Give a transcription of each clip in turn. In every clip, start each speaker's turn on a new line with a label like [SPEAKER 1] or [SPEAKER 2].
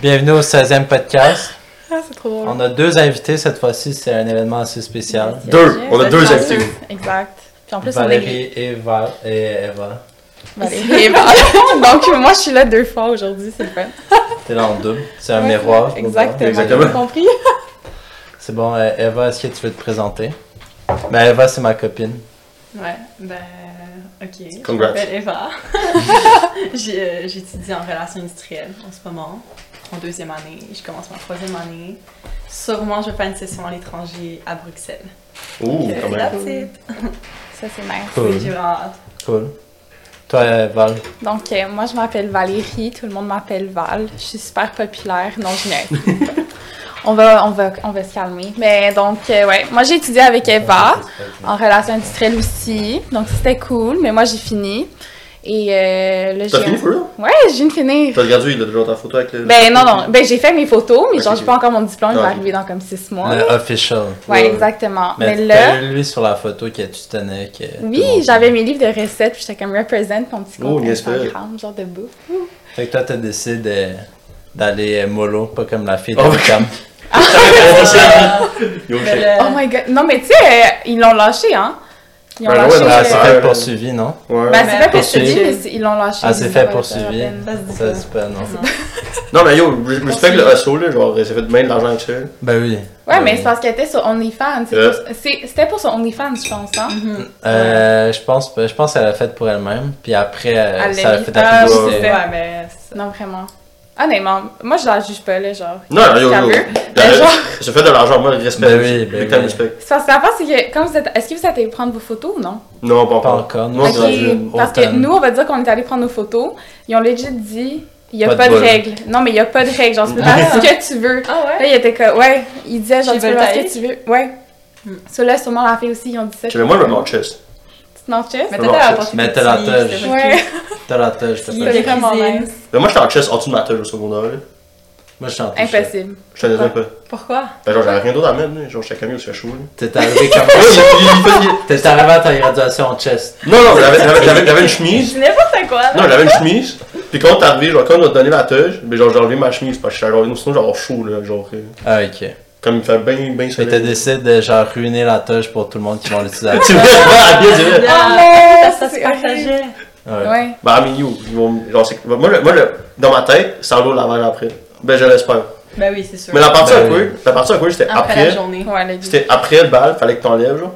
[SPEAKER 1] Bienvenue au 16e podcast.
[SPEAKER 2] Ah, c'est trop drôle.
[SPEAKER 1] On a deux invités cette fois-ci, c'est un événement assez spécial.
[SPEAKER 2] Yes,
[SPEAKER 3] Deux.
[SPEAKER 2] yes,
[SPEAKER 3] On a
[SPEAKER 2] yes,
[SPEAKER 3] deux
[SPEAKER 2] yes,
[SPEAKER 3] invités.
[SPEAKER 2] yes. Exact. Puis en plus,
[SPEAKER 1] Valérie et, Eva, et Eva.
[SPEAKER 2] on est... Valérie et Val. Donc, moi, je suis là deux fois aujourd'hui, c'est le fun.
[SPEAKER 1] T'es là en double. C'est un
[SPEAKER 2] Ouais,
[SPEAKER 1] miroir. je vois
[SPEAKER 2] Exactement.
[SPEAKER 1] pas.
[SPEAKER 3] Exactement.
[SPEAKER 2] J'ai compris.
[SPEAKER 1] C'est bon, euh, Eva, est-ce que tu veux te présenter? Ben, Eva, c'est ma copine.
[SPEAKER 4] Ouais, ben, ok.
[SPEAKER 3] Congrats.
[SPEAKER 4] Je m'appelle Ben, Eva. J'ai, euh, J'étudie en relations industrielles en ce moment, en deuxième année. Je commence ma troisième année. Sûrement, je vais faire une session à l'étranger à Bruxelles.
[SPEAKER 3] Ouh,
[SPEAKER 4] Euh,
[SPEAKER 3] quand même.
[SPEAKER 4] that's it.
[SPEAKER 2] Ça, c'est nice.
[SPEAKER 1] Oh, Cool.
[SPEAKER 4] J'ai vraiment hâte.
[SPEAKER 1] Cool. Toi, euh, Val,
[SPEAKER 2] Donc, euh, moi, je m'appelle Valérie. Tout le monde m'appelle Val. Je suis super populaire. Non, je n'ai. On va, on, va, on va se calmer. Mais donc, euh, ouais, moi j'ai étudié avec Eva. en relations industrielles aussi. Donc c'était cool, mais moi j'ai fini. Et euh, là,
[SPEAKER 3] T'as fini,
[SPEAKER 2] j'ai.
[SPEAKER 3] for real?
[SPEAKER 2] Ouais, je viens de finir.
[SPEAKER 3] T'as gradué, il a déjà ta photo avec le.
[SPEAKER 2] Ben non, non. Ben j'ai fait mes photos, mais
[SPEAKER 3] Ok,
[SPEAKER 2] genre j'ai
[SPEAKER 3] ok.
[SPEAKER 2] pas encore mon diplôme, il va
[SPEAKER 3] Ah, ok.
[SPEAKER 2] arriver dans comme six mois.
[SPEAKER 1] le official.
[SPEAKER 2] ouais,
[SPEAKER 3] ouais.
[SPEAKER 2] exactement. Mais,
[SPEAKER 1] Mais,
[SPEAKER 2] là,
[SPEAKER 1] t'as eu lui sur la photo que tu tenais. Que tout le
[SPEAKER 2] oui,
[SPEAKER 1] monde-
[SPEAKER 2] j'avais mes livres de recettes, puis j'étais comme represent pour mon petit
[SPEAKER 3] Oh,
[SPEAKER 2] compte
[SPEAKER 3] yes, sir.
[SPEAKER 2] Instagram, genre de bouffe.
[SPEAKER 1] Fait que toi, t'as décidé euh, d'aller euh, mollo, pas comme la fille de
[SPEAKER 3] Oh.
[SPEAKER 1] Wickham. Oh,
[SPEAKER 3] Yo,
[SPEAKER 4] Ben,
[SPEAKER 3] shit.
[SPEAKER 4] le-
[SPEAKER 2] Oh my god. Non, mais tu sais, euh, ils l'ont lâché, hein. Ils l'ont
[SPEAKER 3] Ben ouais,
[SPEAKER 2] lâché.
[SPEAKER 3] non,
[SPEAKER 1] Ah,
[SPEAKER 2] euh,
[SPEAKER 1] c'est
[SPEAKER 3] Ouais.
[SPEAKER 1] fait poursuivi, non?
[SPEAKER 3] Ouais.
[SPEAKER 2] ben, c'est pas
[SPEAKER 1] Poursuivi.
[SPEAKER 2] poursuivi, mais c'est- ils l'ont lâché.
[SPEAKER 1] Ah, c'est
[SPEAKER 2] Ça
[SPEAKER 1] fait
[SPEAKER 2] va
[SPEAKER 1] poursuivi.
[SPEAKER 2] être, euh,
[SPEAKER 4] ça se dit
[SPEAKER 1] Ça,
[SPEAKER 4] pas.
[SPEAKER 1] c'est pas, non.
[SPEAKER 4] Non.
[SPEAKER 3] Non, mais yo, je respecte le hustle, là. Genre, j'ai fait bien de l'argent avec ça.
[SPEAKER 1] Ben oui.
[SPEAKER 2] Ouais,
[SPEAKER 1] Ben
[SPEAKER 2] mais
[SPEAKER 1] oui.
[SPEAKER 2] c'est parce qu'elle était sur OnlyFans. c'est
[SPEAKER 3] Euh.
[SPEAKER 2] pour- c'est- C'était pour son OnlyFans, je pense, hein?
[SPEAKER 4] Mhm.
[SPEAKER 1] Euh, je pense, pas- je pense qu'elle l'a faite pour elle-même, puis après, euh,
[SPEAKER 2] Elle l'a
[SPEAKER 1] ça a
[SPEAKER 2] mis.
[SPEAKER 1] fait euh,
[SPEAKER 2] Ah,
[SPEAKER 1] la
[SPEAKER 3] oui,
[SPEAKER 1] publicité.
[SPEAKER 3] c'est
[SPEAKER 4] Ouais, mais. c'est ça.
[SPEAKER 2] Non, vraiment. Honnêtement, moi je la juge pas, là, genre.
[SPEAKER 3] Non, non, yo,
[SPEAKER 2] Qu'elle
[SPEAKER 3] yo.
[SPEAKER 2] veut.
[SPEAKER 3] Ben,
[SPEAKER 2] Mais genre-
[SPEAKER 3] J'ai fait de l'argent, moi, le respect.
[SPEAKER 1] Ben
[SPEAKER 3] aussi.
[SPEAKER 1] oui, ben
[SPEAKER 3] Big time
[SPEAKER 1] oui.
[SPEAKER 3] respect.
[SPEAKER 2] C'est parce que la part, c'est que quand vous êtes. Est-ce que vous êtes allé prendre vos photos ou non?
[SPEAKER 3] Non, pas
[SPEAKER 1] Pas
[SPEAKER 3] encore.
[SPEAKER 1] encore, non.
[SPEAKER 3] Moi,
[SPEAKER 2] Ok,
[SPEAKER 3] je suis
[SPEAKER 2] Parce que
[SPEAKER 1] Autant.
[SPEAKER 2] nous, on va dire qu'on est allé prendre nos photos. Ils ont legit dit, il y a
[SPEAKER 1] Pas
[SPEAKER 2] pas,
[SPEAKER 1] de
[SPEAKER 2] de,
[SPEAKER 1] bol.
[SPEAKER 2] règles. Non, mais il y a pas de règles. Genre, tu peux
[SPEAKER 4] Ah.
[SPEAKER 2] faire ce que tu veux.
[SPEAKER 4] Ah
[SPEAKER 2] Là, il était que, ouais, il disait, genre,
[SPEAKER 4] Ils
[SPEAKER 2] tu peux
[SPEAKER 4] veulent
[SPEAKER 2] faire ce
[SPEAKER 4] tailler?
[SPEAKER 2] que tu veux. Ouais.
[SPEAKER 4] Hmm.
[SPEAKER 2] Ceux-là, sûrement la fille aussi, ils ont dit ça.
[SPEAKER 3] Tu veux, moi, je me manque chest.
[SPEAKER 2] Tu te manges, Jess?
[SPEAKER 4] Mais toi, t'as apporté
[SPEAKER 1] Mais
[SPEAKER 4] des
[SPEAKER 1] t'as la
[SPEAKER 4] petits-
[SPEAKER 1] tâche.
[SPEAKER 4] c'était
[SPEAKER 2] Ouais.
[SPEAKER 1] T'as la tâche, t'as
[SPEAKER 4] petit-
[SPEAKER 1] pas
[SPEAKER 2] C'est
[SPEAKER 4] des
[SPEAKER 1] le-
[SPEAKER 2] vraiment
[SPEAKER 4] cuisines.
[SPEAKER 2] nice.
[SPEAKER 3] Mais moi, j'étais en chest en dessous de ma tâche au secondaire, là.
[SPEAKER 1] Moi, je suis en t-shirt.
[SPEAKER 2] Impossible.
[SPEAKER 3] Je te un peu.
[SPEAKER 4] Pourquoi?
[SPEAKER 3] Ben, genre, j'avais rien d'autre à mettre, là. Genre, j'étais comme yo, c'est chaud, là.
[SPEAKER 1] T'es arrivé comme...
[SPEAKER 3] Ouais, il- il- il- il-
[SPEAKER 1] T'es arrivé à ta graduation en chest.
[SPEAKER 3] Non, non, mais j'avais- j'avais j'avais- j'avais une chemise.
[SPEAKER 4] C'est n'importe quoi,
[SPEAKER 3] Non, j'avais une chemise. Puis quand t'es arrivé, genre, quand on m'a donné la tâche, ben, genre, j'ai enlevé ma chemise parce que j'étais genre, sinon, j'aurais chaud, là. Genre, euh,
[SPEAKER 1] Ah, ok. Fait
[SPEAKER 3] comme il fait bien, bien
[SPEAKER 1] que t'as
[SPEAKER 3] soleil.
[SPEAKER 1] décidé de, genre, ruiner la tâche pour tout le monde qui vont l'utiliser.
[SPEAKER 3] Tu vois, ah, bien, c'est vrai.
[SPEAKER 2] Ah,
[SPEAKER 4] Ça,
[SPEAKER 2] mais
[SPEAKER 4] ça se
[SPEAKER 2] c'est horrible.
[SPEAKER 4] partageait.
[SPEAKER 1] Ouais.
[SPEAKER 2] Ouais.
[SPEAKER 3] Bah, mais yo, ils vont. Genre, c'est- moi, le, moi le, dans ma tête, ça va au lavage après. Ben, je l'espère.
[SPEAKER 4] Ben oui, c'est sûr.
[SPEAKER 3] Mais la partie
[SPEAKER 1] Ben
[SPEAKER 3] à quoi
[SPEAKER 1] oui.
[SPEAKER 3] La partie à quoi c'était
[SPEAKER 4] Après,
[SPEAKER 3] après.
[SPEAKER 4] la journée.
[SPEAKER 2] Ouais, legit.
[SPEAKER 3] C'était après le bal, fallait que t'enlèves, genre.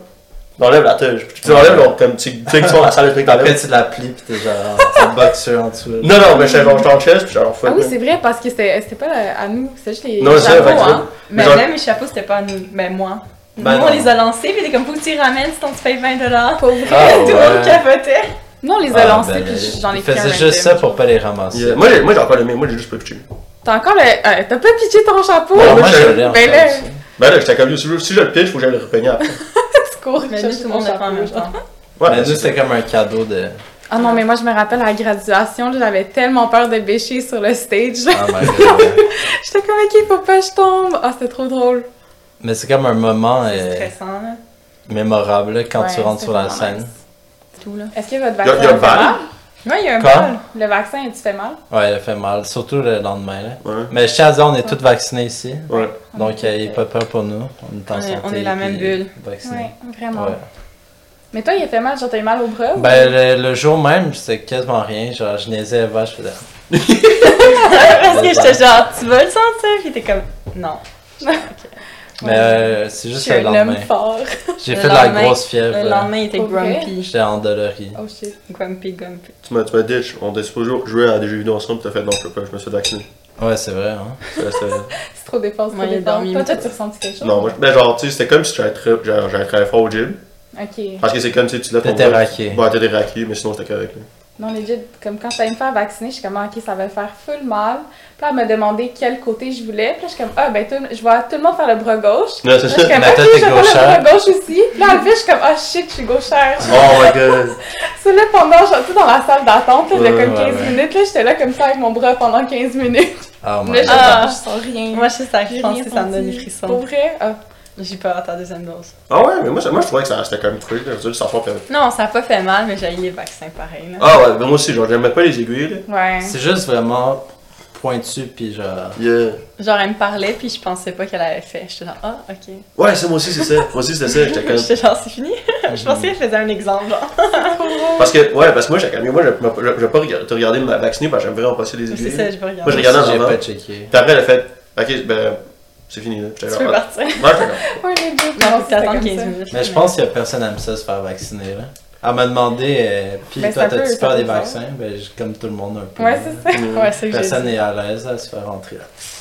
[SPEAKER 3] T'enlèves la tâche. Puis tu l'enlèves, genre, comme tu tu sais que tu vas dans la salle, le truc
[SPEAKER 1] Après,
[SPEAKER 3] t'enlèves.
[SPEAKER 1] tu la plies, pis t'es genre... T'es boxer en dessous.
[SPEAKER 3] Non, non, mais j'étais genre, j'étais en chaise, puis j'étais genre, fuck.
[SPEAKER 2] Ah oui,
[SPEAKER 3] man.
[SPEAKER 2] c'est vrai, parce que c'était c'était pas euh, à nous, c'était juste les
[SPEAKER 3] Non, c'est
[SPEAKER 2] chapeaux,
[SPEAKER 3] vrai, c'est vrai.
[SPEAKER 2] hein.
[SPEAKER 4] Mais
[SPEAKER 3] Mais genre-
[SPEAKER 4] même mes chapeaux, c'était pas à nous. Ben moi.
[SPEAKER 1] Ben
[SPEAKER 4] nous, on
[SPEAKER 1] non.
[SPEAKER 4] les a lancés, puis t'es comme, faut que tu les ramènes, sinon tu payes 20 dollars.
[SPEAKER 2] Pour vrai.
[SPEAKER 1] Ah,
[SPEAKER 4] Tout le monde
[SPEAKER 1] ouais.
[SPEAKER 4] capotait.
[SPEAKER 2] Nous, on les a
[SPEAKER 1] Ah,
[SPEAKER 2] lancés,
[SPEAKER 1] ben,
[SPEAKER 2] puis j'en ai
[SPEAKER 1] Ils
[SPEAKER 2] pris un
[SPEAKER 1] faisaient juste ça
[SPEAKER 2] random.
[SPEAKER 1] pour pas les ramasser.
[SPEAKER 3] Yeah. Moi, j'ai moi, j'ai encore le mien, moi, j'ai juste pas pitché.
[SPEAKER 2] T'as encore le... euh, T'as pas pitché ton chapeau?
[SPEAKER 3] Non,
[SPEAKER 1] Ah, moi,
[SPEAKER 3] moi,
[SPEAKER 1] je
[SPEAKER 3] je-
[SPEAKER 1] l'ai en
[SPEAKER 2] ben là.
[SPEAKER 1] chest.
[SPEAKER 3] Ben là, j'étais comme, yo, si je si je le pitch, faut que j'aille le repeigner après.
[SPEAKER 2] tu cours,
[SPEAKER 4] Mais nous,
[SPEAKER 2] chercher
[SPEAKER 4] tout le
[SPEAKER 2] ton
[SPEAKER 4] monde l'a fait en
[SPEAKER 2] chapeau.
[SPEAKER 4] même temps.
[SPEAKER 3] Ouais,
[SPEAKER 1] Mais nous,
[SPEAKER 3] c'est-
[SPEAKER 1] c'était comme un cadeau de...
[SPEAKER 2] Ah non, mais moi, je me rappelle à la graduation, là, j'avais tellement peur de bêcher sur le stage. là.
[SPEAKER 1] Ah, my God.
[SPEAKER 2] J'étais comme, OK, faut pas que je tombe. Ah, c'était trop drôle.
[SPEAKER 1] Mais c'est comme un moment
[SPEAKER 4] C'est
[SPEAKER 1] euh,
[SPEAKER 4] stressant, là.
[SPEAKER 1] mémorable là, quand tu
[SPEAKER 2] Ouais,
[SPEAKER 1] rentres
[SPEAKER 2] c'est
[SPEAKER 1] sur la
[SPEAKER 2] vraiment
[SPEAKER 1] scène.
[SPEAKER 2] nice.
[SPEAKER 4] Tout, là.
[SPEAKER 2] Est-ce que votre
[SPEAKER 3] y a-
[SPEAKER 2] vaccin
[SPEAKER 3] y a
[SPEAKER 2] a
[SPEAKER 3] le
[SPEAKER 2] fait
[SPEAKER 3] bal.
[SPEAKER 2] mal?
[SPEAKER 4] Ouais, il y a un
[SPEAKER 1] Quand?
[SPEAKER 4] bol.
[SPEAKER 2] Le vaccin, il tu fait mal?
[SPEAKER 1] Ouais, elle fait mal, surtout le lendemain. là.
[SPEAKER 3] Ouais.
[SPEAKER 1] Mais je tiens à dire, on est tous vaccinés ici.
[SPEAKER 3] Ouais.
[SPEAKER 1] Donc, euh, il n'y a pas peur pour nous. On est en
[SPEAKER 4] On est-
[SPEAKER 1] santé.
[SPEAKER 4] on est la même
[SPEAKER 1] puis
[SPEAKER 4] bulle.
[SPEAKER 1] vaccinés.
[SPEAKER 2] Ouais, vraiment.
[SPEAKER 1] Ouais.
[SPEAKER 2] Mais toi, il a fait mal, genre, t'as eu mal au bras? ou-
[SPEAKER 1] Ben, le, le jour même, c'était quasiment rien. Genre, je niaisais Eva, je faisais.
[SPEAKER 4] Parce que j'étais genre, tu vas le sentir? Puis t'es comme, non.
[SPEAKER 1] Mais euh, c'est
[SPEAKER 2] Je
[SPEAKER 1] juste
[SPEAKER 2] suis
[SPEAKER 1] le
[SPEAKER 2] un homme
[SPEAKER 1] lendemain.
[SPEAKER 2] fort.
[SPEAKER 1] J'ai
[SPEAKER 4] Le
[SPEAKER 1] fait de la
[SPEAKER 4] lendemain-
[SPEAKER 1] grosse fièvre.
[SPEAKER 4] Le
[SPEAKER 1] là.
[SPEAKER 4] lendemain, il était
[SPEAKER 2] Pour
[SPEAKER 4] grumpy.
[SPEAKER 1] J'étais endolori.
[SPEAKER 2] Oh shit.
[SPEAKER 4] Grumpy, grumpy.
[SPEAKER 3] Tu m'as tu m'as dit, on était supposé jouer à des jeux vidéo ensemble, t'as fait non, je peux pas, je me suis vacciné.
[SPEAKER 1] Ouais, c'est vrai. Hein?
[SPEAKER 3] Ça, c'était-
[SPEAKER 2] C'est trop dépense,
[SPEAKER 4] Moi,
[SPEAKER 2] trop
[SPEAKER 4] il a
[SPEAKER 2] dépense.
[SPEAKER 4] dormi,
[SPEAKER 2] Toi, toi,
[SPEAKER 4] mais-
[SPEAKER 2] tu ressens quelque chose?
[SPEAKER 3] Non, moi, je- ben genre, tu sais, c'était comme si j'allais très- j'allais j'allais très fort au gym.
[SPEAKER 2] Ok.
[SPEAKER 3] Parce que c'est comme si tu lèves
[SPEAKER 1] T'étais
[SPEAKER 3] bras.
[SPEAKER 1] raqué.
[SPEAKER 3] Ouais, t'étais raqué, mais sinon c'était correct. là.
[SPEAKER 2] Non, legit, comme quand j'allais me faire vacciner, je suis comme, Ah, ok, ça va faire full mal. Puis là, elle m'a demandé quel côté je voulais. Puis là, je suis comme, ah, ben, tout- je vois tout le monde faire le bras gauche.
[SPEAKER 3] Non, c'est
[SPEAKER 2] Là, je suis
[SPEAKER 3] ça.
[SPEAKER 2] comme,
[SPEAKER 1] Mais
[SPEAKER 2] ok,
[SPEAKER 1] toi, t'es
[SPEAKER 2] je vais faire
[SPEAKER 1] gauchère.
[SPEAKER 2] le bras gauche aussi. Puis là, elle le fait, je suis comme, ah, shit, je suis gauchère.
[SPEAKER 3] Oh my god.
[SPEAKER 2] C'est là pendant, genre, tout dans la salle d'attente, là, de
[SPEAKER 3] Ouais,
[SPEAKER 2] comme
[SPEAKER 1] ouais,
[SPEAKER 2] 15
[SPEAKER 1] ouais.
[SPEAKER 2] minutes. Là, j'étais là comme ça avec mon bras pendant 15 minutes.
[SPEAKER 1] Ah,
[SPEAKER 2] Là,
[SPEAKER 1] my
[SPEAKER 2] je,
[SPEAKER 1] God.
[SPEAKER 4] Ah.
[SPEAKER 2] je sens rien.
[SPEAKER 4] Moi, je sais ça,
[SPEAKER 2] J'ai
[SPEAKER 4] je pense
[SPEAKER 2] rien
[SPEAKER 4] que ça me donne
[SPEAKER 2] senti.
[SPEAKER 4] des
[SPEAKER 2] Pour
[SPEAKER 4] frissons.
[SPEAKER 2] vrai? Ah.
[SPEAKER 4] J'ai peur à ta deuxième dose.
[SPEAKER 3] Ah ouais, mais moi, ça- moi je trouvais que ça- c'était quand même cool. là. Je veux dire, ça sort fait-
[SPEAKER 4] Non, ça a pas fait mal, mais j'ai eu les vaccins pareil, là.
[SPEAKER 3] ben, Ah ouais, mais moi aussi, genre, j'aimais pas les aiguilles. là.
[SPEAKER 2] Ouais.
[SPEAKER 1] C'est juste vraiment pointu, puis genre.
[SPEAKER 3] Yeah.
[SPEAKER 4] Genre, elle me parlait, puis je pensais pas qu'elle avait fait. J'étais genre, ah, ok.
[SPEAKER 3] Ouais, c'est moi aussi, c'est ça. Moi aussi, c'était ça. J'étais comme.
[SPEAKER 4] J'étais genre, c'est fini. je pensais qu'elle faisait un exemple, genre.
[SPEAKER 2] Ah,
[SPEAKER 3] Parce que, ouais, parce que moi, j'étais comme. Moi, je je- je vais pas rega- te regarder me vacciner parce que j'aime vraiment passer les
[SPEAKER 4] Ah, C'est
[SPEAKER 3] aiguilles.
[SPEAKER 4] ça, je vais
[SPEAKER 3] Moi, je
[SPEAKER 4] regarder.
[SPEAKER 3] regardais en
[SPEAKER 1] J'ai
[SPEAKER 3] avant.
[SPEAKER 1] pas
[SPEAKER 3] Puis
[SPEAKER 1] checké.
[SPEAKER 3] après, elle a fait. Ok, ben. C'est fini, là. J'étais
[SPEAKER 4] Tu peux
[SPEAKER 3] genre. ah.
[SPEAKER 4] partir.
[SPEAKER 3] Ouais, j'étais comme.
[SPEAKER 2] Ouais, les deux,
[SPEAKER 4] Non, faut
[SPEAKER 2] c'était
[SPEAKER 4] t'attendre
[SPEAKER 2] comme
[SPEAKER 4] 15
[SPEAKER 2] ça.
[SPEAKER 4] minutes.
[SPEAKER 1] Mais je pense qu'il y a personne aime ça se faire vacciner, là. Elle m'a demandé, euh, puis
[SPEAKER 2] Ben,
[SPEAKER 1] toi,
[SPEAKER 2] ça peut-
[SPEAKER 1] t'as-tu
[SPEAKER 2] ça
[SPEAKER 1] peur
[SPEAKER 2] peut
[SPEAKER 1] des
[SPEAKER 2] faire.
[SPEAKER 1] vaccins? Ben, je- comme tout le monde, un peu.
[SPEAKER 2] Ouais, c'est ça.
[SPEAKER 4] Ouais, c'est que j'ai
[SPEAKER 1] Personne
[SPEAKER 4] dit.
[SPEAKER 1] n'est à l'aise à se faire rentrer.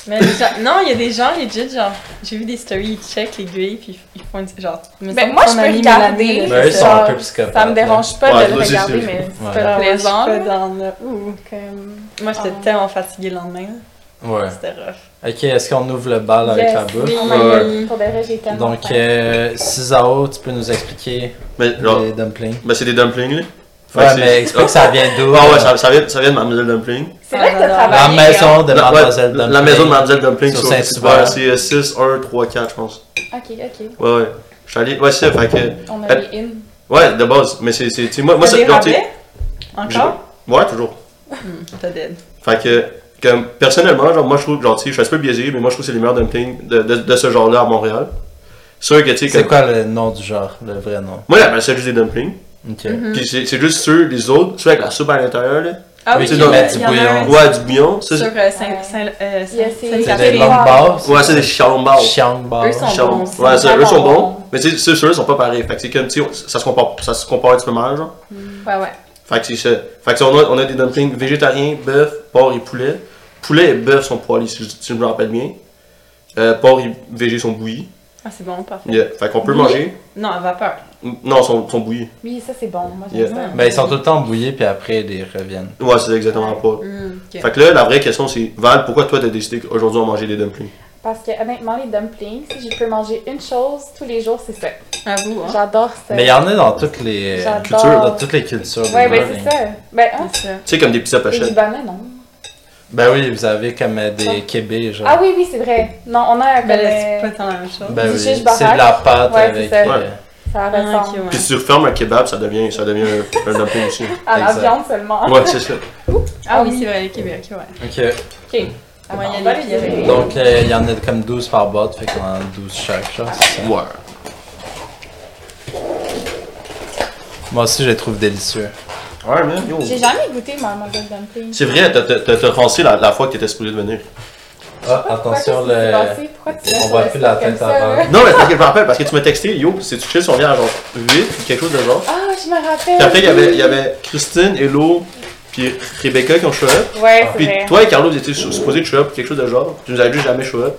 [SPEAKER 4] Mais les gens- non, il y a des gens, legit, genre, j'ai vu des stories, ils checkent l'aiguille, puis ils font une. Genre, il me
[SPEAKER 2] Ben,
[SPEAKER 4] semble
[SPEAKER 2] moi,
[SPEAKER 4] qu'on
[SPEAKER 2] je
[SPEAKER 4] a
[SPEAKER 2] peux
[SPEAKER 4] mis
[SPEAKER 2] regarder.
[SPEAKER 4] Mélanie, là.
[SPEAKER 1] Mais eux, Ben, ils sont
[SPEAKER 2] ça-
[SPEAKER 1] un peu psychopathes.
[SPEAKER 2] Ça me dérange pas de
[SPEAKER 3] Ouais, toi
[SPEAKER 2] le
[SPEAKER 3] aussi,
[SPEAKER 2] regarder,
[SPEAKER 3] c'est-
[SPEAKER 2] mais
[SPEAKER 1] Ouais.
[SPEAKER 2] c'est pas
[SPEAKER 4] Ah ouais,
[SPEAKER 2] plaisant.
[SPEAKER 4] je suis
[SPEAKER 2] là.
[SPEAKER 4] pas down, là. Ouh.
[SPEAKER 2] Comme-
[SPEAKER 4] Moi, j'étais
[SPEAKER 2] Ah.
[SPEAKER 4] tellement fatiguée le lendemain. là.
[SPEAKER 1] là. Ouais.
[SPEAKER 4] C'était rough.
[SPEAKER 1] Ok, est-ce qu'on ouvre le bal avec
[SPEAKER 2] Yes,
[SPEAKER 1] la bouche?
[SPEAKER 2] oui.
[SPEAKER 3] Ouais.
[SPEAKER 2] Pour de vrai, j'ai tellement
[SPEAKER 1] Donc,
[SPEAKER 2] faim.
[SPEAKER 1] euh, Cisao, tu peux nous expliquer
[SPEAKER 3] Mais, genre.
[SPEAKER 1] les dumplings?
[SPEAKER 3] Ben, c'est des dumplings, là. Fait que
[SPEAKER 1] Ouais,
[SPEAKER 3] c'est-
[SPEAKER 1] mais explique ça vient d'où?
[SPEAKER 3] Ah ouais,
[SPEAKER 1] là.
[SPEAKER 3] ça, ça vient, ça vient de Mademoiselle Dumpling.
[SPEAKER 2] C'est vrai que t'as
[SPEAKER 4] La
[SPEAKER 1] La
[SPEAKER 2] travaillé. hein.
[SPEAKER 1] maison de
[SPEAKER 3] La- ouais,
[SPEAKER 1] Mademoiselle
[SPEAKER 3] la-
[SPEAKER 1] Dumpling.
[SPEAKER 3] La maison de Mademoiselle Dumpling
[SPEAKER 1] Sur
[SPEAKER 3] sur
[SPEAKER 1] Saint-Hubert.
[SPEAKER 3] Saint-Hubert, c'est euh, 6, 1, 3, 4, je pense.
[SPEAKER 1] euh,
[SPEAKER 2] Ok, ok.
[SPEAKER 3] Ouais, ouais. Je suis allé. Ouais, c'est ça, fait que.
[SPEAKER 2] On
[SPEAKER 3] Euh,
[SPEAKER 2] a mis une.
[SPEAKER 3] Ouais, de base. Mais c'est. c'est- tu sais, Moi, moi
[SPEAKER 4] T'as des
[SPEAKER 3] c'est. tu sais-
[SPEAKER 4] rabais? Encore?
[SPEAKER 3] Ouais, toujours.
[SPEAKER 4] Hmm, T'as dead.
[SPEAKER 3] Fait que, comme, personnellement, genre, moi, je trouve, que, genre, tu sais, je suis un peu biaisé, mais moi, je trouve que c'est les meilleurs dumplings de, de, de ce genre-là à Montréal. Sûr que, tu sais,
[SPEAKER 1] C'est
[SPEAKER 3] comme-
[SPEAKER 1] quoi le nom du genre, le vrai nom?
[SPEAKER 3] Moi, j'appelle ça juste des dumplings.
[SPEAKER 1] Ok.
[SPEAKER 2] Mhm.
[SPEAKER 4] Mm-hmm.
[SPEAKER 3] Puis c'est c'est juste ceux, les autres, ceux avec la soupe à l'intérieur, là.
[SPEAKER 4] Ah
[SPEAKER 1] Oui,
[SPEAKER 4] oui,
[SPEAKER 3] tu
[SPEAKER 4] il y
[SPEAKER 3] dois
[SPEAKER 4] en
[SPEAKER 3] mettre
[SPEAKER 1] du
[SPEAKER 4] a un
[SPEAKER 1] bouillon.
[SPEAKER 3] Ouais, du bouillon. Ça,
[SPEAKER 4] Sur
[SPEAKER 3] c'est.
[SPEAKER 4] euh, Saint-
[SPEAKER 2] Ouais.
[SPEAKER 4] Saint- euh,
[SPEAKER 2] Il y a
[SPEAKER 4] Saint-
[SPEAKER 2] ces-
[SPEAKER 1] C'est
[SPEAKER 4] Saint-Catherine.
[SPEAKER 1] des longues bars?
[SPEAKER 3] Ouais, c'est des chambars.
[SPEAKER 1] Chiang bars.
[SPEAKER 4] Eux sont-
[SPEAKER 3] Chambars.
[SPEAKER 4] bons,
[SPEAKER 3] Ouais,
[SPEAKER 2] c'est
[SPEAKER 3] ça, eux
[SPEAKER 2] vraiment
[SPEAKER 3] sont bons.
[SPEAKER 2] bon.
[SPEAKER 3] Mais tu sais, ceux- ceux-là sont pas pareils. Fait que, c'est comme, tu sais, ça se compare, ça se compare un petit peu mal, genre.
[SPEAKER 2] Ouais, ouais.
[SPEAKER 3] Fait que c'est ça. Fait que ça, on a, on a des dumplings végétariens, bœuf, porc et poulet. Poulet et bœuf sont poilés, si, je- si je me rappelle bien. Euh, porc et végé sont bouillis.
[SPEAKER 4] Ah, c'est bon, parfait.
[SPEAKER 3] Yeah. Fait qu'on peut
[SPEAKER 4] Bouillis?
[SPEAKER 3] manger.
[SPEAKER 4] Non, à vapeur.
[SPEAKER 3] Mm, Non, sont, sont bouillis.
[SPEAKER 2] Oui, ça c'est bon. Moi,
[SPEAKER 3] Yeah.
[SPEAKER 2] j'aime ça.
[SPEAKER 1] Ben, ils sont tout le temps bouillés, puis après, ils reviennent.
[SPEAKER 3] Ouais, c'est exactement pas.
[SPEAKER 4] Hmm, ok.
[SPEAKER 3] Fait que là, la vraie question c'est Val, pourquoi toi t'as décidé aujourd'hui on mangeait des dumplings
[SPEAKER 2] Parce que honnêtement, les dumplings, si je peux manger une chose tous les jours, c'est ça.
[SPEAKER 4] À vous, hein.
[SPEAKER 2] J'adore ça.
[SPEAKER 1] Mais il y en a dans toutes
[SPEAKER 3] euh,
[SPEAKER 1] les euh,
[SPEAKER 2] J'adore.
[SPEAKER 1] cultures. Dans toutes les cultures. des
[SPEAKER 2] Ah. Ouais, ben
[SPEAKER 1] dumplings.
[SPEAKER 2] c'est ça. Ben, hein,
[SPEAKER 4] C'est ça.
[SPEAKER 3] Tu sais, comme des pizzas
[SPEAKER 2] les
[SPEAKER 3] pochettes.
[SPEAKER 2] Libanais, non.
[SPEAKER 1] Ben oui, vous avez comme euh, des québés, genre.
[SPEAKER 2] Ah oui, oui, c'est vrai. Non, on a un
[SPEAKER 4] Ben, là, c'est
[SPEAKER 2] ben,
[SPEAKER 4] pas tant la même chose.
[SPEAKER 1] Ben
[SPEAKER 2] du
[SPEAKER 1] oui, c'est
[SPEAKER 2] shish
[SPEAKER 1] de
[SPEAKER 2] barak.
[SPEAKER 1] la pâte
[SPEAKER 2] Ouais,
[SPEAKER 1] avec.
[SPEAKER 2] c'est
[SPEAKER 3] ça.
[SPEAKER 1] euh,
[SPEAKER 2] ça
[SPEAKER 4] Ah, ok,
[SPEAKER 2] ressemble.
[SPEAKER 4] ouais.
[SPEAKER 3] Puis si tu refermes un kebab, ça devient, ça devient un, un dumpling aussi.
[SPEAKER 2] à la
[SPEAKER 1] Exact.
[SPEAKER 2] viande seulement.
[SPEAKER 3] Ouais, c'est ça.
[SPEAKER 4] Ah oui, c'est vrai, le Québec, ouais.
[SPEAKER 1] Ok.
[SPEAKER 2] Ok.
[SPEAKER 4] On va y
[SPEAKER 2] On
[SPEAKER 4] aller,
[SPEAKER 2] va
[SPEAKER 4] puis
[SPEAKER 2] les essayer.
[SPEAKER 1] Donc, euh, il y en a comme 12 par boîte, fait qu'on en a 12 chaque, genre. c'est ça.
[SPEAKER 3] Ouais.
[SPEAKER 1] Moi aussi, je les trouve délicieux.
[SPEAKER 3] Ouais, man, yo.
[SPEAKER 2] J'ai jamais goûté ma mangeuse dumpling.
[SPEAKER 3] C'est vrai, t'as- t'as t'as- t'as rancé la, la fois que t'étais supposé de venir.
[SPEAKER 1] Ah,
[SPEAKER 2] Pourquoi
[SPEAKER 1] attention,
[SPEAKER 2] qu'est-ce qui s'est
[SPEAKER 1] le.
[SPEAKER 2] passé? Pourquoi tu
[SPEAKER 1] on
[SPEAKER 2] laisses
[SPEAKER 1] voit
[SPEAKER 2] le
[SPEAKER 1] plus la
[SPEAKER 2] steak
[SPEAKER 1] tête
[SPEAKER 2] comme ça,
[SPEAKER 1] avant.
[SPEAKER 2] là?
[SPEAKER 3] Non, mais parce que je me rappelle, parce que tu m'as texté, yo, c'est tu chill, on vient à genre 8 ou quelque chose de genre.
[SPEAKER 2] Ah, je me rappelle.
[SPEAKER 3] Puis après, il y avait, il y avait Christine, Hello, puis Rebecca qui ont show up.
[SPEAKER 2] Ouais, c'est
[SPEAKER 3] Puis
[SPEAKER 2] vrai.
[SPEAKER 3] toi et Carlo, vous étiez sou- supposés de show up, quelque chose de genre. Tu nous avais juste jamais show up.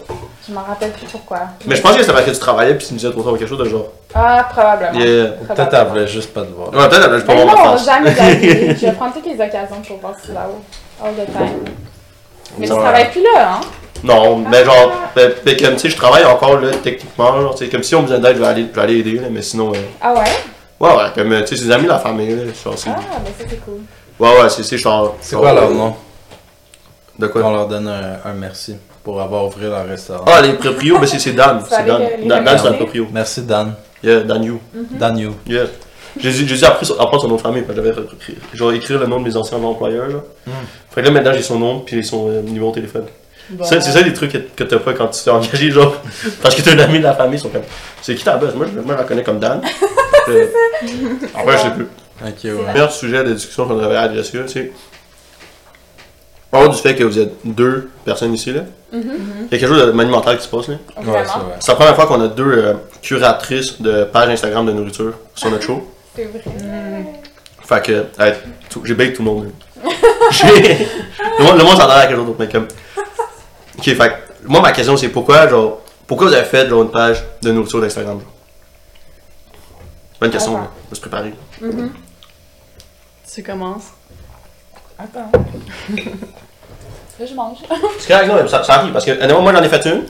[SPEAKER 2] Je m'en rappelle plus pourquoi.
[SPEAKER 3] Mais je pense que c'est parce que tu travaillais puis tu nous disais trop tard ou quelque chose de genre.
[SPEAKER 2] Ah, probablement.
[SPEAKER 3] Yeah.
[SPEAKER 1] Peut-être qu'elle voulait juste pas te voir.
[SPEAKER 3] Ouais, peut-être elle a juste pas
[SPEAKER 2] Mais
[SPEAKER 3] voir ma
[SPEAKER 2] non,
[SPEAKER 3] face.
[SPEAKER 2] jamais de la vie. Je vais prendre toutes les occasions pour voir si là-haut. All the time. Mais tu
[SPEAKER 3] Ouais.
[SPEAKER 2] travailles plus là, hein?
[SPEAKER 3] Non, mais
[SPEAKER 2] Ah.
[SPEAKER 3] genre, ben, ben, comme tu sais, je travaille encore là, techniquement. Genre, tu sais, comme si on me disait d'aide, je vais aller, je vais aller aider, là, mais sinon. euh,
[SPEAKER 2] Ah ouais?
[SPEAKER 3] ouais, ouais, comme euh, tu sais, c'est des amis de la famille, là. Genre, c'est-
[SPEAKER 2] Ah, mais ça c'est cool.
[SPEAKER 3] ouais, ouais, c'est c'est genre.
[SPEAKER 1] C'est quoi leur nom?
[SPEAKER 3] De
[SPEAKER 1] On
[SPEAKER 3] quoi
[SPEAKER 1] leur donne un, un merci pour avoir ouvert leur restaurant.
[SPEAKER 3] Ah, les proprios, ben c'est c'est Dan.
[SPEAKER 2] Tu vas
[SPEAKER 3] C'est
[SPEAKER 2] aller
[SPEAKER 3] Dan.
[SPEAKER 2] les- les
[SPEAKER 3] Dan, Dan, c'est un
[SPEAKER 2] remercier?
[SPEAKER 3] proprio.
[SPEAKER 1] Merci, Dan.
[SPEAKER 3] Yeah, Dan You.
[SPEAKER 2] Mhm.
[SPEAKER 1] Dan You.
[SPEAKER 3] Yeah. J'ai dû j'ai dû appris son- apprendre son nom de famille, parce que j'avais écrit- genre écrire le nom de mes anciens employeurs. Là.
[SPEAKER 1] Hmm.
[SPEAKER 3] Fait que là maintenant j'ai son nom puis son euh, numéro de téléphone.
[SPEAKER 4] Bon.
[SPEAKER 3] Ça, C'est ça les trucs que, que t'as pas quand tu t'es engagé, genre. Parce que t'as un ami de la famille, ils sont comme. C'est qui ta boss? Moi je, moi, je la connais comme Dan. Euh, Après je sais plus.
[SPEAKER 1] Ok,
[SPEAKER 3] Le
[SPEAKER 1] ouais.
[SPEAKER 3] meilleur sujet de discussion qu'on avait adressé, c'est. Hors du fait que vous êtes deux personnes ici, là. Il y a quelque chose de monumental qui se passe, là.
[SPEAKER 1] Ouais, c'est
[SPEAKER 2] Vraiment.
[SPEAKER 1] vrai.
[SPEAKER 3] C'est la première fois qu'on a deux euh, curatrices de pages Instagram de nourriture sur notre show.
[SPEAKER 2] C'est vrai.
[SPEAKER 4] Mm. Hmm,
[SPEAKER 3] Fait que, hey, tout- j'ai bait tout le monde. là. J'ai- le monde, le monde s'attendait à quelque chose d'autre, mais comme. Ok, fait que, moi ma question c'est pourquoi, genre, pourquoi vous avez fait genre, une page de nourriture d'Instagram, genre Bonne question,
[SPEAKER 2] Ah,
[SPEAKER 3] là. on va se préparer.
[SPEAKER 4] Tu commences.
[SPEAKER 2] Attends. Là, je mange.
[SPEAKER 3] Parce que non, ça, ça arrive, parce que, honnêtement, moi j'en ai fait une.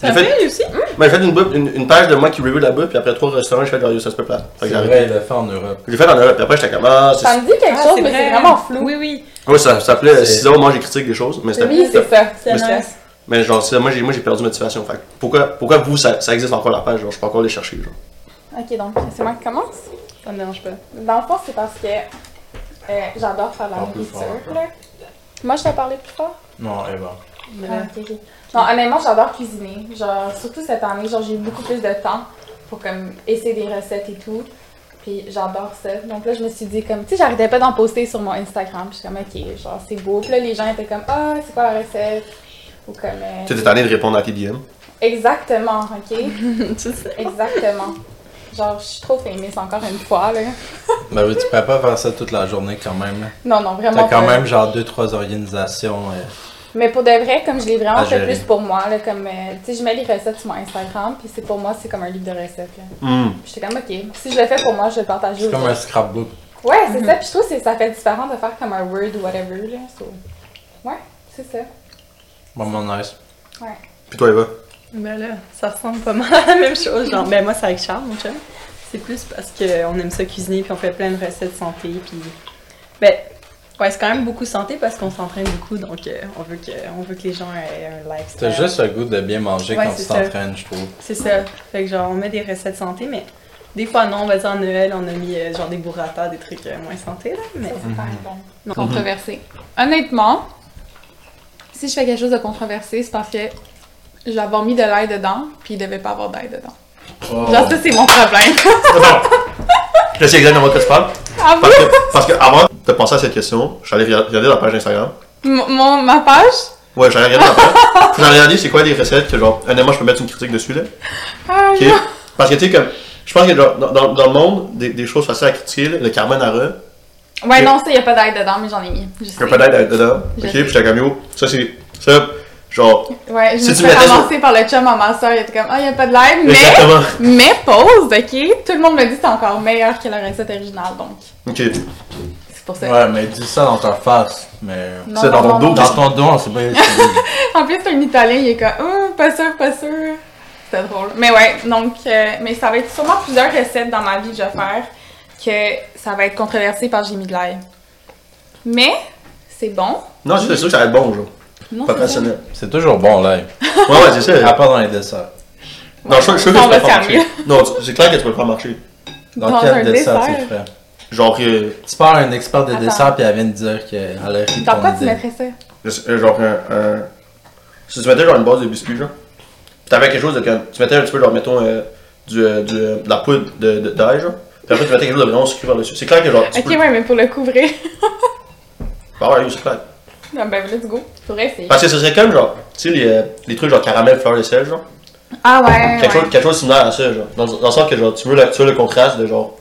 [SPEAKER 3] J'ai
[SPEAKER 4] T'as
[SPEAKER 3] fait,
[SPEAKER 4] fait, lui aussi?
[SPEAKER 3] moi, Ben, j'ai fait une, bouffe- une- une page de moi qui review la bouffe, puis après trois restaurants, j'ai fait genre, yo, ça se peut plat. Fait
[SPEAKER 1] C'est
[SPEAKER 3] que j'ai arrêté.
[SPEAKER 1] vrai, il l'a fait en Europe.
[SPEAKER 3] J'ai fait en Europe, puis après j'étais comme, ah, c'est
[SPEAKER 2] Ça me dit quelque
[SPEAKER 4] Ah,
[SPEAKER 2] chose, mais c'est vraiment flou.
[SPEAKER 4] Oui, oui.
[SPEAKER 3] Oui, ça s'appelait
[SPEAKER 1] C'est-
[SPEAKER 3] Ciseaux, moi j'ai critiqué des choses, mais c'était.
[SPEAKER 2] Oui, c'est ça.
[SPEAKER 4] C'est
[SPEAKER 3] Mais
[SPEAKER 4] nice.
[SPEAKER 3] Mais genre, c'est- moi j'ai moi, j'ai perdu motivation. Fait que pourquoi, pourquoi vous, ça, ça existe encore la page, genre, je peux encore les chercher, genre.
[SPEAKER 2] Ok, donc, c'est moi qui commence.
[SPEAKER 4] Ça me dérange pas.
[SPEAKER 2] Dans le fond, c'est parce que euh, j'adore faire la
[SPEAKER 1] Parle plus fort,
[SPEAKER 2] nourriture. là. Moi, je t'ai parlé plus fort.
[SPEAKER 1] Non, eh ben. Eva.
[SPEAKER 4] Mais
[SPEAKER 2] Ouais,
[SPEAKER 4] là,
[SPEAKER 2] Ah, ok, ok. Non, honnêtement, j'adore cuisiner. Genre, surtout cette année, genre, j'ai eu beaucoup plus de temps pour comme essayer des recettes et tout. Puis j'adore ça. Donc là, je me suis dit comme, tu sais, j'arrêtais pas d'en poster sur mon Instagram. Puis je suis comme, ok, genre, c'est beau. Puis là, les gens étaient comme, ah, c'est quoi la recette? Ou comme, euh,
[SPEAKER 3] Tu es tanné de répondre à tes DM.
[SPEAKER 2] exactement, ok?
[SPEAKER 4] tu sais.
[SPEAKER 2] Exactement. Genre, je suis trop famous encore une fois, là.
[SPEAKER 1] Ben oui, tu peux pas faire ça toute la journée quand même. là.
[SPEAKER 2] Non, non, vraiment
[SPEAKER 1] T'as quand
[SPEAKER 2] pas.
[SPEAKER 1] même genre deux trois organisations. euh,
[SPEAKER 2] Mais pour de vrai, comme je l'ai vraiment
[SPEAKER 1] À
[SPEAKER 2] fait
[SPEAKER 1] gérer.
[SPEAKER 2] plus pour moi, là, comme, euh, tu sais, je mets les recettes sur mon Instagram, puis c'est pour moi, c'est comme un livre de recettes, là.
[SPEAKER 3] Hmm.
[SPEAKER 2] Puis J'étais comme, ok, si je le fais pour moi, je vais le partager
[SPEAKER 1] C'est
[SPEAKER 2] aux
[SPEAKER 1] comme un
[SPEAKER 2] autres.
[SPEAKER 1] scrapbook.
[SPEAKER 2] Ouais, c'est ça, puis je trouve que c'est- ça fait différent de faire comme un Word ou whatever, là. so. Ouais, c'est ça.
[SPEAKER 1] Vraiment nice.
[SPEAKER 2] Ouais.
[SPEAKER 3] Puis toi, Eva.
[SPEAKER 4] Ben là, ça ressemble pas mal à la même chose. Genre, ben moi, c'est avec Charles, mon chum. C'est plus parce qu'on aime ça cuisiner, puis on fait plein de recettes santé, puis... Ben, ouais, c'est quand même beaucoup santé parce qu'on s'entraîne beaucoup, donc euh, on, veut que, on veut que les gens aient un lifestyle.
[SPEAKER 1] T'as juste le goût de bien manger
[SPEAKER 4] Ouais,
[SPEAKER 1] quand
[SPEAKER 4] c'est
[SPEAKER 1] tu
[SPEAKER 4] ça.
[SPEAKER 1] t'entraînes, je trouve.
[SPEAKER 4] C'est ça. Fait que genre, on met des recettes santé, mais des fois, non, on va dire en Noël, on a mis euh, genre des burrata, des trucs euh, moins santé, là, mais...
[SPEAKER 2] Ça, c'est
[SPEAKER 3] Mhm.
[SPEAKER 2] quand même bon.
[SPEAKER 4] Non.
[SPEAKER 2] Controversé. Honnêtement, si je fais quelque chose de controversé, c'est parce que j'avais mis de l'ail dedans, puis il devait pas avoir d'ail dedans.
[SPEAKER 3] Oh.
[SPEAKER 1] Oh.
[SPEAKER 2] Genre, ça, c'est mon problème.
[SPEAKER 3] Je sais exactement de quoi tu parles.
[SPEAKER 2] Ah bon?
[SPEAKER 3] Parce que, parce que avant de penser à cette question, j'allais regarder la page Instagram.
[SPEAKER 2] M- mon, ma page?
[SPEAKER 3] Ouais, j'allais regarder la page. J'allais regarder c'est quoi les recettes que, genre, honnêtement, je peux mettre une critique dessus, là.
[SPEAKER 2] Ah,
[SPEAKER 3] Ok? Parce que, tu sais, comme, je pense que genre, dans, dans- dans le monde, des, des choses faciles à critiquer, là, le carbonara,
[SPEAKER 2] non. Ouais,
[SPEAKER 3] Ok.
[SPEAKER 2] non, ça, y a pas d'ail dedans, mais j'en ai mis. Je
[SPEAKER 3] il y a
[SPEAKER 2] sais.
[SPEAKER 3] pas d'aide dedans.
[SPEAKER 2] Je
[SPEAKER 3] Ok?
[SPEAKER 2] sais.
[SPEAKER 3] Puis j'étais comme, yo, ça, c'est. Ça, genre.
[SPEAKER 2] Ouais, je
[SPEAKER 3] Si
[SPEAKER 2] me suis
[SPEAKER 3] tu
[SPEAKER 2] fait
[SPEAKER 3] mettais sur-
[SPEAKER 2] ramasser par le chum à ma soeur, il était comme, ah, y a pas de l'ail, mais...
[SPEAKER 3] Exactement.
[SPEAKER 2] Mais pause, ok? Tout le monde me dit que c'est encore meilleur que la recette originale, donc
[SPEAKER 3] Ok.
[SPEAKER 2] c'est pour ça.
[SPEAKER 1] Ouais, mais dis ça dans ta face. Mais.
[SPEAKER 2] Non,
[SPEAKER 3] c'est dans
[SPEAKER 2] non, non,
[SPEAKER 3] ton dos,
[SPEAKER 2] non.
[SPEAKER 1] Dans ton dos, c'est pas. c'est-
[SPEAKER 2] En plus, un Italien, il est comme, oh, pas sûr, pas sûr. C'était drôle. Mais ouais, donc, euh, mais ça va être sûrement plusieurs recettes dans ma vie que je vais faire que ça va être controversé par j'ai mis de l'ail. Mais, c'est bon.
[SPEAKER 3] Non, c'est sûr que ça va être bon, genre.
[SPEAKER 2] Non,
[SPEAKER 3] Pas
[SPEAKER 2] Oh, c'est ça.
[SPEAKER 3] passionnel.
[SPEAKER 1] C'est toujours bon, là.
[SPEAKER 3] Ouais, ouais, c'est ça.
[SPEAKER 1] À part dans les desserts.
[SPEAKER 3] Non, je suis sûr que
[SPEAKER 2] Ça,
[SPEAKER 3] tu
[SPEAKER 2] on va
[SPEAKER 3] peux
[SPEAKER 2] se
[SPEAKER 3] pas marcher.
[SPEAKER 2] calmer.
[SPEAKER 3] Non, tu- c'est clair que tu peux pas marcher.
[SPEAKER 1] Dans,
[SPEAKER 2] Dans un
[SPEAKER 1] quel dessert,
[SPEAKER 2] dessert.
[SPEAKER 1] tu ferais
[SPEAKER 3] Genre, euh,
[SPEAKER 1] Tu parles à un expert de
[SPEAKER 2] Attends.
[SPEAKER 1] dessert, puis elle vient de dire qu'elle a ri de
[SPEAKER 2] Dans
[SPEAKER 1] ton
[SPEAKER 2] quoi tu
[SPEAKER 1] idée.
[SPEAKER 2] mettrais ça?
[SPEAKER 3] je sais- euh, genre un, un- Si tu mettais genre une base de biscuits, genre. Pis t'avais quelque chose de comme. Tu mettais un petit peu, genre, mettons, euh, du, euh, du, euh, de la poudre de- de- d'ail, genre. Puis après, tu mettais quelque chose de vraiment sucré par-dessus. C'est clair que, genre, tu
[SPEAKER 2] Ok,
[SPEAKER 3] peux.
[SPEAKER 2] ouais, mais pour le couvrir.
[SPEAKER 3] Bah ouais, oui, c'est clair.
[SPEAKER 2] non, ben, let's go. Pour essayer.
[SPEAKER 3] Parce que ce serait comme, genre, tu sais, les, euh, les trucs genre caramel, fleur de sel, genre.
[SPEAKER 2] Ah ouais,
[SPEAKER 3] Quelque,
[SPEAKER 2] ouais.
[SPEAKER 3] chose, quelque chose de similaire à ça, genre. Dans, dans le sens que, genre, tu veux, le- tu veux le contraste de, genre,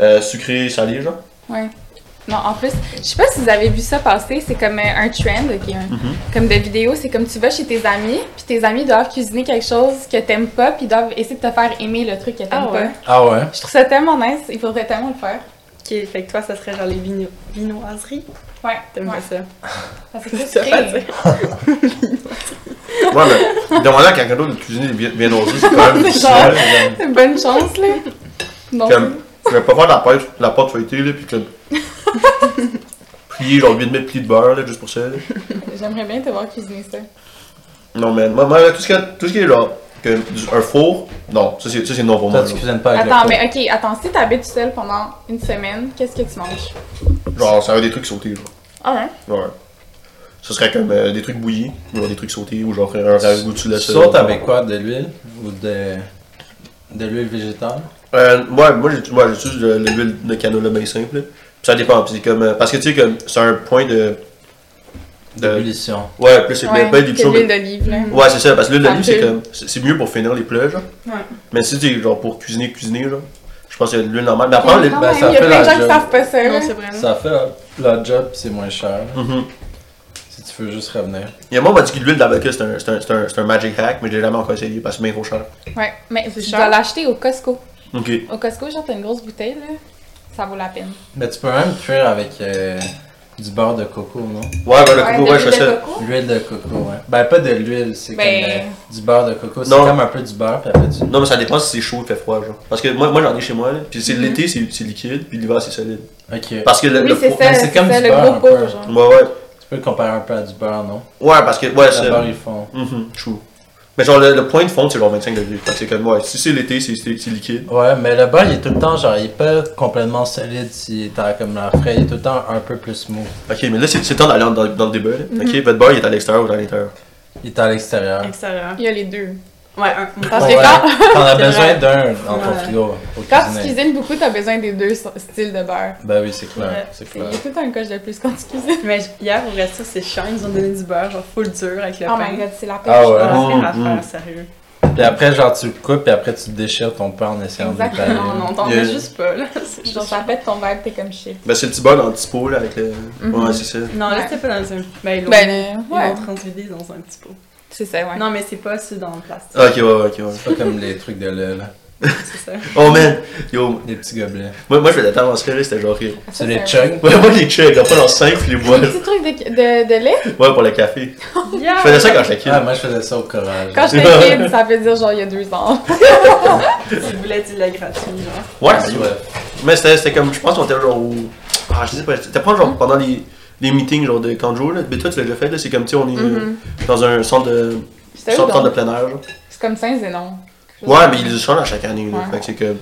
[SPEAKER 3] euh, sucré, salé, genre.
[SPEAKER 2] Ouais. Non, en plus, je sais pas si vous avez vu ça passer, c'est comme euh, un trend, ok, un-
[SPEAKER 1] Mm-hmm.
[SPEAKER 2] comme de vidéo, c'est comme tu vas chez tes amis, puis tes amis doivent cuisiner quelque chose que t'aimes pas, puis ils doivent essayer de te faire aimer le truc que t'aimes
[SPEAKER 4] Ah ouais.
[SPEAKER 2] pas.
[SPEAKER 1] Ah ouais?
[SPEAKER 2] Je trouve ça tellement nice, il faudrait tellement le faire.
[SPEAKER 4] Ok, fait que toi, ça serait genre les vino- vinoiseries.
[SPEAKER 2] Ouais,
[SPEAKER 4] T'aimerais
[SPEAKER 2] ouais.
[SPEAKER 4] ça?
[SPEAKER 2] Ça, c'est
[SPEAKER 4] C'est ça,
[SPEAKER 2] sucré.
[SPEAKER 4] facile.
[SPEAKER 3] Ouais, mais demander à quelqu'un d'autre de cuisiner bien, bien osé, c'est quand même
[SPEAKER 2] C'est
[SPEAKER 3] difficile.
[SPEAKER 2] genre-
[SPEAKER 3] là.
[SPEAKER 2] C'est une bonne chance, là. Donc,
[SPEAKER 3] Comme, je vais pas faire de la pâte, la pâte feuilletée, là, pis comme. plier, genre 8 000 plis de beurre, là, juste pour ça, là.
[SPEAKER 2] j'aimerais bien te voir cuisiner ça.
[SPEAKER 3] Non, mais moi, moi, tout, ce qui, tout ce qui est genre, que, du- un four, non, ça c'est ça, c'est non pour
[SPEAKER 1] Toi,
[SPEAKER 3] moi.
[SPEAKER 1] tu
[SPEAKER 3] genre.
[SPEAKER 1] cuisines pas avec
[SPEAKER 2] Attends,
[SPEAKER 1] le
[SPEAKER 2] mais ok, attends, si t'habites seul pendant une semaine, qu'est-ce que tu manges?
[SPEAKER 3] Genre, ça va être des trucs sautés, genre.
[SPEAKER 2] Ah
[SPEAKER 4] hein?
[SPEAKER 2] ouais?
[SPEAKER 3] Ouais. Ce serait comme euh, des trucs bouillis, ou genre des trucs sautés, ou genre un ragoût
[SPEAKER 1] Tu
[SPEAKER 3] dessus de la
[SPEAKER 1] sautes avec quoi? De l'huile? Ou de... De l'huile végétale?
[SPEAKER 3] Euh, ouais, moi, j'ai- moi, j'utilise de l'huile de canola bien simple, là. Puis ça dépend, puis c'est comme. euh, parce que tu sais, comme, c'est un point de.
[SPEAKER 1] Euh,
[SPEAKER 3] de
[SPEAKER 1] D'ébullition.
[SPEAKER 3] ouais, plus c'est
[SPEAKER 2] Ouais,
[SPEAKER 3] pas du
[SPEAKER 2] c'est
[SPEAKER 3] chaud, mais-
[SPEAKER 2] l'huile d'olive, là.
[SPEAKER 3] Ouais, c'est ça, parce que là,
[SPEAKER 2] Ça
[SPEAKER 3] l'olive, c'est
[SPEAKER 2] pue.
[SPEAKER 3] comme. C'est c'est mieux pour finir les plats, genre.
[SPEAKER 4] Ouais.
[SPEAKER 3] Mais si tu genre pour cuisiner, cuisiner, genre. Je pense que l'huile normale. Mais après,
[SPEAKER 2] Quand
[SPEAKER 3] les.
[SPEAKER 1] ben,
[SPEAKER 2] même,
[SPEAKER 1] ça
[SPEAKER 2] il y
[SPEAKER 1] fait
[SPEAKER 2] a plein
[SPEAKER 1] la
[SPEAKER 2] de gens qui
[SPEAKER 1] job.
[SPEAKER 2] savent pas ça. là.
[SPEAKER 4] Non, c'est vraiment...
[SPEAKER 1] Ça fait la, la job, pis c'est moins cher.
[SPEAKER 3] Mhm.
[SPEAKER 1] Si tu veux juste revenir.
[SPEAKER 3] Il y a moi, on m'a dit que l'huile d'avocat, c'est un, c'est un, c'est un, c'est un magic hack, mais je l'ai jamais encore essayé parce que c'est bien trop cher.
[SPEAKER 2] Ouais, mais tu
[SPEAKER 4] cher.
[SPEAKER 2] dois l'acheter au Costco.
[SPEAKER 3] Ok.
[SPEAKER 2] Au Costco, genre, t'as une grosse bouteille, là. Ça vaut la peine.
[SPEAKER 1] Mais tu peux même cuire avec euh, du beurre de coco, non?
[SPEAKER 3] Ouais, ben le coco, ouais, je fais ça.
[SPEAKER 1] L'huile de coco, ouais. Ben, pas de l'huile, c'est
[SPEAKER 2] Ben-
[SPEAKER 1] comme euh, du beurre de coco. C'est
[SPEAKER 3] Non.
[SPEAKER 1] comme un peu du beurre, puis après tu...
[SPEAKER 3] Non, mais ça dépend si c'est chaud ou fait froid, genre. Parce que moi, moi j'en ai chez moi, là. Puis c'est l'été, c'est c'est liquide, puis l'hiver, c'est solide.
[SPEAKER 1] Ok.
[SPEAKER 3] Parce que le. le
[SPEAKER 2] Mhm. Oui, c'est
[SPEAKER 3] froid-
[SPEAKER 2] ça,
[SPEAKER 1] Mais c'est
[SPEAKER 2] c'est
[SPEAKER 1] comme
[SPEAKER 2] ça,
[SPEAKER 1] du
[SPEAKER 2] le
[SPEAKER 1] beurre,
[SPEAKER 2] gros
[SPEAKER 1] un
[SPEAKER 2] pot,
[SPEAKER 1] peu.
[SPEAKER 2] genre.
[SPEAKER 3] Ouais, ouais.
[SPEAKER 1] Tu peux le comparer un peu à du beurre, non?
[SPEAKER 3] Ouais, parce que. Ouais,
[SPEAKER 1] Le
[SPEAKER 3] c'est.
[SPEAKER 1] beurre, ils font...
[SPEAKER 3] Mhm, chaud. Mais genre, le, le point de fond, c'est genre 25 degrés. Fait que c'est comme, ouais, si c'est l'été, c'est c'est- c'est liquide.
[SPEAKER 1] Ouais, mais le bol, il est tout le temps, genre, il est pas complètement solide si t'as comme l'air frais, il est tout le temps un peu plus mou.
[SPEAKER 3] Ok, mais là, c'est c'est le temps d'aller dans, dans le débat. Là.
[SPEAKER 2] Mhm.
[SPEAKER 3] Ok, votre beurre, il est à l'extérieur ou à l'intérieur.
[SPEAKER 1] Il est à l'extérieur.
[SPEAKER 4] Extérieur.
[SPEAKER 2] Il y a les deux.
[SPEAKER 4] Ouais, un.
[SPEAKER 2] Parce
[SPEAKER 1] Ouais,
[SPEAKER 2] que quand,
[SPEAKER 1] T'en as
[SPEAKER 4] C'est
[SPEAKER 1] besoin
[SPEAKER 4] vrai.
[SPEAKER 1] d'un dans ton
[SPEAKER 4] Ouais.
[SPEAKER 1] frigo pour
[SPEAKER 2] quand tu
[SPEAKER 1] cuisiner.
[SPEAKER 2] cuisines beaucoup, t'as besoin des deux so- styles de beurre.
[SPEAKER 1] Ben oui, c'est clair,
[SPEAKER 4] Ouais,
[SPEAKER 1] c'est
[SPEAKER 2] Il y
[SPEAKER 1] clair.
[SPEAKER 2] a tout un coche de plus quand tu cuisines.
[SPEAKER 4] Mais hier, au resto, c'est chiant, ils nous ont donné du beurre, genre full dur avec le
[SPEAKER 2] Oh
[SPEAKER 4] pain.
[SPEAKER 2] my god, c'est la pêche.
[SPEAKER 1] Ah ouais.
[SPEAKER 4] Ah, c'est
[SPEAKER 3] Mm,
[SPEAKER 4] l'affaire,
[SPEAKER 3] mm.
[SPEAKER 4] sérieux.
[SPEAKER 1] Puis après, genre, tu le coupes, puis après, tu déchires ton pain en essayant de
[SPEAKER 2] Exactement,
[SPEAKER 1] l'étaler.
[SPEAKER 4] Non, non, t'en
[SPEAKER 3] Yeah.
[SPEAKER 4] mets juste pas, là. C'est
[SPEAKER 2] Genre,
[SPEAKER 4] juste-
[SPEAKER 2] ça fait ton verre, t'es comme shit.
[SPEAKER 3] Ben, c'est le petit beurre dans le petit pot, là, avec le.
[SPEAKER 2] Mhm.
[SPEAKER 3] Ouais, c'est ça.
[SPEAKER 4] Non,
[SPEAKER 2] Ouais.
[SPEAKER 4] là, c'était pas dans un. Ben, ils l'ont-
[SPEAKER 2] Ben,
[SPEAKER 4] ils l'ont
[SPEAKER 2] ouais.
[SPEAKER 4] transvidé dans un petit pot.
[SPEAKER 2] C'est ça, ouais.
[SPEAKER 4] Non, mais c'est pas celui dans le plastique,
[SPEAKER 3] Ah, ok, ouais, ouais, ok, ouais.
[SPEAKER 1] C'est pas comme les trucs de lait, là.
[SPEAKER 4] c'est ça.
[SPEAKER 3] Oh man, yo,
[SPEAKER 1] Les petits gobelets.
[SPEAKER 3] moi, moi je faisais tellement rire, c'était genre rire.
[SPEAKER 2] Ça,
[SPEAKER 1] C'est
[SPEAKER 2] c'est
[SPEAKER 1] les
[SPEAKER 2] un-
[SPEAKER 1] chugs.
[SPEAKER 3] Ouais, moi, les checks, j'en prends dans 5 puis les bois.
[SPEAKER 2] Petit truc de, de, de lait.
[SPEAKER 3] Ouais, pour le café.
[SPEAKER 4] Yeah.
[SPEAKER 3] Je faisais ça quand j'étais kid.
[SPEAKER 1] Ah, moi, je faisais ça au courage.
[SPEAKER 2] Quand j'étais kid, ça fait dire genre il y a deux ans.
[SPEAKER 4] Tu voulais du lait gratuit, genre.
[SPEAKER 3] Ouais,
[SPEAKER 1] Ouais, ouais.
[SPEAKER 3] mais c'était c'était comme, je pense qu'on était genre au. Ah, je sais pas, c'était pas genre pendant les, les meetings genre de Kanjo, là. Mais toi, tu l'as déjà fait, là. C'est comme, tu sais, on est euh, dans un centre de.
[SPEAKER 2] C'était où,
[SPEAKER 3] Centre de
[SPEAKER 2] donc?
[SPEAKER 3] plein air, genre.
[SPEAKER 2] C'est comme Saint-Zénon.
[SPEAKER 3] Ouais, mais ils le changent à chaque année. là.
[SPEAKER 2] Ouais.
[SPEAKER 3] Fait que c'est que.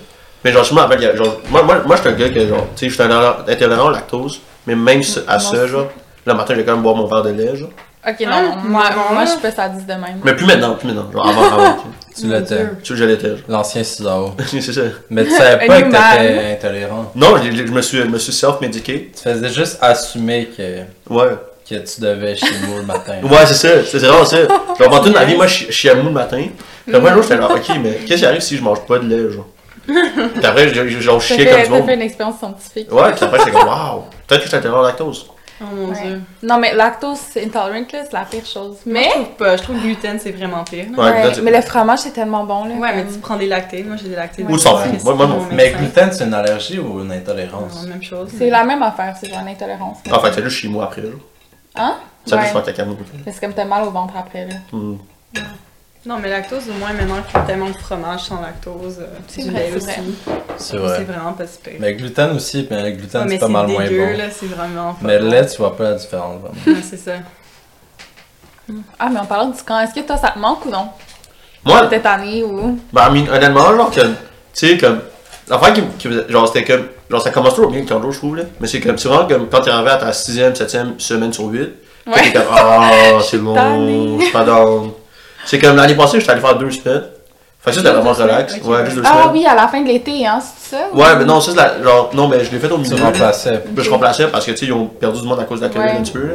[SPEAKER 3] Mais genre, je me rappelle, il y a- genre, moi, moi, moi je suis un gars que, genre, tu sais, je suis un intolérant au lactose, mais même ce- à
[SPEAKER 2] Moi
[SPEAKER 3] ça,
[SPEAKER 2] aussi.
[SPEAKER 3] genre, le matin, j'ai quand même boire mon verre de lait, genre.
[SPEAKER 2] Ok, non,
[SPEAKER 4] Ah,
[SPEAKER 2] non, moi,
[SPEAKER 4] non.
[SPEAKER 2] moi je suis pas sadiste de même.
[SPEAKER 3] Mais plus maintenant, plus maintenant, genre, avant, avant. tu sais.
[SPEAKER 1] Tu l'étais.
[SPEAKER 3] Tu sais, je l'étais, genre.
[SPEAKER 1] L'ancien ciseau.
[SPEAKER 3] c'est ça.
[SPEAKER 1] Mais tu savais
[SPEAKER 2] Un
[SPEAKER 1] pas que
[SPEAKER 2] humain.
[SPEAKER 1] t'étais intolérant.
[SPEAKER 3] Non, je, je- je me suis, je me suis self-médiqué.
[SPEAKER 1] Tu faisais juste assumer que,
[SPEAKER 3] Ouais.
[SPEAKER 1] que tu devais chez nous le matin.
[SPEAKER 3] Ouais, c'est ça. C'est c'est vraiment ça. Genre, pendant toute ma vie, moi, je je suis à mou le matin. Puis après, un jour, j'étais genre, ok, mais qu'est-ce qui arrive si je mange pas de lait, genre? Puis après, je- je- genre, je
[SPEAKER 2] T'as
[SPEAKER 3] chiais comme
[SPEAKER 2] fait,
[SPEAKER 3] du
[SPEAKER 2] t'as
[SPEAKER 3] monde.
[SPEAKER 2] fait une expérience scientifique.
[SPEAKER 3] Ouais, puis après, j'étais comme, waouh, peut-être que je suis intolérant au lactose.
[SPEAKER 4] Oh mon
[SPEAKER 2] Ouais.
[SPEAKER 4] dieu.
[SPEAKER 2] Non, mais lactose intolerant, là, c'est la pire chose. Mais,
[SPEAKER 4] Je trouve pas, je trouve que gluten, c'est vraiment pire. là.
[SPEAKER 3] Ouais,
[SPEAKER 2] Ouais,
[SPEAKER 3] gluten, c'est-
[SPEAKER 2] mais le fromage, c'est tellement bon, là.
[SPEAKER 4] Ouais, mais
[SPEAKER 2] comme-
[SPEAKER 4] tu prends des lactés. Moi, j'ai des lactés.
[SPEAKER 2] Ou tu
[SPEAKER 3] t'en
[SPEAKER 4] Ouais.
[SPEAKER 3] fous. Moi- moi, non.
[SPEAKER 4] Mon
[SPEAKER 1] Mais
[SPEAKER 4] médecin.
[SPEAKER 1] gluten, c'est une allergie ou une
[SPEAKER 4] Non,
[SPEAKER 1] intolérance?
[SPEAKER 4] même chose.
[SPEAKER 2] C'est la même affaire, c'est genre une intolérance.
[SPEAKER 3] En Ah, fait, c'est juste chez moi après, genre.
[SPEAKER 2] Hein?
[SPEAKER 3] Ça
[SPEAKER 2] Ouais.
[SPEAKER 3] juste faire caca, moi.
[SPEAKER 2] Mais c'est comme t'as mal au ventre après, là.
[SPEAKER 3] Hmm.
[SPEAKER 4] Non, mais lactose, au moins, maintenant, ils font tellement de fromage sans lactose. euh,
[SPEAKER 2] C'est
[SPEAKER 4] du
[SPEAKER 2] vrai,
[SPEAKER 4] lait
[SPEAKER 2] c'est
[SPEAKER 4] aussi.
[SPEAKER 2] vrai.
[SPEAKER 1] C'est
[SPEAKER 4] C'est
[SPEAKER 1] vrai.
[SPEAKER 4] vraiment pas super.
[SPEAKER 1] Mais gluten aussi, mais le gluten, c'est pas mal moins
[SPEAKER 4] dégueu,
[SPEAKER 1] bon.
[SPEAKER 4] là, c'est vraiment pas
[SPEAKER 1] Mais le
[SPEAKER 4] bon.
[SPEAKER 1] lait, tu vois pas la différence. vraiment.
[SPEAKER 4] Ouais, c'est ça.
[SPEAKER 2] Ah, mais en parlant du camp, est-ce que toi, ça te manque ou non?
[SPEAKER 3] Moi,
[SPEAKER 2] T'es tannée ou...
[SPEAKER 3] bah, I mean, honnêtement, genre, que, tu sais, comme, l'affaire qui, me- qui me- genre, c'était comme, genre, ça commence toujours bien le condo, je trouve, là. Mais c'est comme, c'est vraiment comme quand t'es arrivé à ta sixième, septième semaine sur huit. que
[SPEAKER 2] Ouais.
[SPEAKER 3] T'es comme, ah, c'est bon,
[SPEAKER 2] tannée.
[SPEAKER 3] je suis pas down. C'est comme, l'année passée, j'étais allé faire deux semaines. Fait que ça, c'était
[SPEAKER 4] Deux
[SPEAKER 3] vraiment
[SPEAKER 4] semaines,
[SPEAKER 3] relax.
[SPEAKER 4] ok.
[SPEAKER 3] Ouais, juste deux
[SPEAKER 2] Ah
[SPEAKER 3] semaines.
[SPEAKER 2] oui, à la fin de l'été, hein, c'est ça? ou-
[SPEAKER 3] Ouais, mais non, ça, c'est la, genre, non, mais je l'ai fait au
[SPEAKER 1] Tu
[SPEAKER 3] milieu. là.
[SPEAKER 1] remplaçais.
[SPEAKER 3] Mm-hmm. Puis je remplaçais parce que, tu sais, ils ont perdu du monde à cause de la COVID
[SPEAKER 2] Ouais.
[SPEAKER 3] un petit peu, là.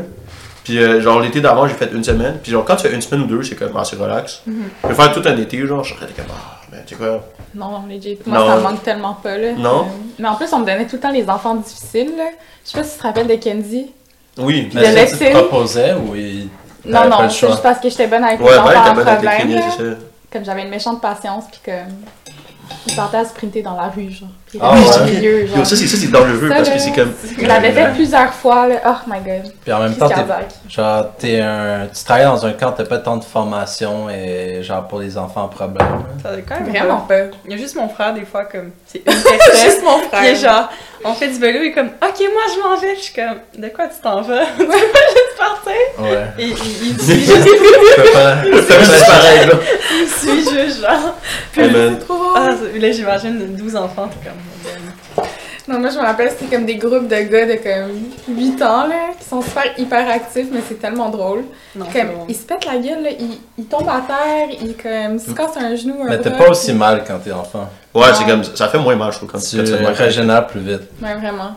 [SPEAKER 3] Puis, euh, genre, l'été d'avant, j'ai fait une semaine. Puis, genre, quand tu fais une semaine ou deux, c'est comme, ah, c'est relax. Je vais faire tout un été, genre, je serais comme, ah, ben, tu sais quoi.
[SPEAKER 2] Non, non, legit. Moi,
[SPEAKER 3] Non.
[SPEAKER 2] ça me manque tellement pas, là.
[SPEAKER 3] Non.
[SPEAKER 2] Euh, mais en plus, on me donnait tout le temps les enfants difficiles, là. Je sais pas si tu te rappelles de Kenzie.
[SPEAKER 3] Oui,
[SPEAKER 1] Mais
[SPEAKER 2] lait
[SPEAKER 1] est-ce que tu te
[SPEAKER 2] seul.
[SPEAKER 1] proposais ou il...
[SPEAKER 3] Euh,
[SPEAKER 2] Non,
[SPEAKER 1] t'avais pas
[SPEAKER 2] non,
[SPEAKER 1] le
[SPEAKER 2] c'est
[SPEAKER 1] choix?
[SPEAKER 2] juste parce que j'étais bonne avec
[SPEAKER 3] Ouais,
[SPEAKER 2] les
[SPEAKER 3] ben,
[SPEAKER 2] enfants
[SPEAKER 3] t'as
[SPEAKER 2] à
[SPEAKER 3] bonne avec
[SPEAKER 2] problème,
[SPEAKER 3] les
[SPEAKER 2] là.
[SPEAKER 3] c'est ça.
[SPEAKER 2] Comme j'avais une méchante patience, puis comme... Il partait à sprinter dans la rue, genre. Puis
[SPEAKER 1] Ah
[SPEAKER 2] il était
[SPEAKER 1] ouais.
[SPEAKER 2] milieu,
[SPEAKER 3] Yo,
[SPEAKER 2] genre.
[SPEAKER 3] ça, c'est ça, c'est dangereux
[SPEAKER 2] Ça,
[SPEAKER 3] parce que
[SPEAKER 2] là,
[SPEAKER 3] c'est comme.
[SPEAKER 2] Je l'avais fait plusieurs fois, là. Oh my god.
[SPEAKER 1] Puis en même
[SPEAKER 2] Puis
[SPEAKER 1] temps, t'es
[SPEAKER 2] Kazakh.
[SPEAKER 1] Genre, t'es un... tu travailles dans un camp, t'as pas tant de formation et genre pour les enfants, problème.
[SPEAKER 4] Ça doit quand même
[SPEAKER 2] Vraiment
[SPEAKER 4] pas. Il y a juste mon frère, des fois, comme, c'est une personne.
[SPEAKER 2] mon
[SPEAKER 4] Il est genre, on fait du vélo, il est comme, ok, moi je m'en vais. Je suis comme, de quoi tu t'en vas? Tu vas juste partir?
[SPEAKER 1] Ouais.
[SPEAKER 4] Et il, il, dit juste,
[SPEAKER 1] Tu peux pas. tu peux pas
[SPEAKER 3] C'est pareil, là.
[SPEAKER 4] il suit juste, genre.
[SPEAKER 1] Eh
[SPEAKER 3] Hey,
[SPEAKER 1] ben,
[SPEAKER 3] man.
[SPEAKER 2] Trop drôle.
[SPEAKER 4] Ah, c'est- là, j'imagine 12 enfants, t'es comme, oh, ben.
[SPEAKER 2] Non, moi je me rappelle, c'était comme des groupes de gars de comme 8 ans là, qui sont super hyper actifs, mais c'est tellement drôle.
[SPEAKER 4] non, Ah, c'est
[SPEAKER 2] Comme,
[SPEAKER 4] bon.
[SPEAKER 2] ils se pètent la gueule, là, ils, ils tombent à terre, ils comme, se cassent un genou, un
[SPEAKER 1] Mais t'es
[SPEAKER 2] bras,
[SPEAKER 1] pas aussi mal quand t'es enfant.
[SPEAKER 3] Ouais, c'est comme. Ça fait moins mal, je trouve, quand
[SPEAKER 1] Tu
[SPEAKER 3] quand fais moins mal.
[SPEAKER 1] régénères plus vite.
[SPEAKER 2] Ouais, vraiment.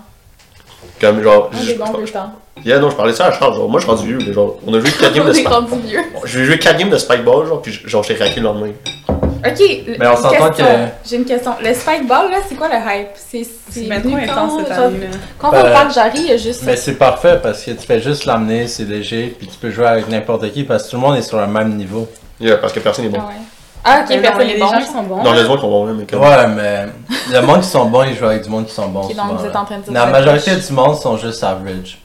[SPEAKER 3] Comme, genre.
[SPEAKER 2] Un
[SPEAKER 3] je-
[SPEAKER 2] des bons vieux temps.
[SPEAKER 3] Yeah, non, je parlais de ça à Charles, genre, moi, je suis rendu vieux, mais genre, on a joué 4 games
[SPEAKER 2] On
[SPEAKER 3] de
[SPEAKER 2] est
[SPEAKER 3] Spike.
[SPEAKER 2] rendu vieux.
[SPEAKER 3] J'ai joué 4 games de Spikeball, genre, puis genre, j'étais raqué le lendemain.
[SPEAKER 2] Ok, le-
[SPEAKER 1] Mais on s'entend
[SPEAKER 2] question.
[SPEAKER 1] que-
[SPEAKER 2] J'ai une question. Le spikeball, là, c'est quoi le hype? C'est
[SPEAKER 4] C'est
[SPEAKER 2] venu
[SPEAKER 4] bien trop intense cette
[SPEAKER 2] genre-
[SPEAKER 4] année, là.
[SPEAKER 2] Quand
[SPEAKER 1] Ben,
[SPEAKER 2] on parle Jarry, il y a juste ça.
[SPEAKER 1] Mais c'est parfait parce que tu fais juste l'amener, c'est léger, puis tu peux jouer avec n'importe qui parce que tout le monde est sur le même niveau.
[SPEAKER 3] Yeah, parce que personne n'est bon.
[SPEAKER 2] Ah, ouais. ah ok,
[SPEAKER 4] Mais non,
[SPEAKER 2] personne
[SPEAKER 4] il y a
[SPEAKER 2] n'est
[SPEAKER 4] des
[SPEAKER 2] bon.
[SPEAKER 4] gens qui sont bons.
[SPEAKER 3] Non, les autres qu'on va là, mais comme.
[SPEAKER 1] Ouais, mais le monde qui sont bons, ils jouent avec du monde qui sont bons.
[SPEAKER 2] Ok, donc
[SPEAKER 1] souvent,
[SPEAKER 2] vous êtes
[SPEAKER 1] là.
[SPEAKER 2] en train de dire
[SPEAKER 1] La
[SPEAKER 2] que-
[SPEAKER 1] majorité du monde sont juste average.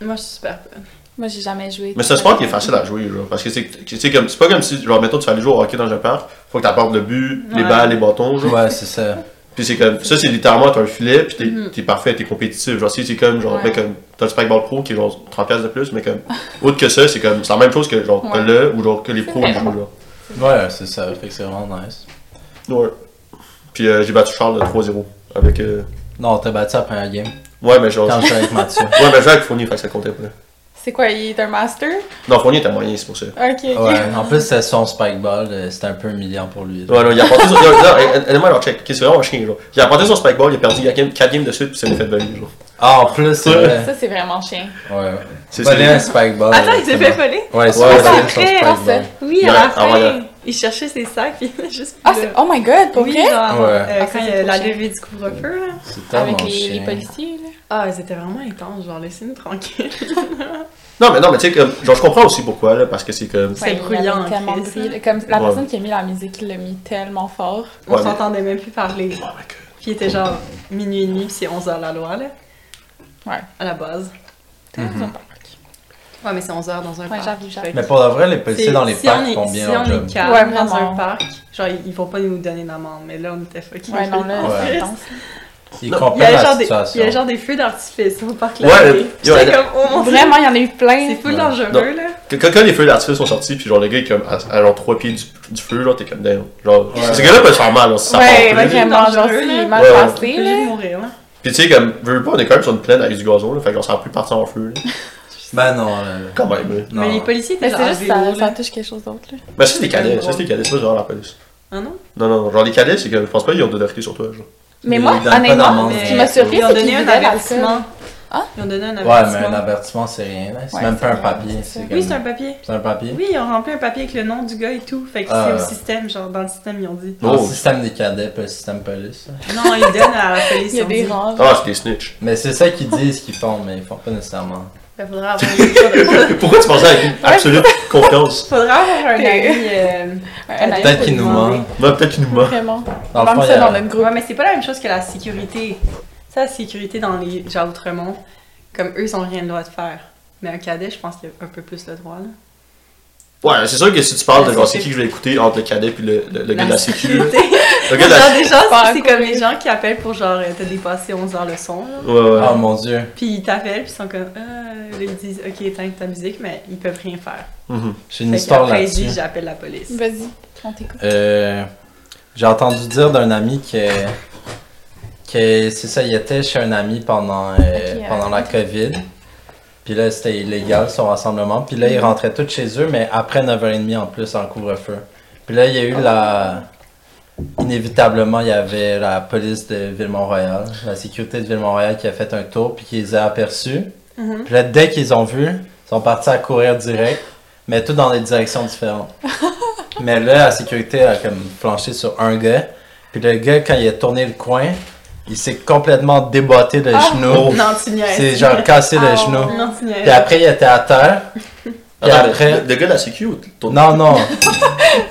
[SPEAKER 4] Moi, je suis super bonne.
[SPEAKER 2] Moi, j'ai jamais joué.
[SPEAKER 3] Mais c'est un sport qui est facile à jouer, genre. Parce que c'est tu sais, comme. C'est pas comme si, genre, mettons, tu vas aller jouer au hockey dans un parc, faut que t'apportes le but, les
[SPEAKER 4] Ouais.
[SPEAKER 3] balles, les bâtons, genre.
[SPEAKER 1] Ouais, c'est ça.
[SPEAKER 3] Puis c'est comme, ça c'est littéralement t'as un filet, puis t'es
[SPEAKER 4] Mhm.
[SPEAKER 3] t'es parfait, t'es compétitif. Genre si c'est comme, genre,
[SPEAKER 2] Ouais.
[SPEAKER 3] ben, comme, t'as le Spikeball Pro qui est genre 30$ piastres de plus, mais comme, autre que ça, c'est comme, c'est la même chose que genre, t'as
[SPEAKER 2] Ouais.
[SPEAKER 3] le ou genre que les pros
[SPEAKER 2] vrai.
[SPEAKER 3] jouent, genre.
[SPEAKER 1] Ouais, c'est ça. Fait que c'est vraiment nice.
[SPEAKER 3] Ouais. Puis euh, j'ai battu Charles de 3-0. Avec. euh,
[SPEAKER 1] Non, t'as battu la première game.
[SPEAKER 3] Ouais, mais genre.
[SPEAKER 1] Quand
[SPEAKER 3] ouais,
[SPEAKER 1] je jouais avec Mathieu.
[SPEAKER 3] mais je jouais avec Fournier, fait que ça comptait pas.
[SPEAKER 2] C'est quoi, il est un master?
[SPEAKER 3] Non, Fournier était moyen, c'est pour ça.
[SPEAKER 2] Ok, ok.
[SPEAKER 1] Ouais. En plus, c'était son spike ball. euh, C'était un peu humiliant pour lui.
[SPEAKER 3] Ouais, non, il a apporté son. non, non, honnêtement, alors check. ok, c'est vraiment un chien, genre. Il a apporté son spike ball, il a perdu 4 games de suite, puis ça lui fait de value, genre.
[SPEAKER 1] Ah, en plus, c'est vrai.
[SPEAKER 2] Ça, c'est vraiment chien.
[SPEAKER 1] Ouais.
[SPEAKER 3] C'est
[SPEAKER 1] Voler
[SPEAKER 3] Ah, ça.
[SPEAKER 1] un spike ball.
[SPEAKER 4] Attends, il s'est fait
[SPEAKER 1] exactement.
[SPEAKER 4] voler.
[SPEAKER 1] Ouais, c'est
[SPEAKER 3] Ouais,
[SPEAKER 1] vrai,
[SPEAKER 3] c'est
[SPEAKER 1] voler son
[SPEAKER 4] vrai,
[SPEAKER 1] spike
[SPEAKER 2] ça.
[SPEAKER 1] ball.
[SPEAKER 4] Oui,
[SPEAKER 3] Ouais,
[SPEAKER 4] à la
[SPEAKER 3] ah, voilà.
[SPEAKER 4] fin. Il cherchait ses sacs, puis il a juste.
[SPEAKER 2] Ah,
[SPEAKER 4] pu
[SPEAKER 2] c'est...
[SPEAKER 4] le-
[SPEAKER 2] Oh my god, pour
[SPEAKER 4] Oui,
[SPEAKER 2] vrai?
[SPEAKER 4] genre,
[SPEAKER 1] Ouais.
[SPEAKER 4] euh,
[SPEAKER 2] Ah, ça,
[SPEAKER 4] quand il y
[SPEAKER 2] c'est
[SPEAKER 4] a la
[SPEAKER 2] trop chiant.
[SPEAKER 4] levée du couvre-feu, là.
[SPEAKER 1] C'est tellement
[SPEAKER 2] Avec les, les
[SPEAKER 1] chien.
[SPEAKER 2] policiers, là.
[SPEAKER 4] Ah, c'était vraiment intense, genre, laissez-nous tranquille.
[SPEAKER 3] Non, mais non, mais tu sais, comme. Genre, je comprends aussi pourquoi, là, parce que c'est comme.
[SPEAKER 4] C'est
[SPEAKER 2] il
[SPEAKER 4] bruyant,
[SPEAKER 2] l'avait tellement
[SPEAKER 4] Chris,
[SPEAKER 2] dit,
[SPEAKER 4] hein.
[SPEAKER 2] là. Comme la
[SPEAKER 3] Ouais.
[SPEAKER 2] personne qui a mis la musique, il l'a mis tellement fort.
[SPEAKER 4] On
[SPEAKER 3] Ouais, mais-
[SPEAKER 4] s'entendait même plus parler.
[SPEAKER 3] Oh my god.
[SPEAKER 4] Puis il était genre minuit et demi, puis c'est 11h la loi, là.
[SPEAKER 2] Ouais.
[SPEAKER 4] À la base. Ouais, mais c'est 11h dans un
[SPEAKER 2] Ouais,
[SPEAKER 4] parc.
[SPEAKER 2] j'avoue, j'avoue.
[SPEAKER 4] Fait que
[SPEAKER 1] Mais pour de vrai, les policiers
[SPEAKER 4] c'est-
[SPEAKER 1] dans les
[SPEAKER 4] si on
[SPEAKER 1] parcs
[SPEAKER 4] est-
[SPEAKER 1] font bien
[SPEAKER 4] Si
[SPEAKER 1] leur
[SPEAKER 4] on
[SPEAKER 1] job.
[SPEAKER 4] est calme
[SPEAKER 2] Ouais,
[SPEAKER 4] dans
[SPEAKER 2] vraiment.
[SPEAKER 4] un parc, genre, ils ils vont pas nous donner d'amende, mais là, on était fucking.
[SPEAKER 2] Ouais, non, là,
[SPEAKER 1] Ouais.
[SPEAKER 2] c'est intense.
[SPEAKER 1] Ils
[SPEAKER 3] Non,
[SPEAKER 4] Il y, a
[SPEAKER 1] comprennent
[SPEAKER 4] genre
[SPEAKER 1] la
[SPEAKER 4] des, il y a
[SPEAKER 1] situation.
[SPEAKER 4] genre des feux d'artifice au parc
[SPEAKER 3] Ouais,
[SPEAKER 4] là.
[SPEAKER 3] le- yo,
[SPEAKER 4] J'étais
[SPEAKER 3] la-
[SPEAKER 4] comme, oh mon dieu,
[SPEAKER 2] Vraiment, il y en a eu
[SPEAKER 4] c'est
[SPEAKER 2] plein.
[SPEAKER 4] full
[SPEAKER 1] Ouais.
[SPEAKER 4] dangereux là.
[SPEAKER 3] Quand, quand- quand les feux d'artifice sont sortis, puis genre le gars est comme à, à genre 3 pieds du, du feu, genre t'es comme damn. Genre,
[SPEAKER 1] Ouais.
[SPEAKER 3] ce gars-là peut se faire mal, genre, si ça
[SPEAKER 2] Ouais,
[SPEAKER 3] part plus.
[SPEAKER 4] ouais.
[SPEAKER 2] vraiment, genre,
[SPEAKER 4] dangereux,
[SPEAKER 2] c'est
[SPEAKER 4] là.
[SPEAKER 2] mal
[SPEAKER 3] Ouais, ouais.
[SPEAKER 4] T'es
[SPEAKER 2] passé,
[SPEAKER 4] obligé de
[SPEAKER 2] là.
[SPEAKER 4] mourir là.
[SPEAKER 3] Puis tu sais, comme, veux, veux pas, on est quand même sur une plaine avec du gazon, là, fait qu'on s'en plus partir en feu, là.
[SPEAKER 1] Ben non. euh,
[SPEAKER 3] Quand même, là.
[SPEAKER 1] non.
[SPEAKER 4] Mais les policiers étaient
[SPEAKER 2] Mais c'est
[SPEAKER 4] genre
[SPEAKER 2] juste,
[SPEAKER 4] à vélo,
[SPEAKER 2] ça, ça
[SPEAKER 4] là.
[SPEAKER 2] touche quelque chose d'autre, là.
[SPEAKER 3] Mais ça, c'est des cadets, ça, c'est des cadets, c'est pas genre la police.
[SPEAKER 4] Ah non?
[SPEAKER 3] Non, non, genre les cadets, c'est que je pense pas qu'ils ont de l'autorité sur toi, genre.
[SPEAKER 2] Mais
[SPEAKER 1] Ils
[SPEAKER 2] moi,
[SPEAKER 1] donnent pas
[SPEAKER 2] honnêtement,
[SPEAKER 1] d'amende,
[SPEAKER 2] ce
[SPEAKER 1] mais-
[SPEAKER 2] qui m'a surpris,
[SPEAKER 4] Ils ont
[SPEAKER 2] c'est qu'ils
[SPEAKER 4] donné un
[SPEAKER 2] vivaient l'alcool.
[SPEAKER 4] avertissement.
[SPEAKER 2] Ah?
[SPEAKER 4] Ils ont donné un
[SPEAKER 1] Ouais, mais un
[SPEAKER 4] avertissement.
[SPEAKER 1] avertissement, c'est rien. là. C'est
[SPEAKER 2] Ouais,
[SPEAKER 1] même
[SPEAKER 2] c'est
[SPEAKER 1] pas un
[SPEAKER 2] vrai,
[SPEAKER 1] papier.
[SPEAKER 2] c'est
[SPEAKER 1] C'est
[SPEAKER 2] ça.
[SPEAKER 1] comme-
[SPEAKER 4] Oui, c'est un papier.
[SPEAKER 1] c'est un papier.
[SPEAKER 4] Oui, ils ont rempli un papier avec le nom du gars et tout. Fait que
[SPEAKER 1] Ah,
[SPEAKER 4] c'est
[SPEAKER 1] ouais.
[SPEAKER 4] au système, genre dans le système, ils ont dit.
[SPEAKER 1] Dans
[SPEAKER 3] Oh.
[SPEAKER 1] Le système des cadets, pas le système police. là.
[SPEAKER 4] Non, ils donnent à la police.
[SPEAKER 2] Il y a
[SPEAKER 4] ils ont
[SPEAKER 2] des
[SPEAKER 4] dit.
[SPEAKER 2] rangs.
[SPEAKER 3] Ah, c'est des snitch.
[SPEAKER 1] Mais c'est ça qu'ils disent qu'ils font, mais ils font pas nécessairement.
[SPEAKER 4] Ben, faudra avoir faudra-
[SPEAKER 3] Pourquoi tu penses avec une absolue confiance
[SPEAKER 4] faudra avoir un
[SPEAKER 2] T'es-
[SPEAKER 4] ami. euh,
[SPEAKER 2] Un
[SPEAKER 4] Peut-être
[SPEAKER 1] Peut-être
[SPEAKER 2] avis.
[SPEAKER 1] qu'ils nous
[SPEAKER 4] demander.
[SPEAKER 1] mentent.
[SPEAKER 3] Non, peut-être qu'ils nous mentent.
[SPEAKER 2] Vraiment.
[SPEAKER 1] Dans
[SPEAKER 2] On
[SPEAKER 1] le fond,
[SPEAKER 2] manque
[SPEAKER 1] il y
[SPEAKER 2] ça dans
[SPEAKER 1] a...
[SPEAKER 2] notre groupe.
[SPEAKER 4] Ouais, mais c'est pas la même chose que la sécurité. Ça, la sécurité dans les. Genre, Outremont, comme eux, ils ont rien le droit de faire. Mais un cadet, je pense qu'il a un peu plus le droit, là.
[SPEAKER 3] Ouais, c'est sûr que si tu parles de genre, c'est qui que je vais écouter entre le cadet puis le, le, le gars de la sécu, là. Le gars de la
[SPEAKER 4] genre,
[SPEAKER 3] sécu.
[SPEAKER 4] des gens,
[SPEAKER 2] Pas
[SPEAKER 4] c'est
[SPEAKER 2] encore.
[SPEAKER 4] comme les gens qui appellent pour genre, euh, t'as dépassé 11h le son, là.
[SPEAKER 3] Ouais, ouais.
[SPEAKER 1] Oh mon dieu.
[SPEAKER 4] Puis ils t'appellent, puis ils sont comme, euh, là, ils disent, ok, éteins ta musique, mais ils peuvent rien faire.
[SPEAKER 3] Mhm.
[SPEAKER 1] J'ai une
[SPEAKER 4] Fait
[SPEAKER 1] histoire
[SPEAKER 4] qu'après, ils
[SPEAKER 1] là-dessus.
[SPEAKER 4] disent, j'appelle la police.
[SPEAKER 2] Vas-y, on t'écoute.
[SPEAKER 1] Euh, j'ai entendu dire d'un ami que, que c'est ça, il était chez un ami pendant, euh,
[SPEAKER 2] Ok,
[SPEAKER 1] pendant la COVID. Puis là, c'était illégal son rassemblement. Puis là, ils rentraient tous chez eux, mais après 9h30 en plus, en couvre-feu. Puis là, il y a eu la. Inévitablement, il y avait la police de Ville-Mont-Royal, la sécurité de Ville-Mont-Royal qui a fait un tour, puis qui les a aperçus.
[SPEAKER 4] Mhm.
[SPEAKER 1] Puis là, dès qu'ils ont vu, ils sont partis à courir direct, mais tout dans des directions différentes. mais là, la sécurité a comme planché sur un gars. Puis le gars, quand il a tourné le coin, il s'est complètement déboîté le
[SPEAKER 2] Ah!
[SPEAKER 1] genou.
[SPEAKER 4] Non, tu niaises.
[SPEAKER 1] Oh, C'est genre cassé le
[SPEAKER 2] Ah,
[SPEAKER 1] genou.
[SPEAKER 2] ouais.
[SPEAKER 4] Non, tu niaises.
[SPEAKER 1] Puis après, il était à terre. Puis
[SPEAKER 3] Attends,
[SPEAKER 1] après-
[SPEAKER 3] le, le gars de la sécu ou ton.
[SPEAKER 1] Non, non.
[SPEAKER 2] Non,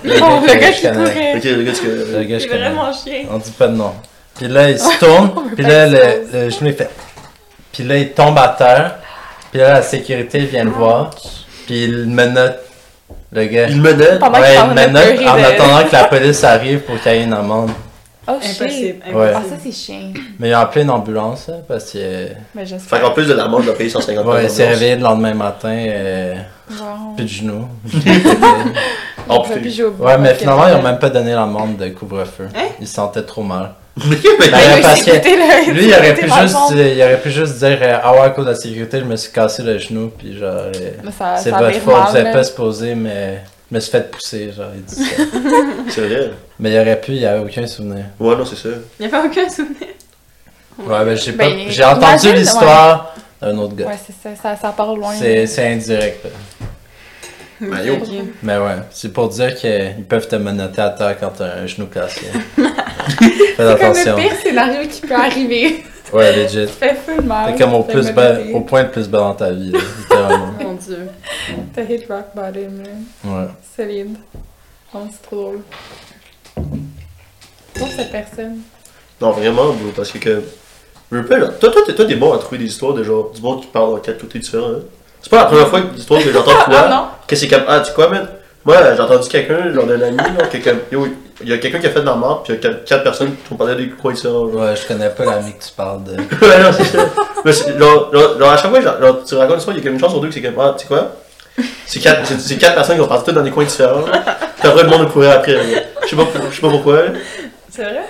[SPEAKER 1] que
[SPEAKER 2] le gars
[SPEAKER 1] je
[SPEAKER 2] qui
[SPEAKER 1] connais.
[SPEAKER 3] Ok,
[SPEAKER 2] courait.
[SPEAKER 3] le gars, tu que.
[SPEAKER 1] Le gars,
[SPEAKER 4] C'est
[SPEAKER 1] je connais.
[SPEAKER 4] vraiment chien.
[SPEAKER 1] On dit pas de nom. Puis là, il se
[SPEAKER 2] On
[SPEAKER 1] tourne,
[SPEAKER 2] veut
[SPEAKER 1] puis
[SPEAKER 2] pas
[SPEAKER 1] là,
[SPEAKER 2] que
[SPEAKER 1] le,
[SPEAKER 2] ça
[SPEAKER 1] le genou est fait. Puis là, il tombe à terre. Puis là, la sécurité vient
[SPEAKER 2] Ah.
[SPEAKER 1] le voir. Puis il menotte le gars.
[SPEAKER 3] Il menait.
[SPEAKER 2] Pendant
[SPEAKER 1] ouais,
[SPEAKER 2] qu'il parle
[SPEAKER 1] il
[SPEAKER 2] de
[SPEAKER 1] menotte
[SPEAKER 2] pleurer
[SPEAKER 1] en
[SPEAKER 2] de-
[SPEAKER 1] attendant que la police arrive pour qu'il y ait une amende.
[SPEAKER 2] Oh, shit.
[SPEAKER 4] Impossible,
[SPEAKER 1] Ouais.
[SPEAKER 2] Ah, ça,
[SPEAKER 4] impossible.
[SPEAKER 2] c'est chien.
[SPEAKER 1] Mais il a appelé une ambulance hein, parce qu'il euh,
[SPEAKER 2] Mais
[SPEAKER 3] Fait qu'en
[SPEAKER 2] j'espère.
[SPEAKER 3] plus de l'amende, il a payé 150
[SPEAKER 1] ouais, il s'est
[SPEAKER 3] d'amende.
[SPEAKER 1] réveillé le lendemain matin, euh,
[SPEAKER 2] Wow.
[SPEAKER 1] plus de genoux.
[SPEAKER 3] Oh,
[SPEAKER 2] On peut
[SPEAKER 3] putain.
[SPEAKER 2] plus jouer au
[SPEAKER 1] ouais, mais
[SPEAKER 2] basket,
[SPEAKER 1] finalement, ils
[SPEAKER 2] là.
[SPEAKER 1] ont même pas donné l'amende de couvre-feu.
[SPEAKER 4] Hein?
[SPEAKER 1] Il se sentait trop mal.
[SPEAKER 3] Mais qu'est-ce que-
[SPEAKER 1] Ben,
[SPEAKER 2] Mais lui,
[SPEAKER 1] parce
[SPEAKER 2] il
[SPEAKER 1] que
[SPEAKER 2] s'écoutait, là,
[SPEAKER 1] Lui, il aurait,
[SPEAKER 2] s'écoutait
[SPEAKER 1] pu
[SPEAKER 2] dans le
[SPEAKER 1] juste,
[SPEAKER 2] monde.
[SPEAKER 1] euh, il aurait pu juste dire euh, Ah ouais, à cause de la sécurité, je me suis cassé le genou, puis genre, euh,
[SPEAKER 2] Mais ça,
[SPEAKER 1] c'est
[SPEAKER 2] Ah, ça
[SPEAKER 1] votre
[SPEAKER 2] vire
[SPEAKER 1] faute,
[SPEAKER 2] mal,
[SPEAKER 1] vous avez
[SPEAKER 2] là.
[SPEAKER 1] pas supposé, mais je me suis fait pousser, genre, il dit ça.
[SPEAKER 3] C'est vrai.
[SPEAKER 1] mais il aurait pu, il y avait aucun souvenir.
[SPEAKER 3] Ouais, non, c'est ça.
[SPEAKER 4] Il n'y avait aucun souvenir.
[SPEAKER 1] Ouais, ben j'ai
[SPEAKER 2] Ben,
[SPEAKER 1] pas. J'ai entendu
[SPEAKER 2] imagine,
[SPEAKER 1] l'histoire d'un autre gars.
[SPEAKER 2] Ouais, c'est ça, ça, ça part loin.
[SPEAKER 1] C'est c'est indirect, là.
[SPEAKER 3] Ben, yo.
[SPEAKER 4] Ok.
[SPEAKER 1] Mais ouais, c'est pour dire qu'ils peuvent te menotter à terre quand t'as un genou cassé. Fais
[SPEAKER 2] C'est comme
[SPEAKER 1] attention.
[SPEAKER 2] le pire scénario qui peut arriver.
[SPEAKER 1] Ouais, legit.
[SPEAKER 2] Fais full mal.
[SPEAKER 1] T'es comme au,
[SPEAKER 2] t'as
[SPEAKER 1] plus
[SPEAKER 2] mal
[SPEAKER 1] bas,
[SPEAKER 2] été,
[SPEAKER 1] au point le plus bas dans ta vie, là, littéralement.
[SPEAKER 4] Mon dieu.
[SPEAKER 2] T'as hit rock bottom, là.
[SPEAKER 1] Ouais.
[SPEAKER 2] Solide. Non, c'est trop drôle. Pour cette personne.
[SPEAKER 3] Non, vraiment, bro, parce que. que... Je veux pas, genre, toi, toi, t'es, toi, t'es bon à trouver des histoires de genre, du monde qui parle dans quatre côtés différents. hein. C'est pas la première fois que l'histoire que j'entends toi,
[SPEAKER 2] Ah, non.
[SPEAKER 3] que c'est comme, ah, tu sais quoi, man? Moi, j'ai entendu quelqu'un, genre d'un ami, là, qui est comme, yo, il y a quelqu'un qui a fait de la mort, pis il y a quatre, quatre personnes qui ont parlé des croix différents, genre.
[SPEAKER 1] Ouais, je connais pas l'ami que tu parles de.
[SPEAKER 3] ouais, non, c'est ça. Mais c'est- genre, genre, genre, à chaque fois, genre, genre, tu racontes une histoire, il y a comme une chance sur deux que c'est comme, ah, tu sais quoi? C'est quatre, c'est- c'est quatre personnes qui ont parti toutes dans des coins différents. T'as vraiment le monde de courir après. là. Je sais pas, pour- je sais pas pourquoi.
[SPEAKER 4] C'est vrai?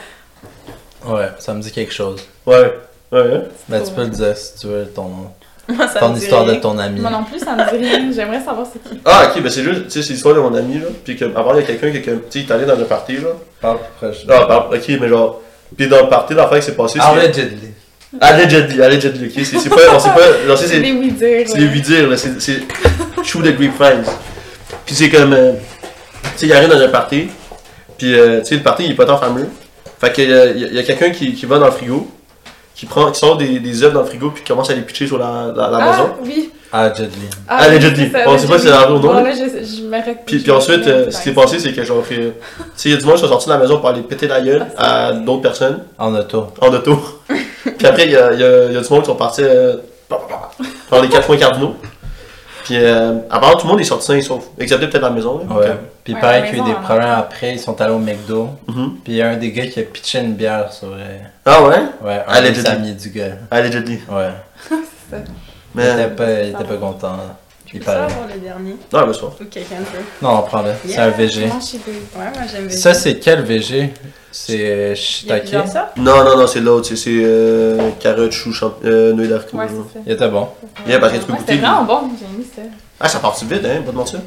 [SPEAKER 1] Ouais, ça me dit quelque chose.
[SPEAKER 3] Ouais. Ouais. hein.
[SPEAKER 1] Ben, tu peux le dire si tu veux ton nom.
[SPEAKER 4] Moi, ça
[SPEAKER 1] ton
[SPEAKER 4] me dit
[SPEAKER 1] histoire
[SPEAKER 4] rien.
[SPEAKER 1] de ton ami.
[SPEAKER 2] Moi non plus, ça me dit rien. J'aimerais savoir c'est qui.
[SPEAKER 3] Ah, ok, ben c'est juste, tu sais, c'est l'histoire de mon ami, là. Puis que, à part, il y a quelqu'un qui, est comme, tu sais, il est allé dans le party, là.
[SPEAKER 1] Parle plus proche.
[SPEAKER 3] Ah, par- ok, mais genre. Puis dans le party, l'affaire qui s'est passée,
[SPEAKER 1] ah,
[SPEAKER 3] c'est.
[SPEAKER 1] Allegedly.
[SPEAKER 3] Allegedly, allegedly, ok. C'est c'est pas, on sait pas, genre, tu sais, c'est.
[SPEAKER 2] Les oui dire.
[SPEAKER 3] C'est les lui dire, là, c'est c'est shoot the grapevines. Puis c'est comme, euh, tu sais, il arrive dans un party, puis euh, tu sais, le party, il est pas tant fameux. Fait qu'il y a, il y a- il y a quelqu'un qui, qui va dans le frigo, qui prend, qui sort des, des œufs dans le frigo, puis qui commence à les pitcher sur la, la, la maison.
[SPEAKER 2] Ah oui.
[SPEAKER 1] Allegedly.
[SPEAKER 2] Ah, oui,
[SPEAKER 3] Allegedly.
[SPEAKER 2] c'est ça,
[SPEAKER 3] On sait pas si
[SPEAKER 2] allegedly.
[SPEAKER 3] c'est arrivé ou non,
[SPEAKER 2] Bon,
[SPEAKER 3] là.
[SPEAKER 2] là, je, je me rec-
[SPEAKER 3] Puis,
[SPEAKER 2] je
[SPEAKER 3] puis
[SPEAKER 2] me
[SPEAKER 3] ensuite,
[SPEAKER 2] souviens
[SPEAKER 3] euh,
[SPEAKER 2] du
[SPEAKER 3] ce qui s'est
[SPEAKER 2] bail.
[SPEAKER 3] passé, c'est que genre, que, tu sais, il y a du monde qui sont sortis de la maison pour aller péter la gueule à d'autres personnes,
[SPEAKER 1] En auto.
[SPEAKER 3] en auto. puis après, il y a, il y a- il y a du monde qui sont partis euh, dans les quatre coins cardinaux. Puis euh, apparemment, tout le monde est sorti sain et sauf, excepté peut-être la maison. là.
[SPEAKER 1] Ouais. Puis
[SPEAKER 2] Ouais,
[SPEAKER 1] pareil
[SPEAKER 2] la
[SPEAKER 1] qu'il y a eu
[SPEAKER 2] maison,
[SPEAKER 1] des
[SPEAKER 2] en
[SPEAKER 1] problèmes après, ils sont allés au McDo.
[SPEAKER 3] Mhm.
[SPEAKER 1] Puis il y a un des gars qui a pitché une bière sur. euh,
[SPEAKER 3] Ah ouais?
[SPEAKER 1] Ouais, un
[SPEAKER 3] Allegedly.
[SPEAKER 1] des amis du gars.
[SPEAKER 3] Allegedly.
[SPEAKER 1] Ouais. Il
[SPEAKER 3] Ah, Mais.
[SPEAKER 1] était pas, il était pas content. là.
[SPEAKER 4] Je
[SPEAKER 1] Il
[SPEAKER 4] peux ça
[SPEAKER 1] parlait.
[SPEAKER 4] avoir le dernier?
[SPEAKER 3] Non, le soir.
[SPEAKER 4] Ou quelqu'un peut?
[SPEAKER 1] Non, on prend le. C'est
[SPEAKER 4] Yeah.
[SPEAKER 1] un VG.
[SPEAKER 2] Moi, je suis des-
[SPEAKER 4] Ouais, moi, j'aime bien.
[SPEAKER 1] Ça, c'est quel VG C'est euh,
[SPEAKER 4] Il y a
[SPEAKER 1] shiitake.
[SPEAKER 4] plusieurs sortes?
[SPEAKER 3] Non, non, non, c'est l'autre. C'est, c'est euh, carotte, chou, champ... euh, noix d'arc.
[SPEAKER 2] Ouais, c'est ça.
[SPEAKER 1] Il était bon.
[SPEAKER 3] Yeah, parce que tu peux
[SPEAKER 2] Ouais,
[SPEAKER 3] goûter.
[SPEAKER 2] C'était vraiment bon, j'ai mis ça.
[SPEAKER 3] Ah, ça part tu vite, hein, pas de mentir.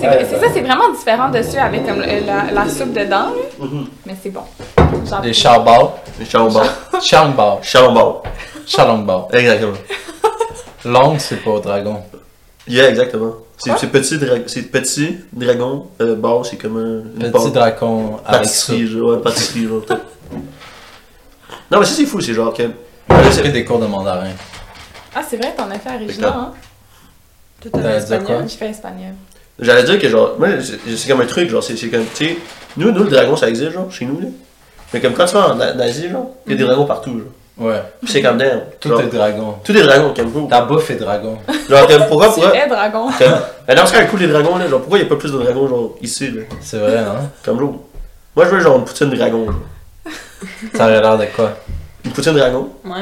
[SPEAKER 2] C'est c'est ça, c'est vraiment différent dessus avec comme le- la, la soupe dedans, là.
[SPEAKER 3] Mm-hmm.
[SPEAKER 2] mais c'est bon.
[SPEAKER 4] Ah.
[SPEAKER 2] J'en
[SPEAKER 1] Les
[SPEAKER 2] prie.
[SPEAKER 1] charbars.
[SPEAKER 3] Chalon bar.
[SPEAKER 1] Charlongbar.
[SPEAKER 3] Chalon bar.
[SPEAKER 1] Charlongbar.
[SPEAKER 3] Exactement.
[SPEAKER 1] Long, c'est pas au dragon.
[SPEAKER 3] Yeah, exactement. C'est,
[SPEAKER 2] Quoi?
[SPEAKER 3] c'est petit, dra- c'est petit dragon. Euh, bar, c'est comme un.
[SPEAKER 1] Petit
[SPEAKER 3] une bar-
[SPEAKER 1] dragon avec
[SPEAKER 3] Pâtisserie,
[SPEAKER 1] soupe.
[SPEAKER 3] genre. Ouais, pâtisserie, genre. peut-être. non, mais ça, c'est fou, c'est genre que. euh,
[SPEAKER 1] J'ai pris des cours de mandarin.
[SPEAKER 2] Ah, c'est vrai, t'en as fait à Regina, hein?
[SPEAKER 4] Tout en
[SPEAKER 1] Euh,
[SPEAKER 4] espagnol.
[SPEAKER 1] d'accord.
[SPEAKER 2] Je fais espagnol.
[SPEAKER 3] J'allais dire que genre, moi, c'est c'est comme un truc, genre, c'est c'est comme, tu sais, nous, nous, le dragon, ça existe, genre, chez nous, là. Mais comme quand tu vas en, en Asie, genre, il y a des dragons partout, genre.
[SPEAKER 1] Ouais.
[SPEAKER 3] Puis c'est comme d'air.
[SPEAKER 1] Tout est dragon.
[SPEAKER 3] Tous les dragons, comme vous.
[SPEAKER 1] Ta bouffe est dragon.
[SPEAKER 3] Genre, comme, pourquoi,
[SPEAKER 2] Tu
[SPEAKER 3] pourquoi?
[SPEAKER 2] es dragon.
[SPEAKER 3] Comme, mais non, c'est quand même cool, les dragons, là, genre, pourquoi il n'y a pas plus de dragons, genre, ici, là,
[SPEAKER 1] C'est vrai, hein?
[SPEAKER 3] comme l'eau? Moi, je veux, genre, une poutine dragon, genre.
[SPEAKER 1] Ça aurait l'air de quoi?
[SPEAKER 3] Une poutine dragon.
[SPEAKER 4] Ouais.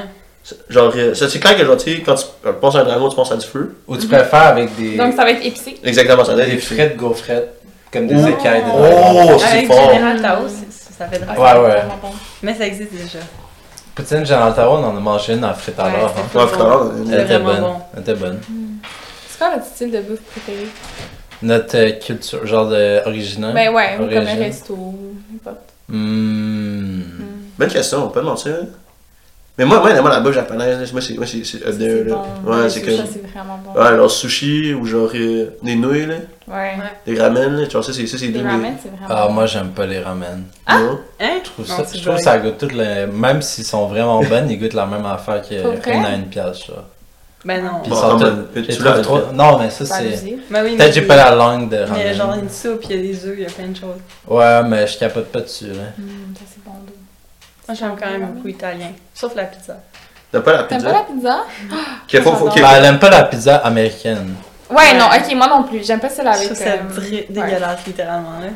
[SPEAKER 3] C'est- Genre, euh, ça, c'est clair que, genre, tu sais, quand tu euh, penses à un dragon, tu penses à du feu.
[SPEAKER 1] Ou tu préfères avec des,
[SPEAKER 2] Donc ça va être épicé.
[SPEAKER 3] Exactement, ça
[SPEAKER 1] des
[SPEAKER 3] donne
[SPEAKER 1] frites gaufrettes, comme des
[SPEAKER 2] Oh!
[SPEAKER 3] Ouh.
[SPEAKER 1] écailles de dragon.
[SPEAKER 3] Oh, c'est
[SPEAKER 4] Avec
[SPEAKER 3] fort.
[SPEAKER 4] Général Tao, c'est- ça fait drôle.
[SPEAKER 1] Ouais,
[SPEAKER 2] c'est
[SPEAKER 1] ouais.
[SPEAKER 2] vraiment bon.
[SPEAKER 4] Mais ça existe déjà.
[SPEAKER 1] Poutine Général Taro, on en a mangé une à frites à
[SPEAKER 4] Ouais,
[SPEAKER 1] l'or.
[SPEAKER 4] c'est
[SPEAKER 1] hein.
[SPEAKER 3] Ouais, frère, euh,
[SPEAKER 1] Elle était
[SPEAKER 4] vraiment
[SPEAKER 1] bonne.
[SPEAKER 4] bon.
[SPEAKER 1] Elle était bonne.
[SPEAKER 2] C'est quoi votre style de bouffe préféré?
[SPEAKER 1] Hein? Notre euh, culture, genre de original.
[SPEAKER 2] Ben ouais, ou comme un
[SPEAKER 1] origine.
[SPEAKER 2] resto, n'importe.
[SPEAKER 1] Hmm.
[SPEAKER 2] Mm.
[SPEAKER 3] Bonne question, on peut mentir. Mais moi, moi, vraiment, la bouffe japonaise, là, moi, c'est, moi, c'est, c'est up there, là. Ouais,
[SPEAKER 2] Les
[SPEAKER 3] c'est
[SPEAKER 2] sushis,
[SPEAKER 3] comme.
[SPEAKER 2] c'est vraiment bon.
[SPEAKER 3] Ouais, genre sushi ou genre euh, des nouilles, là,
[SPEAKER 2] Ouais.
[SPEAKER 3] des ramen, là, tu vois, ça, c'est, ça, c'est
[SPEAKER 2] Les
[SPEAKER 3] deux.
[SPEAKER 2] ramen, Ah! c'est vraiment
[SPEAKER 1] Ah,
[SPEAKER 2] bon.
[SPEAKER 1] moi, j'aime pas les ramen.
[SPEAKER 3] Non.
[SPEAKER 4] Hein?
[SPEAKER 1] Je trouve
[SPEAKER 4] Non,
[SPEAKER 1] ça,
[SPEAKER 4] c'est
[SPEAKER 1] je trouve
[SPEAKER 4] vrai.
[SPEAKER 1] ça goûte toutes les. Même s'ils sont vraiment bonnes, ils goûtent la même affaire qu'une
[SPEAKER 2] Pour vrai?
[SPEAKER 1] à une pièce, genre.
[SPEAKER 4] Ben non.
[SPEAKER 1] Puis
[SPEAKER 3] Bon,
[SPEAKER 1] ils sont
[SPEAKER 3] attends,
[SPEAKER 1] toutes-
[SPEAKER 3] mais
[SPEAKER 1] je
[SPEAKER 3] tu
[SPEAKER 1] trouve
[SPEAKER 3] l'as
[SPEAKER 1] trop-
[SPEAKER 3] fait.
[SPEAKER 1] Non, mais ça,
[SPEAKER 2] Pas
[SPEAKER 1] c'est.
[SPEAKER 2] abusé.
[SPEAKER 4] Ben oui,
[SPEAKER 1] Peut-être j'ai
[SPEAKER 4] mais-
[SPEAKER 1] pas la langue de
[SPEAKER 4] Mais genre
[SPEAKER 3] hein.
[SPEAKER 1] ramen.
[SPEAKER 4] une soupe, il y a des œufs, il y a plein de choses.
[SPEAKER 1] Ouais, mais je capote pas dessus, hein. là.
[SPEAKER 2] Mm, ça, c'est bon. d'où.
[SPEAKER 4] Moi, j'aime quand même beaucoup italien. Sauf la pizza.
[SPEAKER 3] T'as pas la
[SPEAKER 2] T'aimes pas
[SPEAKER 3] pizza?
[SPEAKER 2] la pizza?
[SPEAKER 3] Qu'il faut, faut,
[SPEAKER 2] J'adore.
[SPEAKER 3] qu'il
[SPEAKER 1] Bah, elle aime pas la pizza américaine.
[SPEAKER 2] Ouais,
[SPEAKER 4] Ouais.
[SPEAKER 2] non, ok, moi non plus. J'aime pas celle
[SPEAKER 4] Je
[SPEAKER 2] avec.
[SPEAKER 4] trouve ça
[SPEAKER 2] euh,
[SPEAKER 4] dr-
[SPEAKER 2] ouais.
[SPEAKER 4] dégueulasse, littéralement. Là.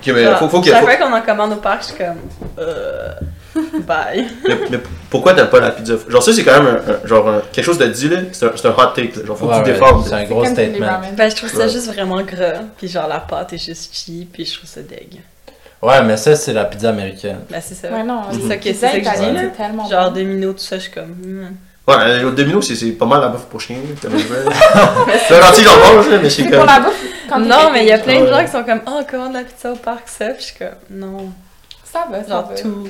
[SPEAKER 3] qu'il- mais
[SPEAKER 4] Genre,
[SPEAKER 3] faut, faut qu'il
[SPEAKER 4] chaque
[SPEAKER 3] faut-
[SPEAKER 4] fois qu'on en commande au parc, je suis comme. Euh. Bye.
[SPEAKER 3] mais, mais pourquoi t'aimes pas la pizza? Genre, ça, c'est quand même un, un- genre, un- quelque chose de dit, là. C'est un, c'est un hot take, là. Genre, faut
[SPEAKER 1] Ouais,
[SPEAKER 3] que tu
[SPEAKER 1] ouais,
[SPEAKER 3] défends.
[SPEAKER 1] C'est un
[SPEAKER 2] C'est
[SPEAKER 1] gros
[SPEAKER 2] comme les
[SPEAKER 1] statement.
[SPEAKER 2] ramen.
[SPEAKER 4] Ben, je trouve ça
[SPEAKER 3] Ouais.
[SPEAKER 4] juste vraiment gras. Puis genre, la pâte est juste cheap, puis je trouve ça dégueu.
[SPEAKER 1] Ouais, mais ça, c'est la pizza américaine.
[SPEAKER 4] Ben, c'est ça.
[SPEAKER 2] Ouais, non,
[SPEAKER 4] C'est
[SPEAKER 2] les
[SPEAKER 4] ça que-
[SPEAKER 2] pizzas
[SPEAKER 4] c'est ça que je
[SPEAKER 2] italiennes,
[SPEAKER 4] dis, là.
[SPEAKER 2] c'est tellement
[SPEAKER 4] Genre,
[SPEAKER 2] bon.
[SPEAKER 4] domino, tout ça, je suis comme. hmm.
[SPEAKER 3] Ouais, euh, le domino, c'est, c'est pas mal la bouffe pour chien, là. T'as même pas. Là, gentil, j'en mange, là, mais c'est
[SPEAKER 2] C'est
[SPEAKER 3] comme.
[SPEAKER 2] pour la bouffe. Quand t'es
[SPEAKER 4] Non, mais il y a
[SPEAKER 2] quelqu'un,
[SPEAKER 4] plein de
[SPEAKER 3] Ouais.
[SPEAKER 4] gens qui sont comme. Oh, commande la pizza au parc, ça. Puis je suis comme. Non.
[SPEAKER 2] Ça va, ça
[SPEAKER 4] Genre,
[SPEAKER 2] va.
[SPEAKER 4] tout.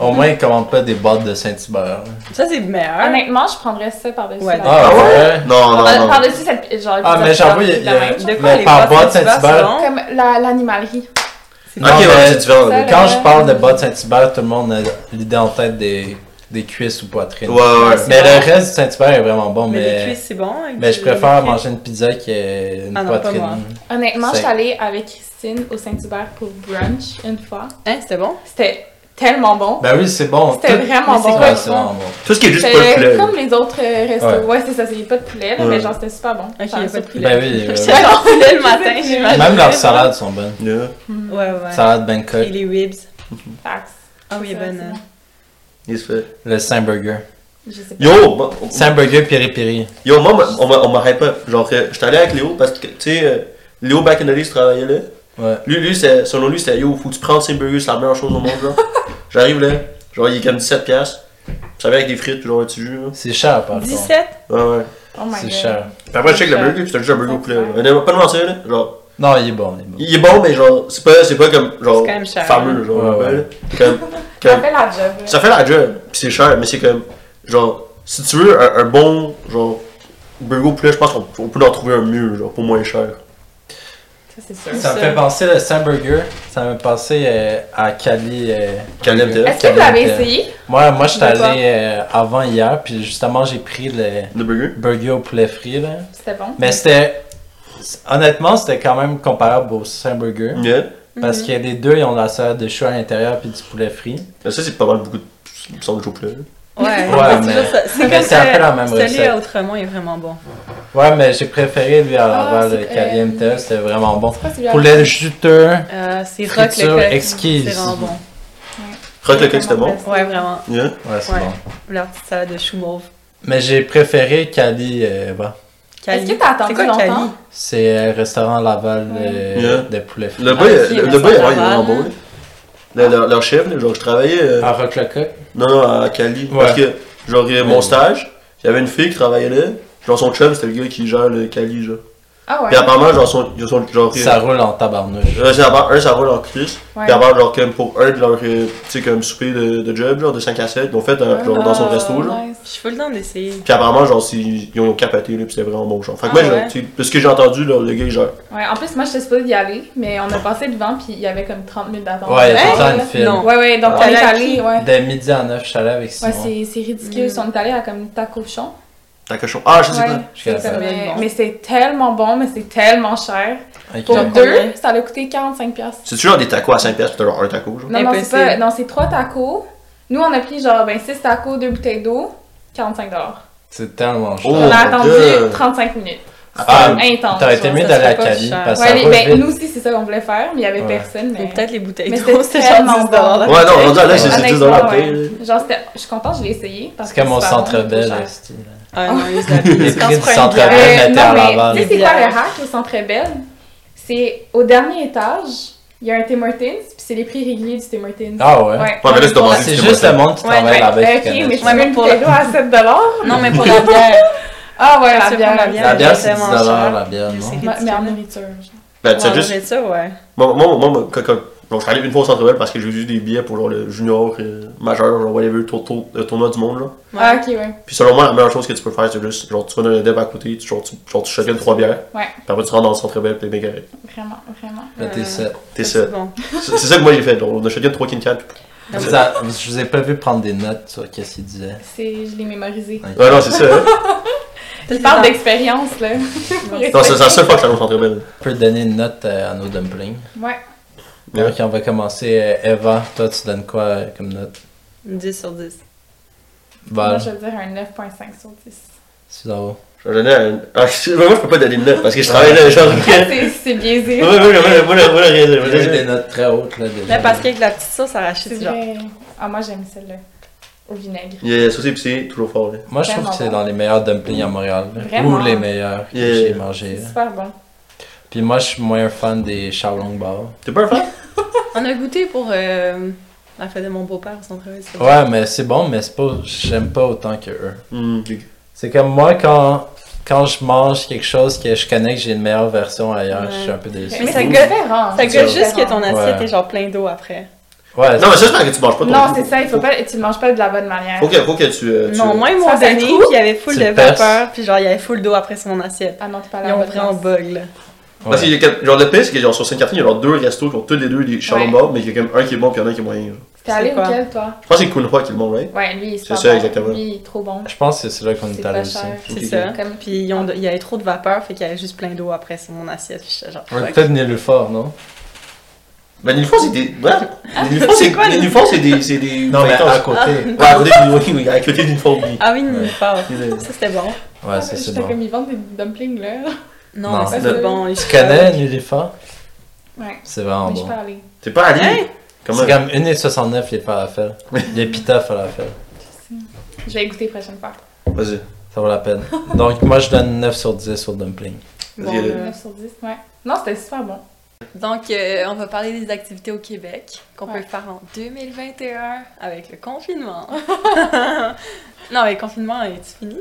[SPEAKER 1] Au moins, ils commandent pas des bottes de Saint-Hubert. là.
[SPEAKER 4] Ça, c'est meilleur.
[SPEAKER 2] Honnêtement, je prendrais ça par-dessus.
[SPEAKER 4] Ouais.
[SPEAKER 2] la-
[SPEAKER 1] Ah ouais?
[SPEAKER 3] Non, non,
[SPEAKER 2] Par-
[SPEAKER 3] Ah, non.
[SPEAKER 2] Par-dessus cette. Genre,
[SPEAKER 1] Ah,
[SPEAKER 2] pizza
[SPEAKER 1] mais j'avoue,
[SPEAKER 2] de
[SPEAKER 1] il y a-
[SPEAKER 2] même.
[SPEAKER 4] De quoi
[SPEAKER 1] Mais
[SPEAKER 4] les
[SPEAKER 1] par
[SPEAKER 4] boîtes
[SPEAKER 1] boîte,
[SPEAKER 4] Saint-Hubert,
[SPEAKER 1] Saint-Hubert,
[SPEAKER 4] selon?
[SPEAKER 2] Comme la- l'animalerie.
[SPEAKER 3] Ok,
[SPEAKER 1] Non,
[SPEAKER 3] ouais,
[SPEAKER 1] mais-
[SPEAKER 3] c'est différent, là.
[SPEAKER 2] Ça,
[SPEAKER 1] Quand
[SPEAKER 2] Ouais.
[SPEAKER 1] je parle de bottes Saint-Hubert, tout le monde a l'idée en tête des, des cuisses ou poitrines.
[SPEAKER 3] Ouais, ouais, ouais.
[SPEAKER 1] Mais le reste du Saint-Hubert est vraiment bon,
[SPEAKER 4] Mais, les
[SPEAKER 1] mais,
[SPEAKER 4] cuisses, c'est bon. avec
[SPEAKER 1] mais je
[SPEAKER 4] du-
[SPEAKER 1] préfère
[SPEAKER 4] du-
[SPEAKER 1] manger une pizza qui est une
[SPEAKER 4] Ah non, pas
[SPEAKER 1] poitrine.
[SPEAKER 4] moi.
[SPEAKER 2] Honnêtement, je
[SPEAKER 1] C'est-
[SPEAKER 2] suis allée avec Christine au Saint-Hubert pour brunch une fois.
[SPEAKER 4] Hein, c'était bon?
[SPEAKER 2] C'était tellement bon.
[SPEAKER 1] Ben oui, c'est bon.
[SPEAKER 2] C'était
[SPEAKER 1] Tout-
[SPEAKER 2] vraiment
[SPEAKER 4] mais c'est
[SPEAKER 2] bon.
[SPEAKER 1] Ouais, c'est vraiment bon.
[SPEAKER 3] Tout ce qui est juste pas le
[SPEAKER 2] C'était
[SPEAKER 3] poulet.
[SPEAKER 2] comme les autres euh, restos.
[SPEAKER 1] Ouais.
[SPEAKER 2] Ouais, c'est ça, c'est pas de poulet, là,
[SPEAKER 3] Ouais.
[SPEAKER 2] Ah, mais genre c'était super bon.
[SPEAKER 4] Ok,
[SPEAKER 2] Ça
[SPEAKER 4] y a
[SPEAKER 2] me
[SPEAKER 4] pas de
[SPEAKER 2] surprit.
[SPEAKER 1] Ben oui, euh,
[SPEAKER 4] J'étais genre poulet le matin, j'imagine.
[SPEAKER 1] même leurs salades sont bonnes.
[SPEAKER 3] Yeah.
[SPEAKER 4] Ouais, ouais.
[SPEAKER 1] Salade
[SPEAKER 4] Et
[SPEAKER 1] Bangkok,
[SPEAKER 4] les ribs.
[SPEAKER 2] Facts.
[SPEAKER 4] Ah oui,
[SPEAKER 2] C'est
[SPEAKER 4] bonne.
[SPEAKER 2] vrai,
[SPEAKER 4] euh,
[SPEAKER 2] c'est bon.
[SPEAKER 3] Il se fait.
[SPEAKER 1] le Saint Burger.
[SPEAKER 4] Je sais pas.
[SPEAKER 3] Yo, moi, on-
[SPEAKER 1] C'est un burger piri-piri.
[SPEAKER 3] yo, moi, on- on m'a- on m'arrête pas. Genre, euh, j'étais allé avec Léo parce que, tu sais, euh, Léo back in the days travaillait là.
[SPEAKER 1] Ouais.
[SPEAKER 3] Lui, lui, c'est- selon lui, c'était yo, faut que tu prennes ces burgers, c'est la meilleure chose au monde, genre. J'arrive là, genre, il est comme 17$. piastres. Ça vient avec des frites, puis genre, un petit jus, là.
[SPEAKER 1] C'est cher, par contre.
[SPEAKER 4] 17?
[SPEAKER 3] Ouais, ouais.
[SPEAKER 2] Oh my
[SPEAKER 1] C'est
[SPEAKER 2] god.
[SPEAKER 1] cher.
[SPEAKER 3] Puis après, je check le burger, puis c'est juste un burger au poulet. là. Honnêtement, Pas de mentir, là. Genre,
[SPEAKER 1] Non, il est bon, il est bon.
[SPEAKER 3] il est bon, mais genre, c'est pas, c'est pas comme, genre,
[SPEAKER 4] C'est quand même cher,
[SPEAKER 3] fameux, genre,
[SPEAKER 1] Ouais, ouais.
[SPEAKER 3] là. Comme,
[SPEAKER 2] Ça
[SPEAKER 3] comme,
[SPEAKER 2] fait la job. euh, là.
[SPEAKER 3] ça fait la job, puis c'est cher, mais c'est comme, genre, si tu veux un, un bon, genre, burger au poulet, je pense qu'on on peut en trouver un mieux, genre, pour moins cher.
[SPEAKER 4] Ça, c'est sûr.
[SPEAKER 1] Ça me fait penser le Sam Burger, ça me fait penser euh, à Cali. euh,
[SPEAKER 3] Cali
[SPEAKER 1] Burger.
[SPEAKER 3] MTL.
[SPEAKER 2] Est-ce que vous l'avez
[SPEAKER 1] Cali MTL.
[SPEAKER 2] essayé?
[SPEAKER 1] Moi, moi j'étais
[SPEAKER 2] De quoi?
[SPEAKER 1] allé euh, avant hier, puis justement, j'ai pris le
[SPEAKER 3] Le burger?
[SPEAKER 1] burger au poulet frit. Là.
[SPEAKER 2] C'était bon.
[SPEAKER 1] Mais c'était. Honnêtement, c'était quand même comparable au Sam Burger.
[SPEAKER 3] Yeah.
[SPEAKER 2] Mm-hmm.
[SPEAKER 1] Parce
[SPEAKER 4] Mhm.
[SPEAKER 1] que les deux, ils ont la salade de chou à l'intérieur puis du poulet frit.
[SPEAKER 3] Mais ça, c'est pas mal beaucoup de sandwich au poulet. là.
[SPEAKER 4] Ouais,
[SPEAKER 1] Ouais, mais-
[SPEAKER 4] c'est toujours ça. C'est
[SPEAKER 1] mais
[SPEAKER 4] comme
[SPEAKER 1] c'est un peu la même
[SPEAKER 4] celui
[SPEAKER 1] recette.
[SPEAKER 4] autrement est vraiment bon.
[SPEAKER 1] Ouais, mais j'ai préféré lui à l'envers,
[SPEAKER 2] Ah,
[SPEAKER 1] le
[SPEAKER 2] c'est-
[SPEAKER 1] Cali
[SPEAKER 2] euh,
[SPEAKER 1] MTL, c'était vraiment bon.
[SPEAKER 2] C'est pas celui-là.
[SPEAKER 1] Poulet juteux.
[SPEAKER 4] Euh, c'est
[SPEAKER 1] Friture
[SPEAKER 4] rock le coq.
[SPEAKER 1] exquise.
[SPEAKER 4] C'est vraiment bon.
[SPEAKER 3] Croque le coq, c'était bon.
[SPEAKER 4] Ouais, vraiment.
[SPEAKER 3] Yeah.
[SPEAKER 1] Ouais, c'est
[SPEAKER 4] Ouais.
[SPEAKER 1] bon.
[SPEAKER 4] Leur petite salade de chou mauve.
[SPEAKER 1] Mais j'ai préféré Cali. euh, bon.
[SPEAKER 4] Cali.
[SPEAKER 2] Est-ce que t'as attendu
[SPEAKER 4] C'est quoi,
[SPEAKER 2] longtemps?
[SPEAKER 4] Cali?
[SPEAKER 1] C'est euh, restaurant Laval euh,
[SPEAKER 3] Yeah.
[SPEAKER 1] de poulet frit.
[SPEAKER 3] Le
[SPEAKER 4] Ah,
[SPEAKER 3] boy,
[SPEAKER 4] si,
[SPEAKER 3] le,
[SPEAKER 4] mais
[SPEAKER 3] le
[SPEAKER 4] ça
[SPEAKER 3] boy,
[SPEAKER 4] va
[SPEAKER 3] avant, il est
[SPEAKER 4] mal,
[SPEAKER 3] vraiment bon.
[SPEAKER 4] hein.
[SPEAKER 3] là. Le- leur, leur chef, là, genre, je travaillais. euh,
[SPEAKER 1] En rock le coq.
[SPEAKER 3] Non, non, à Cali.
[SPEAKER 1] Ah. Ouais.
[SPEAKER 3] Parce que, genre,
[SPEAKER 1] Ouais.
[SPEAKER 3] euh, mon stage, il y avait une fille qui travaillait là. Genre, son chum, c'était le gars qui gère le Cali, genre.
[SPEAKER 2] Ah ouais.
[SPEAKER 3] Puis apparemment, genre, son. ils sont- genre, euh,
[SPEAKER 1] Ça roule en tabarnouche.
[SPEAKER 3] euh, c'est apparemment, un, ça roule en crise.
[SPEAKER 2] Ouais.
[SPEAKER 3] Puis apparemment, genre, comme pour un de leurs, euh, tu sais, comme souper de, de job, genre, de 5 à 7, ils l'ont fait dans, genre, dans son
[SPEAKER 2] Ah,
[SPEAKER 3] resto, genre.
[SPEAKER 2] nice.
[SPEAKER 4] Je suis full temps d'essayer.
[SPEAKER 3] Puis apparemment, genre, c'est- ils ont capoté, là, puis c'était vraiment bon, genre. Fait que
[SPEAKER 4] Ah,
[SPEAKER 3] moi, genre,
[SPEAKER 4] ouais.
[SPEAKER 3] tu sais, de ce que j'ai entendu, là, le gars, il gère.
[SPEAKER 2] Ouais, en plus, moi, j'étais supposée y aller, mais on a passé devant, puis il y avait comme 30 minutes d'attente.
[SPEAKER 1] Ouais, il y a
[SPEAKER 2] Hein?
[SPEAKER 1] tout le temps une file.
[SPEAKER 4] Non.
[SPEAKER 2] Ouais, ouais, donc
[SPEAKER 4] Ah.
[SPEAKER 2] on est
[SPEAKER 4] T'as
[SPEAKER 2] allé,
[SPEAKER 4] la-
[SPEAKER 2] ouais.
[SPEAKER 1] Dès midi à 9, je suis allé avec
[SPEAKER 2] Ouais,
[SPEAKER 1] Simon.
[SPEAKER 2] c'est c'est ridicule.
[SPEAKER 4] Mm.
[SPEAKER 2] On est allé à comme Tacochon.
[SPEAKER 3] T'as cochon. Ah, je sais
[SPEAKER 2] Ouais,
[SPEAKER 3] pas.
[SPEAKER 1] Je suis
[SPEAKER 2] c'est
[SPEAKER 1] capable.
[SPEAKER 2] comme- mais,
[SPEAKER 4] Bon.
[SPEAKER 2] mais c'est tellement bon, mais c'est tellement cher.
[SPEAKER 1] Ok.
[SPEAKER 2] Pour
[SPEAKER 4] Genre
[SPEAKER 2] deux,
[SPEAKER 4] combien?
[SPEAKER 2] ça a coûté 45$. piastres.
[SPEAKER 3] C'est toujours des tacos à 5 piastres, pis t'as genre un taco, genre.
[SPEAKER 2] Non, non, c'est
[SPEAKER 4] Impossible.
[SPEAKER 2] pas. Non, c'est trois tacos. Nous, on a pris genre ben, 6 tacos, 2 bouteilles d'eau, 45$.
[SPEAKER 1] C'est tellement cher.
[SPEAKER 3] Oh
[SPEAKER 2] on a
[SPEAKER 3] my
[SPEAKER 2] attendu
[SPEAKER 3] God.
[SPEAKER 2] 35 minutes.
[SPEAKER 1] Ah,
[SPEAKER 3] Attends,
[SPEAKER 2] Intense.
[SPEAKER 1] T'aurais été
[SPEAKER 2] genre.
[SPEAKER 1] mieux
[SPEAKER 4] ça
[SPEAKER 1] d'aller
[SPEAKER 4] serait
[SPEAKER 1] à
[SPEAKER 4] pas
[SPEAKER 1] Cali
[SPEAKER 4] cher.
[SPEAKER 1] parce que
[SPEAKER 2] Ouais,
[SPEAKER 1] ça
[SPEAKER 2] les-
[SPEAKER 1] roule
[SPEAKER 2] ben,
[SPEAKER 1] vite.
[SPEAKER 2] nous aussi, c'est ça qu'on voulait faire, mais il y avait
[SPEAKER 1] Ouais.
[SPEAKER 2] personne.
[SPEAKER 4] Ou
[SPEAKER 2] Mais...
[SPEAKER 4] peut-être les bouteilles
[SPEAKER 2] Mais
[SPEAKER 4] d'eau,
[SPEAKER 2] c'était
[SPEAKER 4] c'est genre
[SPEAKER 2] tellement
[SPEAKER 4] 10 dollars.
[SPEAKER 2] bon.
[SPEAKER 3] Ouais, non, rendu à là, c'est
[SPEAKER 1] Ouais.
[SPEAKER 3] 10
[SPEAKER 2] Honnêtement,
[SPEAKER 3] dollars.
[SPEAKER 2] ouais.
[SPEAKER 3] t'sais.
[SPEAKER 2] Genre, c'était- je suis contente, je l'ai essayé. parce
[SPEAKER 1] C'est
[SPEAKER 2] que
[SPEAKER 1] comme au
[SPEAKER 2] c'est pas
[SPEAKER 1] centre
[SPEAKER 2] bon,
[SPEAKER 1] belle.
[SPEAKER 2] c'est trop cher.
[SPEAKER 1] esti.
[SPEAKER 4] Ah non, ils
[SPEAKER 1] Les
[SPEAKER 4] avaient- Quand
[SPEAKER 1] prix
[SPEAKER 4] tu
[SPEAKER 1] du
[SPEAKER 4] prends une
[SPEAKER 1] centre
[SPEAKER 4] bière-
[SPEAKER 1] Bell.
[SPEAKER 2] Euh,
[SPEAKER 1] Interlaval.
[SPEAKER 2] non, mais tu sais, c'est quoi le
[SPEAKER 4] Bière.
[SPEAKER 2] hack au Centre Belle? C'est au dernier étage, il y a un Tim Hortons, puis c'est les prix réguliers du Tim Hortons.
[SPEAKER 1] Ah ouais.
[SPEAKER 3] Ouais, mais là, c'est
[SPEAKER 2] pour la-
[SPEAKER 3] demandé.
[SPEAKER 1] C'est
[SPEAKER 3] c'est
[SPEAKER 1] juste
[SPEAKER 3] moi,
[SPEAKER 1] le monde qui
[SPEAKER 4] Ouais,
[SPEAKER 1] travaille
[SPEAKER 4] ouais.
[SPEAKER 1] là-bas qui connaît
[SPEAKER 2] Ok, mais
[SPEAKER 1] ça.
[SPEAKER 2] tu veux
[SPEAKER 4] Ouais,
[SPEAKER 2] une
[SPEAKER 4] pour
[SPEAKER 2] bouteille d'eau à 7
[SPEAKER 4] Non, mais pour la bière.
[SPEAKER 2] Ah ouais, la
[SPEAKER 4] Quand tu prends
[SPEAKER 2] bière.
[SPEAKER 4] la bière,
[SPEAKER 1] La bière, c'est 10
[SPEAKER 4] tellement cher.
[SPEAKER 1] la bière,
[SPEAKER 4] Je
[SPEAKER 1] non?
[SPEAKER 4] sais.
[SPEAKER 2] Ma- Mais en nourriture. genre.
[SPEAKER 3] Ben, tu sais, juste.
[SPEAKER 4] juste... ça, ouais.
[SPEAKER 3] Moi, moi, moi, moi, quand- quand- bon, je suis allé une fois au centre ville parce que j'ai eu des billets pour genre le junior, euh, majeur, genre whatever, tour- tour- le tournoi du monde, là.
[SPEAKER 2] Ah, ok, ouais.
[SPEAKER 3] Puis selon moi, la meilleure chose que tu peux faire, c'est juste, genre, tu vas dans le dev à côté, tu, genre, tu, genre, tu chacun trois bières,
[SPEAKER 2] Ouais,
[SPEAKER 3] puis après, tu rentres dans le centre ville puis t'es bien correct.
[SPEAKER 2] vraiment, vraiment.
[SPEAKER 1] Là, t'es
[SPEAKER 4] Euh,
[SPEAKER 1] sept.
[SPEAKER 3] T'es
[SPEAKER 4] Ça,
[SPEAKER 3] ça.
[SPEAKER 4] C'est bon.
[SPEAKER 3] C'est c'est ça que moi, j'ai fait, genre, on a chacun trois King Cat.
[SPEAKER 4] Ah
[SPEAKER 1] Vous a- Je vous ai pas vu prendre des notes sur qu'est-ce qu'il disait.
[SPEAKER 2] C'est, je l'ai mémorisé.
[SPEAKER 1] Ok.
[SPEAKER 3] Ouais, non, c'est ça, hein.
[SPEAKER 2] Je parle d'expérience, là. Pour
[SPEAKER 3] Non, c'est c'est la
[SPEAKER 2] expliquer.
[SPEAKER 3] seule fois que j'allais au centre ville
[SPEAKER 1] On peut donner une note euh, à nos dumplings.
[SPEAKER 2] Ouais.
[SPEAKER 3] Ouais.
[SPEAKER 1] Donc, on va commencer. euh, Eva, toi, tu donnes quoi euh, comme note?
[SPEAKER 4] 10 sur 10.
[SPEAKER 2] Moi,
[SPEAKER 1] Val,
[SPEAKER 2] je veux dire un 9.5 sur 10.
[SPEAKER 1] c'est là
[SPEAKER 3] Je donnais un. Ah, je- moi, je peux pas donner de note parce que je travaille là, genre. Ouais,
[SPEAKER 2] C'est c'est biaisé.
[SPEAKER 3] ouais, ouais, ouais, voilà, voilà, rien dire,
[SPEAKER 1] J'ai
[SPEAKER 3] voilà,
[SPEAKER 1] eu des
[SPEAKER 3] rien dire.
[SPEAKER 1] notes très hautes, là, déjà.
[SPEAKER 4] Mais parce qu'avec la petite sauce arrachée,
[SPEAKER 2] C'est
[SPEAKER 4] du genre.
[SPEAKER 2] vrai. Ah, moi, j'aime celle-là. Au vinaigre.
[SPEAKER 3] Yeah, sauce épicée, toujours fort, là.
[SPEAKER 1] Moi, je trouve que c'est dans les meilleurs dumplings à Montréal. là.
[SPEAKER 2] Vraiment.
[SPEAKER 1] Ou les meilleurs que
[SPEAKER 3] Yeah.
[SPEAKER 1] j'ai euh, mangés.
[SPEAKER 2] C'est
[SPEAKER 1] là.
[SPEAKER 2] super bon.
[SPEAKER 1] Puis moi, je suis moins fan des Shaolong Bao.
[SPEAKER 3] T'es pas un fan?
[SPEAKER 4] On a goûté pour euh, la fête de mon beau-père au centre ville
[SPEAKER 1] Ouais, mais c'est bon, mais c'est pas, j'aime pas autant que eux.
[SPEAKER 3] Hum,
[SPEAKER 1] C'est comme moi, quand, quand je mange quelque chose que je connais que j'ai une meilleure version ailleurs,
[SPEAKER 4] Ouais.
[SPEAKER 1] je suis un peu déçu.
[SPEAKER 2] Mais
[SPEAKER 4] ça
[SPEAKER 2] ça
[SPEAKER 4] goûte-
[SPEAKER 2] différent.
[SPEAKER 4] Ça
[SPEAKER 3] C'est
[SPEAKER 4] gueule juste que ton assiette
[SPEAKER 1] Ouais.
[SPEAKER 4] est genre plein d'eau après.
[SPEAKER 1] Ouais,
[SPEAKER 3] Non, mais ça, c'est parce que tu manges pas ton
[SPEAKER 2] Non,
[SPEAKER 3] jus.
[SPEAKER 2] c'est ça, il faut pas, tu le manges pas de la bonne manière.
[SPEAKER 3] Faut que, faut que tu. euh, tu-
[SPEAKER 4] Non, moi, ils
[SPEAKER 2] Ça,
[SPEAKER 4] m'ont
[SPEAKER 2] ça
[SPEAKER 4] donné,
[SPEAKER 2] coule.
[SPEAKER 4] puis il y avait full
[SPEAKER 1] Tu
[SPEAKER 4] de
[SPEAKER 1] le perces.
[SPEAKER 4] vapeur, puis genre, il y avait full d'eau après sur mon assiette.
[SPEAKER 2] Ah non, t'es pas
[SPEAKER 4] Ils
[SPEAKER 2] la
[SPEAKER 4] ont
[SPEAKER 2] bonne
[SPEAKER 4] pris en
[SPEAKER 2] place.
[SPEAKER 4] bug, là.
[SPEAKER 3] Parce qu'il y a quatre- genre le pire, c'est que genre sur Sainte-Catherine, il y a genre deux restos qui ont tous les deux des
[SPEAKER 2] Ouais.
[SPEAKER 3] charbon bord, mais il y a comme un qui est bon puis il y en a un qui est moyen. genre.
[SPEAKER 2] T'es allé
[SPEAKER 4] C'est quoi?
[SPEAKER 2] auquel, toi?
[SPEAKER 3] Je pense que c'est Kunhua qui est le bon, right?
[SPEAKER 2] Ouais, lui, il est
[SPEAKER 3] C'est
[SPEAKER 2] super
[SPEAKER 3] ça,
[SPEAKER 2] bon.
[SPEAKER 3] exactement.
[SPEAKER 2] Lui, il est trop bon.
[SPEAKER 1] Je pense que c'est là qu'on est,
[SPEAKER 2] C'est
[SPEAKER 1] allé
[SPEAKER 2] pas
[SPEAKER 1] aussi.
[SPEAKER 2] cher.
[SPEAKER 4] C'est
[SPEAKER 3] Ok.
[SPEAKER 4] ça.
[SPEAKER 2] Comme-
[SPEAKER 4] hein. Puis ils ont- il y avait trop de vapeur, fait qu'il y avait juste plein d'eau après sur mon assiette, puis j'étais genre.
[SPEAKER 1] On est
[SPEAKER 4] fuck.
[SPEAKER 1] peut-être Nélophore, non?
[SPEAKER 3] Ben, Nilfon, c'est des. Ouais! Nilfon,
[SPEAKER 4] Ah, c'est
[SPEAKER 3] c'est
[SPEAKER 4] quoi,
[SPEAKER 3] quoi? Nilfon, c'est des. C'est des.
[SPEAKER 1] Non, mais
[SPEAKER 3] Enfin,
[SPEAKER 1] à
[SPEAKER 3] attends,
[SPEAKER 1] côté.
[SPEAKER 3] Ouais, à côté d'une- oui, oui, à côté d'une fond, oui.
[SPEAKER 4] Ah oui, une vapeur.
[SPEAKER 3] Désolé.
[SPEAKER 4] Ça, c'était bon.
[SPEAKER 1] Ouais, ça c'est
[SPEAKER 2] Ah. J'étais
[SPEAKER 1] bon.
[SPEAKER 2] comme, ils vendent des dumplings, là.
[SPEAKER 4] Non,
[SPEAKER 1] Non.
[SPEAKER 4] mais ça, c'était bon.
[SPEAKER 1] Tu connais Nélophore?
[SPEAKER 2] Ouais.
[SPEAKER 1] C'est vraiment
[SPEAKER 2] mais je
[SPEAKER 1] Ah, bon.
[SPEAKER 2] peux aller.
[SPEAKER 3] T'es pas allé?
[SPEAKER 4] Hein?
[SPEAKER 3] Comment?
[SPEAKER 1] C'est comme 1,69 les falafels. les pita falafels.
[SPEAKER 2] Je vais goûter prochaine fois.
[SPEAKER 3] Vas-y.
[SPEAKER 1] Ça vaut la peine. Donc, moi, je donne 9 sur 10 au dumpling.
[SPEAKER 3] Vas-y,
[SPEAKER 4] Bon,
[SPEAKER 3] allez.
[SPEAKER 4] euh,
[SPEAKER 2] 9 sur 10, ouais. Non, c'était super bon.
[SPEAKER 4] Donc, euh, on va parler des activités au Québec qu'on
[SPEAKER 2] Ouais.
[SPEAKER 4] peut faire en 2021 avec le confinement. non, mais le confinement est fini.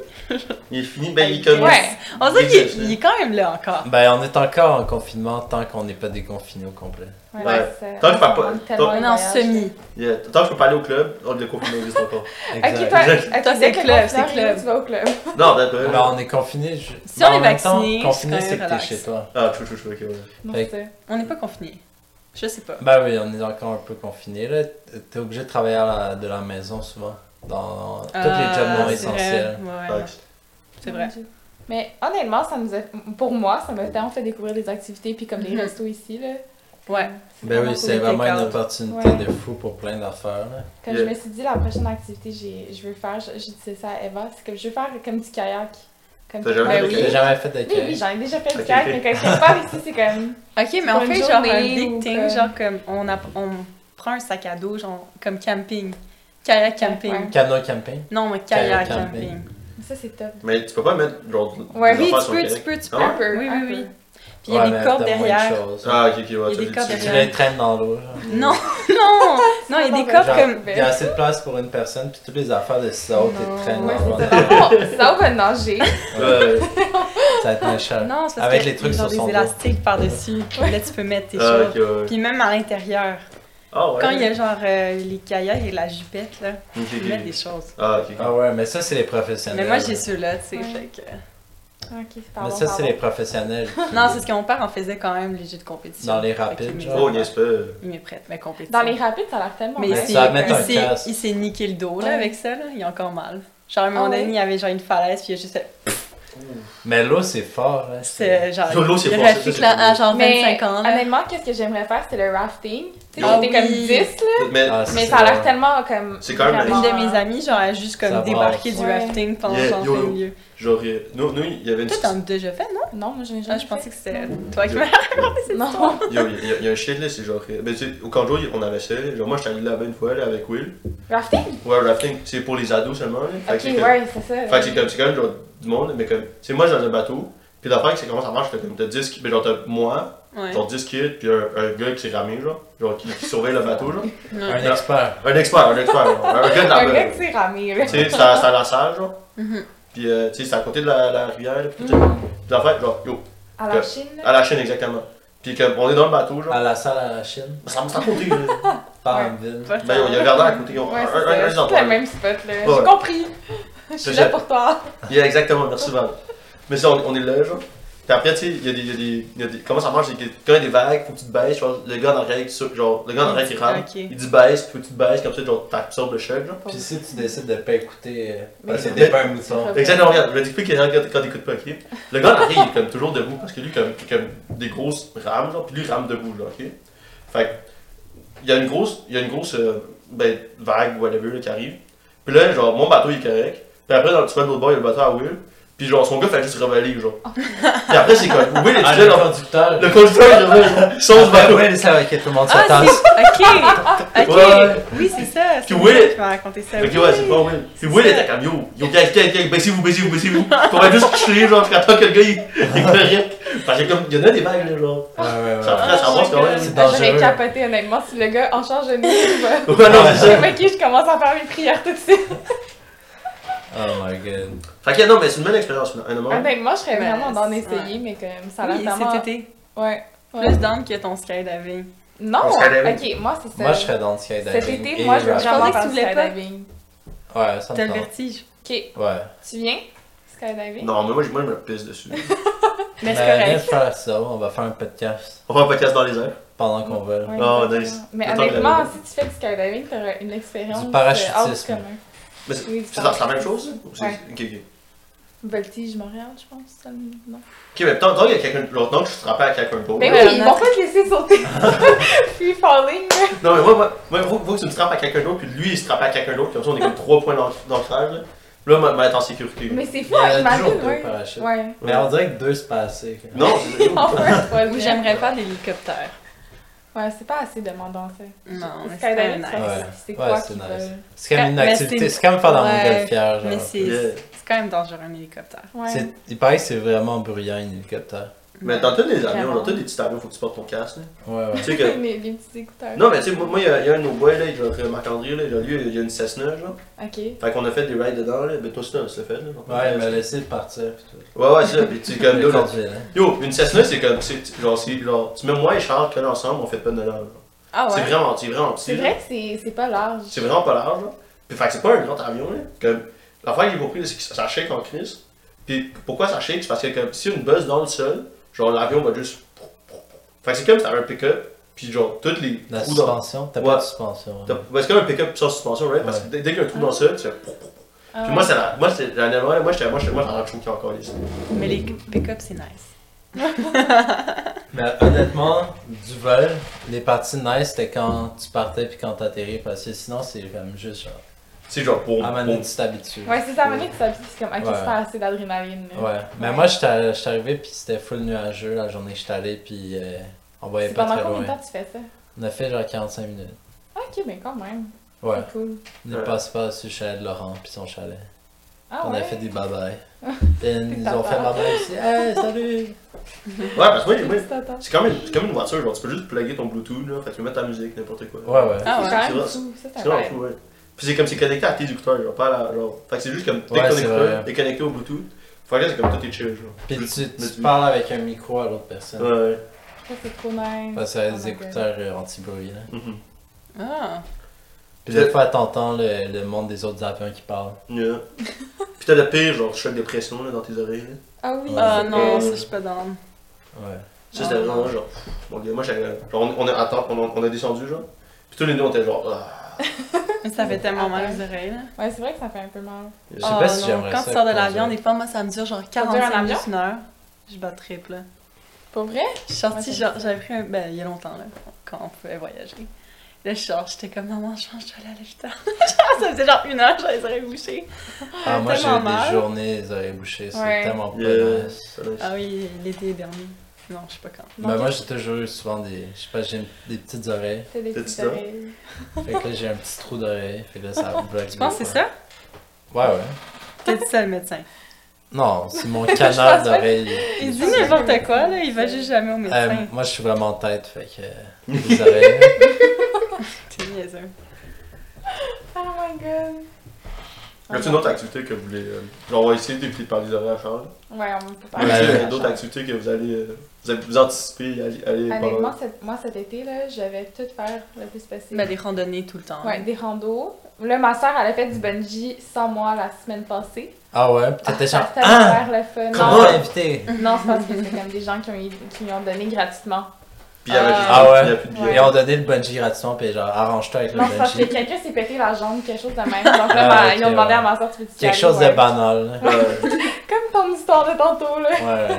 [SPEAKER 3] Il est fini, ben il
[SPEAKER 4] Ouais.
[SPEAKER 3] commence.
[SPEAKER 4] On dirait
[SPEAKER 3] Il
[SPEAKER 4] qu'il
[SPEAKER 3] est
[SPEAKER 4] est- il est quand même là encore.
[SPEAKER 1] Ben, on est encore en confinement tant qu'on n'est pas déconfiné au complet.
[SPEAKER 3] Ouais. Tant que faire pas- tant-
[SPEAKER 4] On est en semi.
[SPEAKER 3] Yeah. Tant que je peux pas aller au club, on le confinement existe encore.
[SPEAKER 2] Ok,
[SPEAKER 1] Exact.
[SPEAKER 2] toi,
[SPEAKER 3] Exact.
[SPEAKER 2] ok,
[SPEAKER 4] Toi,
[SPEAKER 2] dès
[SPEAKER 4] c'est
[SPEAKER 2] que le
[SPEAKER 4] club,
[SPEAKER 2] confinement
[SPEAKER 4] c'est
[SPEAKER 2] arrive,
[SPEAKER 4] club.
[SPEAKER 2] Tu vas au club.
[SPEAKER 3] Non, d'accord.
[SPEAKER 1] Ben, on est confiné. je-
[SPEAKER 4] Si
[SPEAKER 1] Mais
[SPEAKER 4] on
[SPEAKER 1] en
[SPEAKER 4] est
[SPEAKER 1] même temps,
[SPEAKER 4] vacciné,
[SPEAKER 1] confiné,
[SPEAKER 4] c'est
[SPEAKER 1] c'est que
[SPEAKER 4] quand
[SPEAKER 1] t'es
[SPEAKER 4] même
[SPEAKER 1] chez
[SPEAKER 4] relax.
[SPEAKER 1] toi.
[SPEAKER 3] Ah, chou, chou, chou, ok, ouais.
[SPEAKER 2] Non,
[SPEAKER 1] Fait-
[SPEAKER 2] c'est-
[SPEAKER 4] On n'est pas confinés. Je sais pas.
[SPEAKER 1] Ben oui, on est encore un peu confiné. là. T'es obligé de travailler à la- de la maison souvent. Dans toutes
[SPEAKER 4] Ah,
[SPEAKER 1] les jobs non
[SPEAKER 4] c'est vrai.
[SPEAKER 1] essentiels.
[SPEAKER 4] Ouais, ouais,
[SPEAKER 3] Fait
[SPEAKER 4] non,
[SPEAKER 3] que-
[SPEAKER 4] c'est vrai.
[SPEAKER 2] Mais honnêtement, ça nous a- pour moi, ça m'a tellement fait découvrir des activités puis comme des
[SPEAKER 4] Mhm.
[SPEAKER 2] restos ici là. Mm.
[SPEAKER 4] Ouais.
[SPEAKER 1] Ben oui, c'est
[SPEAKER 4] pour les
[SPEAKER 1] vraiment une
[SPEAKER 4] take-out.
[SPEAKER 1] opportunité
[SPEAKER 2] Ouais.
[SPEAKER 1] de fou pour plein d'affaires. là.
[SPEAKER 2] Quand je
[SPEAKER 3] Yeah.
[SPEAKER 2] me suis dit la prochaine activité j'ai je veux faire, je, je disais ça à Eva, c'est que je veux faire comme du kayak. Comme
[SPEAKER 3] T'as jamais
[SPEAKER 2] Ben
[SPEAKER 3] fait de
[SPEAKER 2] oui.
[SPEAKER 1] J'ai
[SPEAKER 3] kayak?
[SPEAKER 1] jamais fait de
[SPEAKER 2] Oui, oui,
[SPEAKER 1] kayak.
[SPEAKER 2] j'en ai déjà fait du
[SPEAKER 3] Ok,
[SPEAKER 2] kayak,
[SPEAKER 3] ok.
[SPEAKER 2] mais quand je suis pas ici, c'est comme
[SPEAKER 4] Ok, mais
[SPEAKER 2] pour
[SPEAKER 4] on
[SPEAKER 2] une
[SPEAKER 4] fait genre un
[SPEAKER 2] journée
[SPEAKER 4] big
[SPEAKER 2] ou
[SPEAKER 4] thing,
[SPEAKER 2] comme-
[SPEAKER 4] genre comme on, a- on prend un sac à dos, genre comme camping. Kayak camping.
[SPEAKER 2] Ouais.
[SPEAKER 1] Canoë camping.
[SPEAKER 4] Non, mais
[SPEAKER 1] Kayak
[SPEAKER 4] kayak
[SPEAKER 1] camping.
[SPEAKER 4] camping.
[SPEAKER 2] ça c'est top.
[SPEAKER 3] Mais tu peux pas mettre genre. des
[SPEAKER 2] Ouais,
[SPEAKER 4] Oui,
[SPEAKER 3] affaires
[SPEAKER 4] tu
[SPEAKER 3] sur
[SPEAKER 4] peux,
[SPEAKER 3] le
[SPEAKER 4] tu
[SPEAKER 3] kayak.
[SPEAKER 4] peux, tu peux.
[SPEAKER 3] Ah ouais?
[SPEAKER 4] Oui,
[SPEAKER 2] Un
[SPEAKER 4] oui,
[SPEAKER 2] peu.
[SPEAKER 4] oui. Puis il y a des cordes derrière.
[SPEAKER 3] Ah, ok, ok, ouais,
[SPEAKER 4] Il y a des
[SPEAKER 3] tu as
[SPEAKER 4] cordes
[SPEAKER 1] Tu
[SPEAKER 3] dit.
[SPEAKER 4] derrière.
[SPEAKER 1] les traînes dans l'eau. genre.
[SPEAKER 4] Non, non, non, il y a des cordes
[SPEAKER 1] Genre,
[SPEAKER 4] comme.
[SPEAKER 1] Il y a assez de place pour une personne, puis toutes les affaires de ça,
[SPEAKER 4] Non.
[SPEAKER 1] t'es traînes
[SPEAKER 2] Ouais,
[SPEAKER 1] dans
[SPEAKER 2] c'est
[SPEAKER 1] l'eau.
[SPEAKER 2] ça. Bon, ça on va nager.
[SPEAKER 3] Ouais.
[SPEAKER 1] Ça va être méchant.
[SPEAKER 4] Non, c'est parce
[SPEAKER 1] Avec
[SPEAKER 4] que
[SPEAKER 1] les trucs
[SPEAKER 4] ils ont
[SPEAKER 1] sur son
[SPEAKER 4] des
[SPEAKER 1] dos.
[SPEAKER 4] élastiques par-dessus. Puis Là, tu peux mettre tes
[SPEAKER 3] Ah,
[SPEAKER 4] choses.
[SPEAKER 3] ok, ouais.
[SPEAKER 4] Puis même à l'intérieur.
[SPEAKER 3] Ah, ouais.
[SPEAKER 4] Quand il y a genre euh, les kayaks et la jupette, là,
[SPEAKER 3] Ok,
[SPEAKER 4] tu peux
[SPEAKER 3] ok.
[SPEAKER 4] mettre des choses.
[SPEAKER 3] Ah, ok, ok.
[SPEAKER 1] Ah ouais, mais ça, c'est les professionnels.
[SPEAKER 4] Mais moi, j'ai
[SPEAKER 1] là.
[SPEAKER 4] ceux-là, tu
[SPEAKER 2] Ouais.
[SPEAKER 4] sais. fait que-
[SPEAKER 2] Ok, c'est pas
[SPEAKER 1] Mais
[SPEAKER 2] bon,
[SPEAKER 1] ça,
[SPEAKER 2] pas
[SPEAKER 1] c'est
[SPEAKER 2] bon.
[SPEAKER 1] les professionnels. qui-
[SPEAKER 4] Non, c'est ce que mon père en faisait quand même, les jeux de compétition.
[SPEAKER 1] Dans les
[SPEAKER 4] Fait que
[SPEAKER 1] rapides,
[SPEAKER 4] il m'est-
[SPEAKER 1] genre.
[SPEAKER 3] Oh, niaise pas.
[SPEAKER 4] Il m'est prête, mais compétition.
[SPEAKER 2] Dans les rapides, ça a l'air tellement
[SPEAKER 4] Mais
[SPEAKER 1] Ouais,
[SPEAKER 4] il
[SPEAKER 2] nice.
[SPEAKER 4] s'est-
[SPEAKER 1] ça va mettre un
[SPEAKER 4] il
[SPEAKER 1] casque.
[SPEAKER 4] s'est- il s'est niqué le dos là,
[SPEAKER 2] Ouais.
[SPEAKER 4] avec ça, là. il a encore mal. Genre, à un moment
[SPEAKER 2] Ah ouais?
[SPEAKER 4] donné, il y avait genre une falaise, puis il a juste fait.
[SPEAKER 1] Mais l'eau, c'est fort. hein,
[SPEAKER 4] C'est genre.
[SPEAKER 3] L'eau, c'est
[SPEAKER 4] il
[SPEAKER 3] fort,
[SPEAKER 4] aurait
[SPEAKER 3] ça,
[SPEAKER 4] fait
[SPEAKER 3] c'est
[SPEAKER 4] là,
[SPEAKER 3] cool.
[SPEAKER 4] à genre
[SPEAKER 2] Mais
[SPEAKER 4] 25 ans. là.
[SPEAKER 2] honnêtement, qu'est-ce que j'aimerais faire, c'est le rafting. Tu sais,
[SPEAKER 3] Ah
[SPEAKER 2] j'étais comme
[SPEAKER 4] oui.
[SPEAKER 2] 10 là,
[SPEAKER 3] Mais
[SPEAKER 1] Ah,
[SPEAKER 2] mais ça a l'air
[SPEAKER 1] c'est-
[SPEAKER 2] tellement comme
[SPEAKER 3] C'est quand même
[SPEAKER 4] Une
[SPEAKER 2] vraiment-
[SPEAKER 4] de mes amies, genre, a juste
[SPEAKER 1] Ça
[SPEAKER 4] comme
[SPEAKER 1] brasse.
[SPEAKER 4] débarqué du
[SPEAKER 2] Ouais.
[SPEAKER 4] rafting pendant
[SPEAKER 3] Yeah,
[SPEAKER 4] genre
[SPEAKER 3] yo,
[SPEAKER 4] plein
[SPEAKER 3] yo.
[SPEAKER 4] milieu.
[SPEAKER 3] genre, euh, nous, nous, il y avait une.
[SPEAKER 4] Toi, t'en as déjà fait, non?
[SPEAKER 2] Non, moi j'en ai jamais
[SPEAKER 4] Ah, je pensais
[SPEAKER 2] fait.
[SPEAKER 4] que c'était toi qui
[SPEAKER 3] Yo.
[SPEAKER 4] m'as
[SPEAKER 2] Non.
[SPEAKER 3] Il y, a- il y a- il y a un shit là, c'est genre. euh, Ben, tu sais, au Conjo, on avait ça. là. Genre, moi, j'étais allé là-bas une fois là, avec Will.
[SPEAKER 2] Rafting?
[SPEAKER 3] Ouais, rafting, c'est pour les ados seulement. Là. Fait
[SPEAKER 2] Ok,
[SPEAKER 3] que c'est comme-
[SPEAKER 2] ouais, c'est ça.
[SPEAKER 3] Fait que c'est comme, c'est comme genre du monde, mais comme, c'est moi, j'ai dans un bateau, puis l'affaire, c'est comment ça marche, c'est comme, t'as 10 kids, ben genre t'as moi,
[SPEAKER 4] Ouais.
[SPEAKER 3] genre 10 kids, puis un, un gars qui s'est ramé, genre, genre qui, qui surveille le bateau, genre.
[SPEAKER 4] Ouais.
[SPEAKER 1] Un expert.
[SPEAKER 3] Un expert, un expert, genre, un gars de la
[SPEAKER 2] Un gars
[SPEAKER 3] mer.
[SPEAKER 2] qui s'est ramé, là.
[SPEAKER 3] Tu sais, c'est à c'est à la salle, genre,
[SPEAKER 4] Mhm.
[SPEAKER 3] puis euh, tu sais, c'est à côté de la, la rivière, là, puis tout ça.
[SPEAKER 2] Mhm.
[SPEAKER 3] Puis l'affaire, genre, yo,
[SPEAKER 2] À la
[SPEAKER 3] Comme-
[SPEAKER 2] Chine, là.
[SPEAKER 3] à la chaîne exactement. Puis comme, on est dans le bateau, genre,
[SPEAKER 1] À la salle à la Chine,
[SPEAKER 3] ça me à côté, là.
[SPEAKER 1] par
[SPEAKER 2] Ouais.
[SPEAKER 1] une ville.
[SPEAKER 4] Pas
[SPEAKER 3] Ben, yo, il y a Verdun à côté, ils ont
[SPEAKER 2] Bah, Ouais,
[SPEAKER 3] un,
[SPEAKER 2] c'est
[SPEAKER 3] un, un,
[SPEAKER 2] ça.
[SPEAKER 3] un des
[SPEAKER 2] C'est tout
[SPEAKER 3] endroits,
[SPEAKER 2] le
[SPEAKER 3] là.
[SPEAKER 2] même spot, là.
[SPEAKER 3] Ouais.
[SPEAKER 2] J'ai compris. Je suis
[SPEAKER 3] C'est
[SPEAKER 2] là
[SPEAKER 3] ça.
[SPEAKER 2] pour toi.
[SPEAKER 3] Yeah, exactement, merci Val. Mais ça, on, on est là, genre. Puis après, tu sais, il y a des. il Y a des, il y a des comment ça marche? c'est que Quand il y a des vagues, faut que tu te baisses. Genre, le gars dans l'arrière, genre, le gars dans l'arrière qui rame,
[SPEAKER 4] Ok.
[SPEAKER 3] il dit baisse, puis faut que tu te baisses, comme ça, genre, t'absorbes le choc, genre.
[SPEAKER 1] Puis si tu décides de pas écouter, euh,
[SPEAKER 2] Mais-
[SPEAKER 1] parce que t'es pas un mouton.
[SPEAKER 2] Ouais.
[SPEAKER 3] Exactement, regarde, je t'explique quand, quand, quand t'écoutes pas, ok? Le gars dans l'arrière, il est comme toujours debout, parce que lui, comme, il a comme des grosses rames, genre, puis lui, il rame debout, genre, ok? Fait que, il y a une grosse, il y a une grosse euh, ben, vague, whatever, là, qui arrive. Puis là, genre, mon bateau, il est correct. Puis après, dans, tu vois de l'autre bord, il y a le bateau à Will. Puis genre, son gars fait juste revaler, genre. Puis après, c'est comme, Will est
[SPEAKER 1] Ah,
[SPEAKER 3] déjà
[SPEAKER 1] le
[SPEAKER 3] dans
[SPEAKER 1] conducteur.
[SPEAKER 3] le conducteur, il revole, son
[SPEAKER 1] Ah,
[SPEAKER 3] bateau.
[SPEAKER 1] ouais, ça, ok, tout le monde
[SPEAKER 4] Ah,
[SPEAKER 1] s'attend.
[SPEAKER 4] c'est. Ok! Ok!
[SPEAKER 3] Ouais.
[SPEAKER 4] Oui, c'est ça! C'est
[SPEAKER 3] Puis oui.
[SPEAKER 4] moi qui m'a raconté ça.
[SPEAKER 3] Ok,
[SPEAKER 4] oui.
[SPEAKER 3] ouais, c'est pas Will. Puis Will était comme, yo, yo, gang, gang, gang, baissez-vous, baissez-vous, baissez-vous. On va juste chiller, genre, jusqu'à temps que le gars, il il est correct. Parce que comme, il y en a des vagues, là, genre.
[SPEAKER 1] Ouais, ouais,
[SPEAKER 3] Ça
[SPEAKER 1] ouais.
[SPEAKER 3] ferait ça passe quand
[SPEAKER 2] Ah,
[SPEAKER 3] même.
[SPEAKER 1] C'est dangereux.
[SPEAKER 2] J'aurais capoté, honnêtement, si le gars en change de niveau.
[SPEAKER 3] Ouais, non, c'est ça.
[SPEAKER 2] Ok, je commence à faire mes prières tout de suite.
[SPEAKER 1] Oh my god.
[SPEAKER 3] Fait que non, mais c'est une bonne expérience, finalement.
[SPEAKER 2] Honnêtement, je serais
[SPEAKER 4] Ouais,
[SPEAKER 2] vraiment d'en
[SPEAKER 4] Ben, c'est-
[SPEAKER 2] essayer, mais comme ça a l'air
[SPEAKER 4] Oui,
[SPEAKER 2] tellement...
[SPEAKER 4] cet été.
[SPEAKER 2] Ouais. ouais.
[SPEAKER 4] Plus down que ton skydiving.
[SPEAKER 2] Non!
[SPEAKER 3] On serait
[SPEAKER 2] Ok, moi, c'est ça.
[SPEAKER 1] Moi, je serais dans le skydiving.
[SPEAKER 2] Cet été,
[SPEAKER 1] et
[SPEAKER 2] moi,
[SPEAKER 3] euh,
[SPEAKER 2] je veux
[SPEAKER 1] rafting.
[SPEAKER 2] vraiment
[SPEAKER 4] Je pensais que
[SPEAKER 2] faire
[SPEAKER 4] tu
[SPEAKER 2] du
[SPEAKER 4] voulais pas.
[SPEAKER 2] skydiving.
[SPEAKER 1] Ouais, ça
[SPEAKER 4] T'as
[SPEAKER 1] me
[SPEAKER 4] le
[SPEAKER 1] tente.
[SPEAKER 4] vertige.
[SPEAKER 2] Ok,
[SPEAKER 1] Ouais.
[SPEAKER 2] tu viens? Skydiving?
[SPEAKER 3] Non, mais moi, j'ai- moi, je me pisse dessus.
[SPEAKER 4] Mais
[SPEAKER 3] Ben,
[SPEAKER 4] c'est
[SPEAKER 1] Mais viens
[SPEAKER 4] correct.
[SPEAKER 1] Ben, faire ça, on va faire un podcast
[SPEAKER 3] On fait un podcast dans les airs.
[SPEAKER 1] pendant qu'on vole.
[SPEAKER 2] Ouais,
[SPEAKER 3] Oh,
[SPEAKER 2] exactement.
[SPEAKER 3] nice.
[SPEAKER 2] Mais
[SPEAKER 3] Le temps de la
[SPEAKER 2] honnêtement,
[SPEAKER 3] lune.
[SPEAKER 2] si tu fais du skydiving, t'auras une expérience
[SPEAKER 1] Du
[SPEAKER 2] euh,
[SPEAKER 1] parachutisme.
[SPEAKER 2] hors du commun.
[SPEAKER 3] Mais c'est
[SPEAKER 2] Oui,
[SPEAKER 3] c'est la c'est la même chose, ça? Ou c'est-
[SPEAKER 2] Ouais.
[SPEAKER 3] Ok, ok.
[SPEAKER 2] Voltige Montréal, je pense. ça, Non.
[SPEAKER 3] Ok, mais tant tant qu'il y a quelqu'un, genre, tant que je suis frappé à quelqu'un d'autre.
[SPEAKER 2] Mais
[SPEAKER 4] Ouais,
[SPEAKER 2] oui, ils
[SPEAKER 4] on a-
[SPEAKER 2] vont pas te laisser sauter. Free falling.
[SPEAKER 3] Non, mais moi, moi, moi, faut, faut que tu me frappes à quelqu'un d'autre, puis lui, il se frappe à quelqu'un d'autre, comme ça, on est comme trois points d'an- d'ancrage, là. Là, on va être en sécurité.
[SPEAKER 2] Mais c'est
[SPEAKER 1] Il
[SPEAKER 2] fou,
[SPEAKER 1] y en a
[SPEAKER 2] imagine,
[SPEAKER 1] toujours deux
[SPEAKER 2] ouais.
[SPEAKER 1] parachutes.
[SPEAKER 2] Ouais.
[SPEAKER 1] Mais on dirait que deux, c'est pas assez.
[SPEAKER 2] Oh,
[SPEAKER 3] Non, c'est-
[SPEAKER 2] Enfin,
[SPEAKER 4] Ou j'aimerais faire de l'hélicoptère.
[SPEAKER 2] Ouais, c'est pas assez demandant, ça.
[SPEAKER 4] Non, mais c'est pas
[SPEAKER 2] Skydiving,
[SPEAKER 4] nice.
[SPEAKER 1] Ouais.
[SPEAKER 2] ça, c'est quoi
[SPEAKER 1] Ouais,
[SPEAKER 2] qui
[SPEAKER 1] c'est
[SPEAKER 2] va...
[SPEAKER 1] nice. C'est comme une
[SPEAKER 4] Mais
[SPEAKER 1] activité,
[SPEAKER 4] c'est-
[SPEAKER 1] c'est comme faire dans
[SPEAKER 4] Ouais.
[SPEAKER 1] mon golfière, genre.
[SPEAKER 4] Mais c'est
[SPEAKER 3] Yeah.
[SPEAKER 4] c'est quand même dangereux un hélicoptère.
[SPEAKER 2] Ouais.
[SPEAKER 1] C'est- Il paraît que c'est vraiment bruyant, un hélicoptère.
[SPEAKER 3] Mais dans tous les avions,
[SPEAKER 2] Clairement.
[SPEAKER 3] dans tous les petits avions, faut que tu portes ton casque. là.
[SPEAKER 1] Ouais, ouais.
[SPEAKER 3] Tu sais que.
[SPEAKER 2] les, les petits écouteurs.
[SPEAKER 3] Non, mais tu sais, moi, moi, il y, a il y a un de nos boys, là, il va- Marc-André, là, il a- lui, il y a une Cessna, genre.
[SPEAKER 2] Ok.
[SPEAKER 3] Fait qu'on a fait des rides dedans, là. Ben, toi aussi, t'as t'as fait, là. genre.
[SPEAKER 1] Ouais, il m'a laissé partir. Pis tout.
[SPEAKER 3] Ouais, ouais, c'est ça. Puis tu sais, comme,
[SPEAKER 1] Le
[SPEAKER 3] là, genre,
[SPEAKER 1] conduit, là.
[SPEAKER 3] Yo, une Cessna, c'est comme, c'est, genre, c'est, genre, tu mets moi et Charles que là ensemble, on fait pas de dollars. là.
[SPEAKER 2] Ah
[SPEAKER 3] C'est
[SPEAKER 2] ouais.
[SPEAKER 3] vraiment, c'est vraiment petit.
[SPEAKER 2] C'est
[SPEAKER 3] là.
[SPEAKER 2] vrai que c'est c'est pas large.
[SPEAKER 3] C'est vraiment pas large, là. Puis, fait que c'est pas un grand avion, là. Comme, l'affaire qui est compris, c'est que ça shake en crise. Puis, pourquoi ça shake? C'est parce que, comme, si une buzz dans le sol, genre, l'avion va juste. Fait que c'est comme si t'avais un pick-up, puis genre, toutes les
[SPEAKER 1] La
[SPEAKER 3] trous dans.
[SPEAKER 1] suspension, t'as
[SPEAKER 3] Ouais.
[SPEAKER 1] pas de suspension. hein.
[SPEAKER 3] t'as- ouais, C'est comme un pick-up sans suspension, right? Parce que
[SPEAKER 1] Ouais.
[SPEAKER 3] dès, dès qu'il y a un trou dans le sol, tu fais.
[SPEAKER 2] Ah
[SPEAKER 3] Puis
[SPEAKER 2] ouais.
[SPEAKER 3] moi, c'est la. Moi, c'est la dernière fois, moi, j'étais. Moi, j'étais. Moi, j'en ai choqué encore ici.
[SPEAKER 4] Mais les pick-up, c'est nice.
[SPEAKER 1] Mais honnêtement, du vol, les parties nice, c'était quand tu partais puis quand t'atterris, parce que sinon, c'est comme juste genre.
[SPEAKER 3] C'est genre, pour.
[SPEAKER 1] À un moment
[SPEAKER 3] pour-
[SPEAKER 1] donné, Ah, tu t'habitues.
[SPEAKER 2] Ouais, c'est ça, mais que ça pique, c'est comme, ok,
[SPEAKER 1] Ouais.
[SPEAKER 2] c'est pas assez d'adrénaline. là.
[SPEAKER 1] Ouais. Mais moi, j'étais j'étais arrivé puis c'était full nuageux la journée que j'étais allé puis euh, on voyait
[SPEAKER 2] C'est
[SPEAKER 1] pas
[SPEAKER 2] pendant
[SPEAKER 1] très
[SPEAKER 2] combien de
[SPEAKER 1] loin.
[SPEAKER 2] temps tu fais ça?
[SPEAKER 1] On a fait genre 45 minutes.
[SPEAKER 2] Ah, ok, mais quand même.
[SPEAKER 1] Ouais.
[SPEAKER 2] C'est cool.
[SPEAKER 1] On ne
[SPEAKER 3] Ouais.
[SPEAKER 1] passe pas sur le chalet de Laurent puis son chalet.
[SPEAKER 2] Ah
[SPEAKER 1] on
[SPEAKER 2] ouais?
[SPEAKER 1] a fait des bye-bye. Et ils nous
[SPEAKER 2] T'as
[SPEAKER 1] ont fait
[SPEAKER 2] peur.
[SPEAKER 1] bye-bye aussi. Hey, salut!
[SPEAKER 3] Ouais, parce que moi, moi,
[SPEAKER 2] Petit tata.
[SPEAKER 3] c'est comme, une- c'est comme une voiture, genre, tu peux juste plugger ton Bluetooth, là. Fait que tu peux mettre ta musique, n'importe quoi.
[SPEAKER 1] Ouais, ouais.
[SPEAKER 4] Ah
[SPEAKER 2] C'est
[SPEAKER 4] ouais.
[SPEAKER 2] quand
[SPEAKER 3] C'est
[SPEAKER 2] même
[SPEAKER 3] vrai.
[SPEAKER 2] fou, ça c'est
[SPEAKER 3] C'est
[SPEAKER 2] un
[SPEAKER 3] vraiment
[SPEAKER 2] rêve.
[SPEAKER 3] fou, ouais. Puis c'est comme c'est connecté à tes écouteurs, genre, pas à la. Genre. Fait que c'est juste comme dès
[SPEAKER 1] Ouais,
[SPEAKER 3] que ton
[SPEAKER 1] c'est
[SPEAKER 3] écouteur
[SPEAKER 1] vrai.
[SPEAKER 3] est connecté au Bluetooth, fait que là, c'est comme tout est chill, genre.
[SPEAKER 1] Puis
[SPEAKER 3] Plus-
[SPEAKER 1] tu,
[SPEAKER 3] mais
[SPEAKER 1] tu parles avec un micro à l'autre personne.
[SPEAKER 3] Ouais, ouais.
[SPEAKER 2] Ça c'est trop nice.
[SPEAKER 1] Parce que ça a des
[SPEAKER 2] Oh my God.
[SPEAKER 1] écouteurs euh, anti-bruit. là.
[SPEAKER 3] Mhm.
[SPEAKER 4] Ah,
[SPEAKER 1] Puis des fois, t'entends le, le monde des autres avions qui parle.
[SPEAKER 3] Yeah. Puis t'as le pire, genre, choc de pression, là, dans tes oreilles, là.
[SPEAKER 2] Ah oui.
[SPEAKER 1] Ouais.
[SPEAKER 4] ah
[SPEAKER 2] c'est
[SPEAKER 4] non,
[SPEAKER 2] vrai.
[SPEAKER 4] ça, je suis pas dans.
[SPEAKER 1] Ouais.
[SPEAKER 3] Ça, c'était
[SPEAKER 4] Ah.
[SPEAKER 3] vraiment, genre. pff, Mon gars, moi, j'avais. Genre, on, on, a, attends, on, a- on a descendu, genre. Puis tous les deux, on était genre. Ah.
[SPEAKER 4] Mais ça fait tellement mal
[SPEAKER 2] Attends.
[SPEAKER 4] aux oreilles, là.
[SPEAKER 2] Ouais, c'est vrai que ça fait un peu mal.
[SPEAKER 1] Je sais pas si j'aimerais
[SPEAKER 4] Oh Ah, Quand
[SPEAKER 1] ça
[SPEAKER 4] tu sors de
[SPEAKER 1] conduire.
[SPEAKER 4] l'avion, des fois, moi, ça me dure genre
[SPEAKER 2] dure un
[SPEAKER 4] 45
[SPEAKER 2] avion?
[SPEAKER 4] minutes, une heure. Je bats triple, là.
[SPEAKER 2] Pas vrai?
[SPEAKER 4] Je suis
[SPEAKER 2] Ouais,
[SPEAKER 4] sortie,
[SPEAKER 2] c'est
[SPEAKER 4] genre, j'avais pris un. Ben, il y a longtemps, là, quand on pouvait voyager. Là, je suis genre, j'étais comme, maman, je pense que je vais aller à l'hôpital. Genre, ça faisait genre une heure, j'avais les oreilles bouchées.
[SPEAKER 1] Ah, moi, j'ai
[SPEAKER 4] tellement
[SPEAKER 1] eu
[SPEAKER 4] mal.
[SPEAKER 1] des journées les oreilles bouchées. C'est
[SPEAKER 2] Ouais.
[SPEAKER 1] tellement pas
[SPEAKER 3] Yeah.
[SPEAKER 1] nice.
[SPEAKER 3] Ça, là,
[SPEAKER 4] Ah oui, l'été dernier. Non, je sais pas quand.
[SPEAKER 1] Bah, moi, j'ai toujours eu souvent des. Je sais pas, j'ai une- des petites oreilles.
[SPEAKER 2] T'as des
[SPEAKER 3] T'as
[SPEAKER 2] petites
[SPEAKER 3] dit ça?
[SPEAKER 2] oreilles.
[SPEAKER 1] Fait que là, j'ai un petit trou d'oreille. Fait que là, ça bloque. hein.
[SPEAKER 4] Je pense que c'est ça.
[SPEAKER 1] Ouais, ouais.
[SPEAKER 4] T'as dit ça, le médecin.
[SPEAKER 1] Non, c'est mon
[SPEAKER 2] Je pense
[SPEAKER 1] canal
[SPEAKER 2] pas.
[SPEAKER 1] d'oreille.
[SPEAKER 4] Il dit n'importe quoi, là. Il va juste jamais au
[SPEAKER 1] Euh,
[SPEAKER 4] médecin.
[SPEAKER 1] moi, je suis vraiment tête. Fait que. euh, Les oreilles.
[SPEAKER 4] T'es niaiseux.
[SPEAKER 2] Oh my god.
[SPEAKER 3] Y a-t-il une autre activité que vous voulez. euh, genre, on va essayer d'éviter de parler des oreilles à Charles.
[SPEAKER 2] Ouais, on peut
[SPEAKER 3] Mais est-ce
[SPEAKER 1] Ouais.
[SPEAKER 3] qu'il y
[SPEAKER 2] parler.
[SPEAKER 3] a d'autres activités que vous allez. euh, vous allez vous anticiper, aller. aller
[SPEAKER 2] Honnêtement, cet- moi cet été, là, je vais tout faire le plus possible.
[SPEAKER 4] Ben, des randonnées tout le temps.
[SPEAKER 2] Ouais, des randos. Là, ma soeur, elle a fait du bungee sans moi la semaine passée.
[SPEAKER 1] Ah ouais, pis t'étais genre.
[SPEAKER 2] C'était
[SPEAKER 1] Ah!
[SPEAKER 2] super le fun.
[SPEAKER 1] Comment
[SPEAKER 2] Non,
[SPEAKER 1] t'as invité?
[SPEAKER 2] non c'est parce que c'est comme des gens qui, ont, eu- qui lui ont donné gratuitement.
[SPEAKER 3] Puis il y avait
[SPEAKER 4] Ah.
[SPEAKER 3] juste.
[SPEAKER 1] Ah ouais.
[SPEAKER 3] Il y a plus de billets.
[SPEAKER 1] Et on donnait le bungee gratuitement, pis genre, arrange-toi avec le
[SPEAKER 2] Non, c'est parce que
[SPEAKER 1] bungee.
[SPEAKER 2] quelqu'un s'est pété la jambe, quelque chose de même. Donc là,
[SPEAKER 1] Ah,
[SPEAKER 2] ma-
[SPEAKER 1] ok,
[SPEAKER 2] ils ont demandé à
[SPEAKER 1] ouais.
[SPEAKER 2] ma soeur, tu veux tu
[SPEAKER 1] Quelque chose de banal. là.
[SPEAKER 3] Ouais.
[SPEAKER 2] Comme ton histoire de tantôt, là.
[SPEAKER 1] Ouais.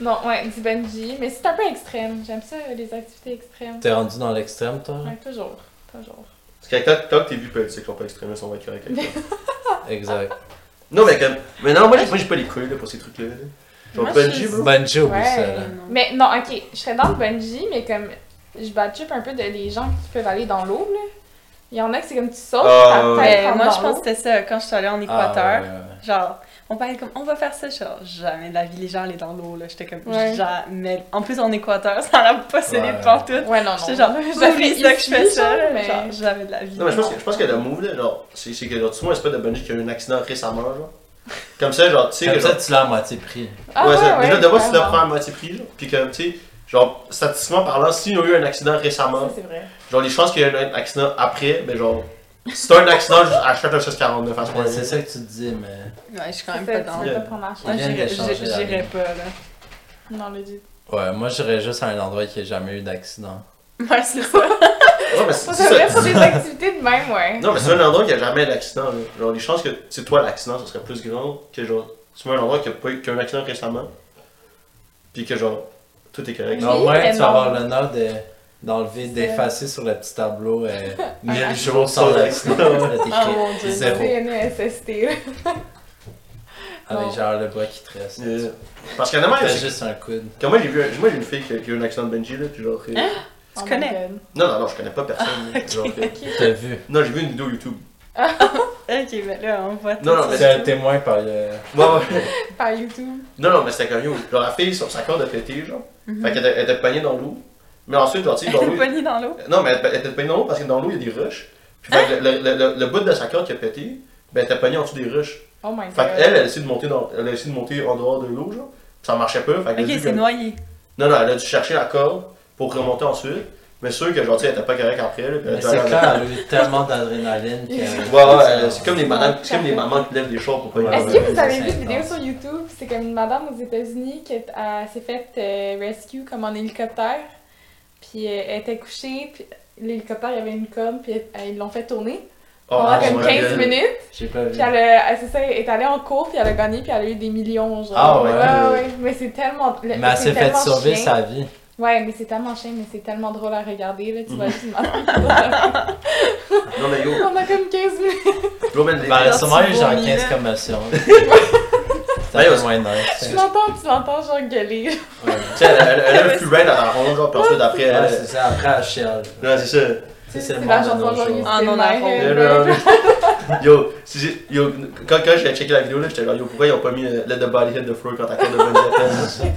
[SPEAKER 2] Non, ouais, du bungee. Mais c'est un peu extrême. J'aime ça, les activités extrêmes.
[SPEAKER 1] T'es rendu dans l'extrême, toi?
[SPEAKER 2] Ouais, toujours. Toujours.
[SPEAKER 3] Parce que tant, tant que t'es vu politique, on peut extrémiste, on va être correct avec ça.
[SPEAKER 1] Exact.
[SPEAKER 3] Non, mais comme. Mais non, moi j'ai moi, j'ai pas les couilles là, pour ces trucs-là. là. Genre
[SPEAKER 4] Moi,
[SPEAKER 3] Ah, Bungie,
[SPEAKER 4] je-
[SPEAKER 3] bro.
[SPEAKER 1] Bungee, oublie
[SPEAKER 2] Ouais.
[SPEAKER 1] ça, là.
[SPEAKER 4] Non.
[SPEAKER 2] Mais non, ok, je serais dans le bungee, mais comme je badchup un peu de les gens qui peuvent aller dans l'eau, là. Il y en a que c'est comme tu sautes,
[SPEAKER 3] Ah,
[SPEAKER 2] ta
[SPEAKER 3] ouais.
[SPEAKER 2] tête
[SPEAKER 4] Ben,
[SPEAKER 2] rentre
[SPEAKER 4] moi,
[SPEAKER 2] dans
[SPEAKER 4] je pense
[SPEAKER 2] l'eau.
[SPEAKER 4] que c'était ça quand je suis allée en
[SPEAKER 1] Ah,
[SPEAKER 4] Équateur.
[SPEAKER 1] ouais, ouais, ouais.
[SPEAKER 4] Genre, on parlait comme on va faire ça, genre jamais de la vie, les gens allaient dans l'eau, là. J'étais comme
[SPEAKER 2] Ouais.
[SPEAKER 4] jamais. En plus, en Équateur, ça n'a pas scellé
[SPEAKER 1] Ouais.
[SPEAKER 4] de partout.
[SPEAKER 2] Ouais, non, non.
[SPEAKER 4] J'étais genre,
[SPEAKER 2] Je
[SPEAKER 4] j'oublie
[SPEAKER 2] fais
[SPEAKER 4] ça que je
[SPEAKER 2] ici,
[SPEAKER 4] fais ça,
[SPEAKER 2] genre,
[SPEAKER 4] là,
[SPEAKER 2] mais-
[SPEAKER 4] genre jamais de la vie.
[SPEAKER 3] Non, mais je pense, que, je pense que le move là, genre, c'est c'est que genre, tu vois, un espèce de Bungie qui a eu un accident récemment, genre. Comme ça, genre, tu sais que.
[SPEAKER 1] Comme ça,
[SPEAKER 3] Genre,
[SPEAKER 1] tu l'as à moitié pris.
[SPEAKER 2] Ah,
[SPEAKER 3] ouais, ça- déjà, de base, tu l'as
[SPEAKER 2] vraiment.
[SPEAKER 3] pris à moitié prix, genre. Puis comme, tu sais, genre, statistiquement parlant, s'il y a eu un accident
[SPEAKER 2] Ça,
[SPEAKER 3] récemment,
[SPEAKER 2] c'est vrai.
[SPEAKER 3] genre, les chances qu'il y ait un accident après, ben genre. Si t'as un accident, juste achète un 649 à ce
[SPEAKER 1] Ouais,
[SPEAKER 3] point-là.
[SPEAKER 1] c'est ça que tu te dis, mais.
[SPEAKER 4] Ouais, je suis quand
[SPEAKER 2] Ça,
[SPEAKER 4] même
[SPEAKER 2] tu
[SPEAKER 4] pas dans.
[SPEAKER 2] veux
[SPEAKER 3] le-
[SPEAKER 2] pas prendre la
[SPEAKER 4] Moi,
[SPEAKER 2] chance.
[SPEAKER 1] Ouais. viens de
[SPEAKER 4] j'irais
[SPEAKER 1] changer la
[SPEAKER 4] j'irais
[SPEAKER 1] ligne.
[SPEAKER 4] pas, là.
[SPEAKER 2] Non, le dit.
[SPEAKER 1] Ouais, moi j'irais juste à un endroit qui a jamais eu d'accident.
[SPEAKER 4] Ouais, c'est ça.
[SPEAKER 3] Non, mais c'est
[SPEAKER 2] Ça
[SPEAKER 3] c'est
[SPEAKER 2] devrait
[SPEAKER 3] ça.
[SPEAKER 2] pour des activités de même, ouais.
[SPEAKER 3] Non, mais c'est un endroit qui a jamais d'accident, là. Genre, les chances que c'est toi l'accident, ça serait plus grand que genre. Tu mets un endroit qui a pas eu qui a eu un accident récemment. Puis que genre. Tout est correct.
[SPEAKER 2] Oui,
[SPEAKER 1] Non, ouais, tu vas
[SPEAKER 2] tellement.
[SPEAKER 1] avoir l'honneur de d'enlever, d'effacer sur le petit tableau euh, 1000 jours sans
[SPEAKER 3] Sans
[SPEAKER 1] accident. Là,
[SPEAKER 4] Ah,
[SPEAKER 1] t'écris
[SPEAKER 4] mon Dieu,
[SPEAKER 1] zéro.
[SPEAKER 2] C'est une SST, là.
[SPEAKER 1] Avec
[SPEAKER 2] Non.
[SPEAKER 1] Ah, genre le bras qui tresse.
[SPEAKER 3] Euh, Parce qu'en amont,
[SPEAKER 1] Fais juste un coude.
[SPEAKER 3] quand moi j'ai vu, un- moi j'ai une fille qui a, qui a eu un accident de bungee là, puis genre, euh,
[SPEAKER 4] Tu
[SPEAKER 2] Oh my
[SPEAKER 4] connais?
[SPEAKER 2] God.
[SPEAKER 3] Non, non, non, je connais pas personne. genre, fait-
[SPEAKER 1] T'as vu.
[SPEAKER 3] Non, j'ai vu une vidéo YouTube.
[SPEAKER 4] Ok, mais là, on va.
[SPEAKER 3] Non, non, mais-
[SPEAKER 1] C'est un témoin par le.
[SPEAKER 3] Ouais, ouais.
[SPEAKER 2] Par YouTube.
[SPEAKER 3] Non, non, mais c'était comme yo. Genre, la fille, sur sa corde a pété, genre. Fait qu'elle était- elle était poignée dans l'eau. Mais ensuite, genre, tu sais, dans l'eau.
[SPEAKER 4] Poignée dans l'eau.
[SPEAKER 3] Non, mais elle, elle était pognée dans l'eau parce que dans l'eau, il y a des rushs. Puis fait que le, le, le, le bout de sa corde qui a pété, ben, elle était pognée en dessous des rushs.
[SPEAKER 2] Oh my
[SPEAKER 3] Fait
[SPEAKER 2] god.
[SPEAKER 3] qu'elle, elle a essayé de monter, dans, elle a essayé de monter en dehors de l'eau, genre. Puis ça marchait pas. Fait que
[SPEAKER 4] Ok,
[SPEAKER 3] vu
[SPEAKER 4] c'est
[SPEAKER 3] que-
[SPEAKER 4] noyé.
[SPEAKER 3] Non, non, elle a dû chercher la corde pour remonter ensuite. Mais sûr que, genre, tu sais, elle était pas correcte après, là. puis elle
[SPEAKER 1] Mais
[SPEAKER 3] était
[SPEAKER 1] c'est
[SPEAKER 3] allée en-
[SPEAKER 1] clair, elle a eu tellement d'adrénaline
[SPEAKER 3] Ouais,
[SPEAKER 1] qu'elle.
[SPEAKER 3] ouais, euh, c'est comme les madames, c'est comme les mamans qui lèvent des chars pour pas
[SPEAKER 1] Est-ce
[SPEAKER 2] Est-ce que vous
[SPEAKER 1] Ouais,
[SPEAKER 2] avez
[SPEAKER 1] euh, c'est hein.
[SPEAKER 2] vu une vidéo
[SPEAKER 1] intense.
[SPEAKER 2] sur YouTube? C'est comme une madame aux États-Unis qui est- elle s'est faite euh, rescue comme en hélicoptère. Puis euh, elle était couchée, puis l'hélicoptère, il y avait une corde, puis elle- ils l'ont fait tourner
[SPEAKER 1] ah,
[SPEAKER 3] Oh,
[SPEAKER 2] pendant
[SPEAKER 3] ouais,
[SPEAKER 2] comme
[SPEAKER 3] ouais,
[SPEAKER 2] 15
[SPEAKER 3] ouais.
[SPEAKER 2] minutes.
[SPEAKER 1] J'ai pas vu.
[SPEAKER 2] Puis elle, a- elle, c'est ça, elle est allée en cours, puis elle a gagné, puis elle a eu des millions, genre.
[SPEAKER 1] Ah ouais.
[SPEAKER 2] ouais, ouais. Mais c'est tellement. le-
[SPEAKER 1] Mais elle
[SPEAKER 2] c'est
[SPEAKER 1] s'est fait
[SPEAKER 2] tellement
[SPEAKER 1] sauver
[SPEAKER 2] chien.
[SPEAKER 1] sa vie.
[SPEAKER 2] Ouais, mais c'est tellement chien, mais c'est tellement drôle à regarder, là. Tu vois, juste une madame.
[SPEAKER 3] Non, mais yo,
[SPEAKER 2] On a comme 15 minutes.
[SPEAKER 3] yo, man, les-
[SPEAKER 1] Ben, elle a
[SPEAKER 4] Leur
[SPEAKER 1] sûrement eu
[SPEAKER 4] petit
[SPEAKER 1] genre
[SPEAKER 4] vomi,
[SPEAKER 1] 15
[SPEAKER 4] là.
[SPEAKER 1] commotions.
[SPEAKER 3] Ouais,
[SPEAKER 1] Ça fait
[SPEAKER 3] ouais.
[SPEAKER 1] moins nice.
[SPEAKER 2] Tu l'entends, tu l'entends, genre gueuler.
[SPEAKER 3] Tu sais, elle, elle, elle a un furet dans la ronde, genre, puis ensuite, après,
[SPEAKER 1] Ouais,
[SPEAKER 3] elle.
[SPEAKER 1] c'est ça, après elle chiale.
[SPEAKER 3] Non, c'est ça.
[SPEAKER 1] Ça, c'est le
[SPEAKER 2] la
[SPEAKER 1] monde de
[SPEAKER 2] chanson,
[SPEAKER 1] nos
[SPEAKER 2] genre,
[SPEAKER 1] jours.
[SPEAKER 2] You
[SPEAKER 4] Ah,
[SPEAKER 2] Still
[SPEAKER 4] non,
[SPEAKER 2] My
[SPEAKER 4] la
[SPEAKER 1] ben.
[SPEAKER 2] Head.
[SPEAKER 3] Non, non. Yo, si j'ai- yo, quand, quand j'ai checké la vidéo, là, j'étais genre, yo, pourquoi ils ont pas mis euh, Let the Body Hit the Floor quand t'as fait de bonne appel?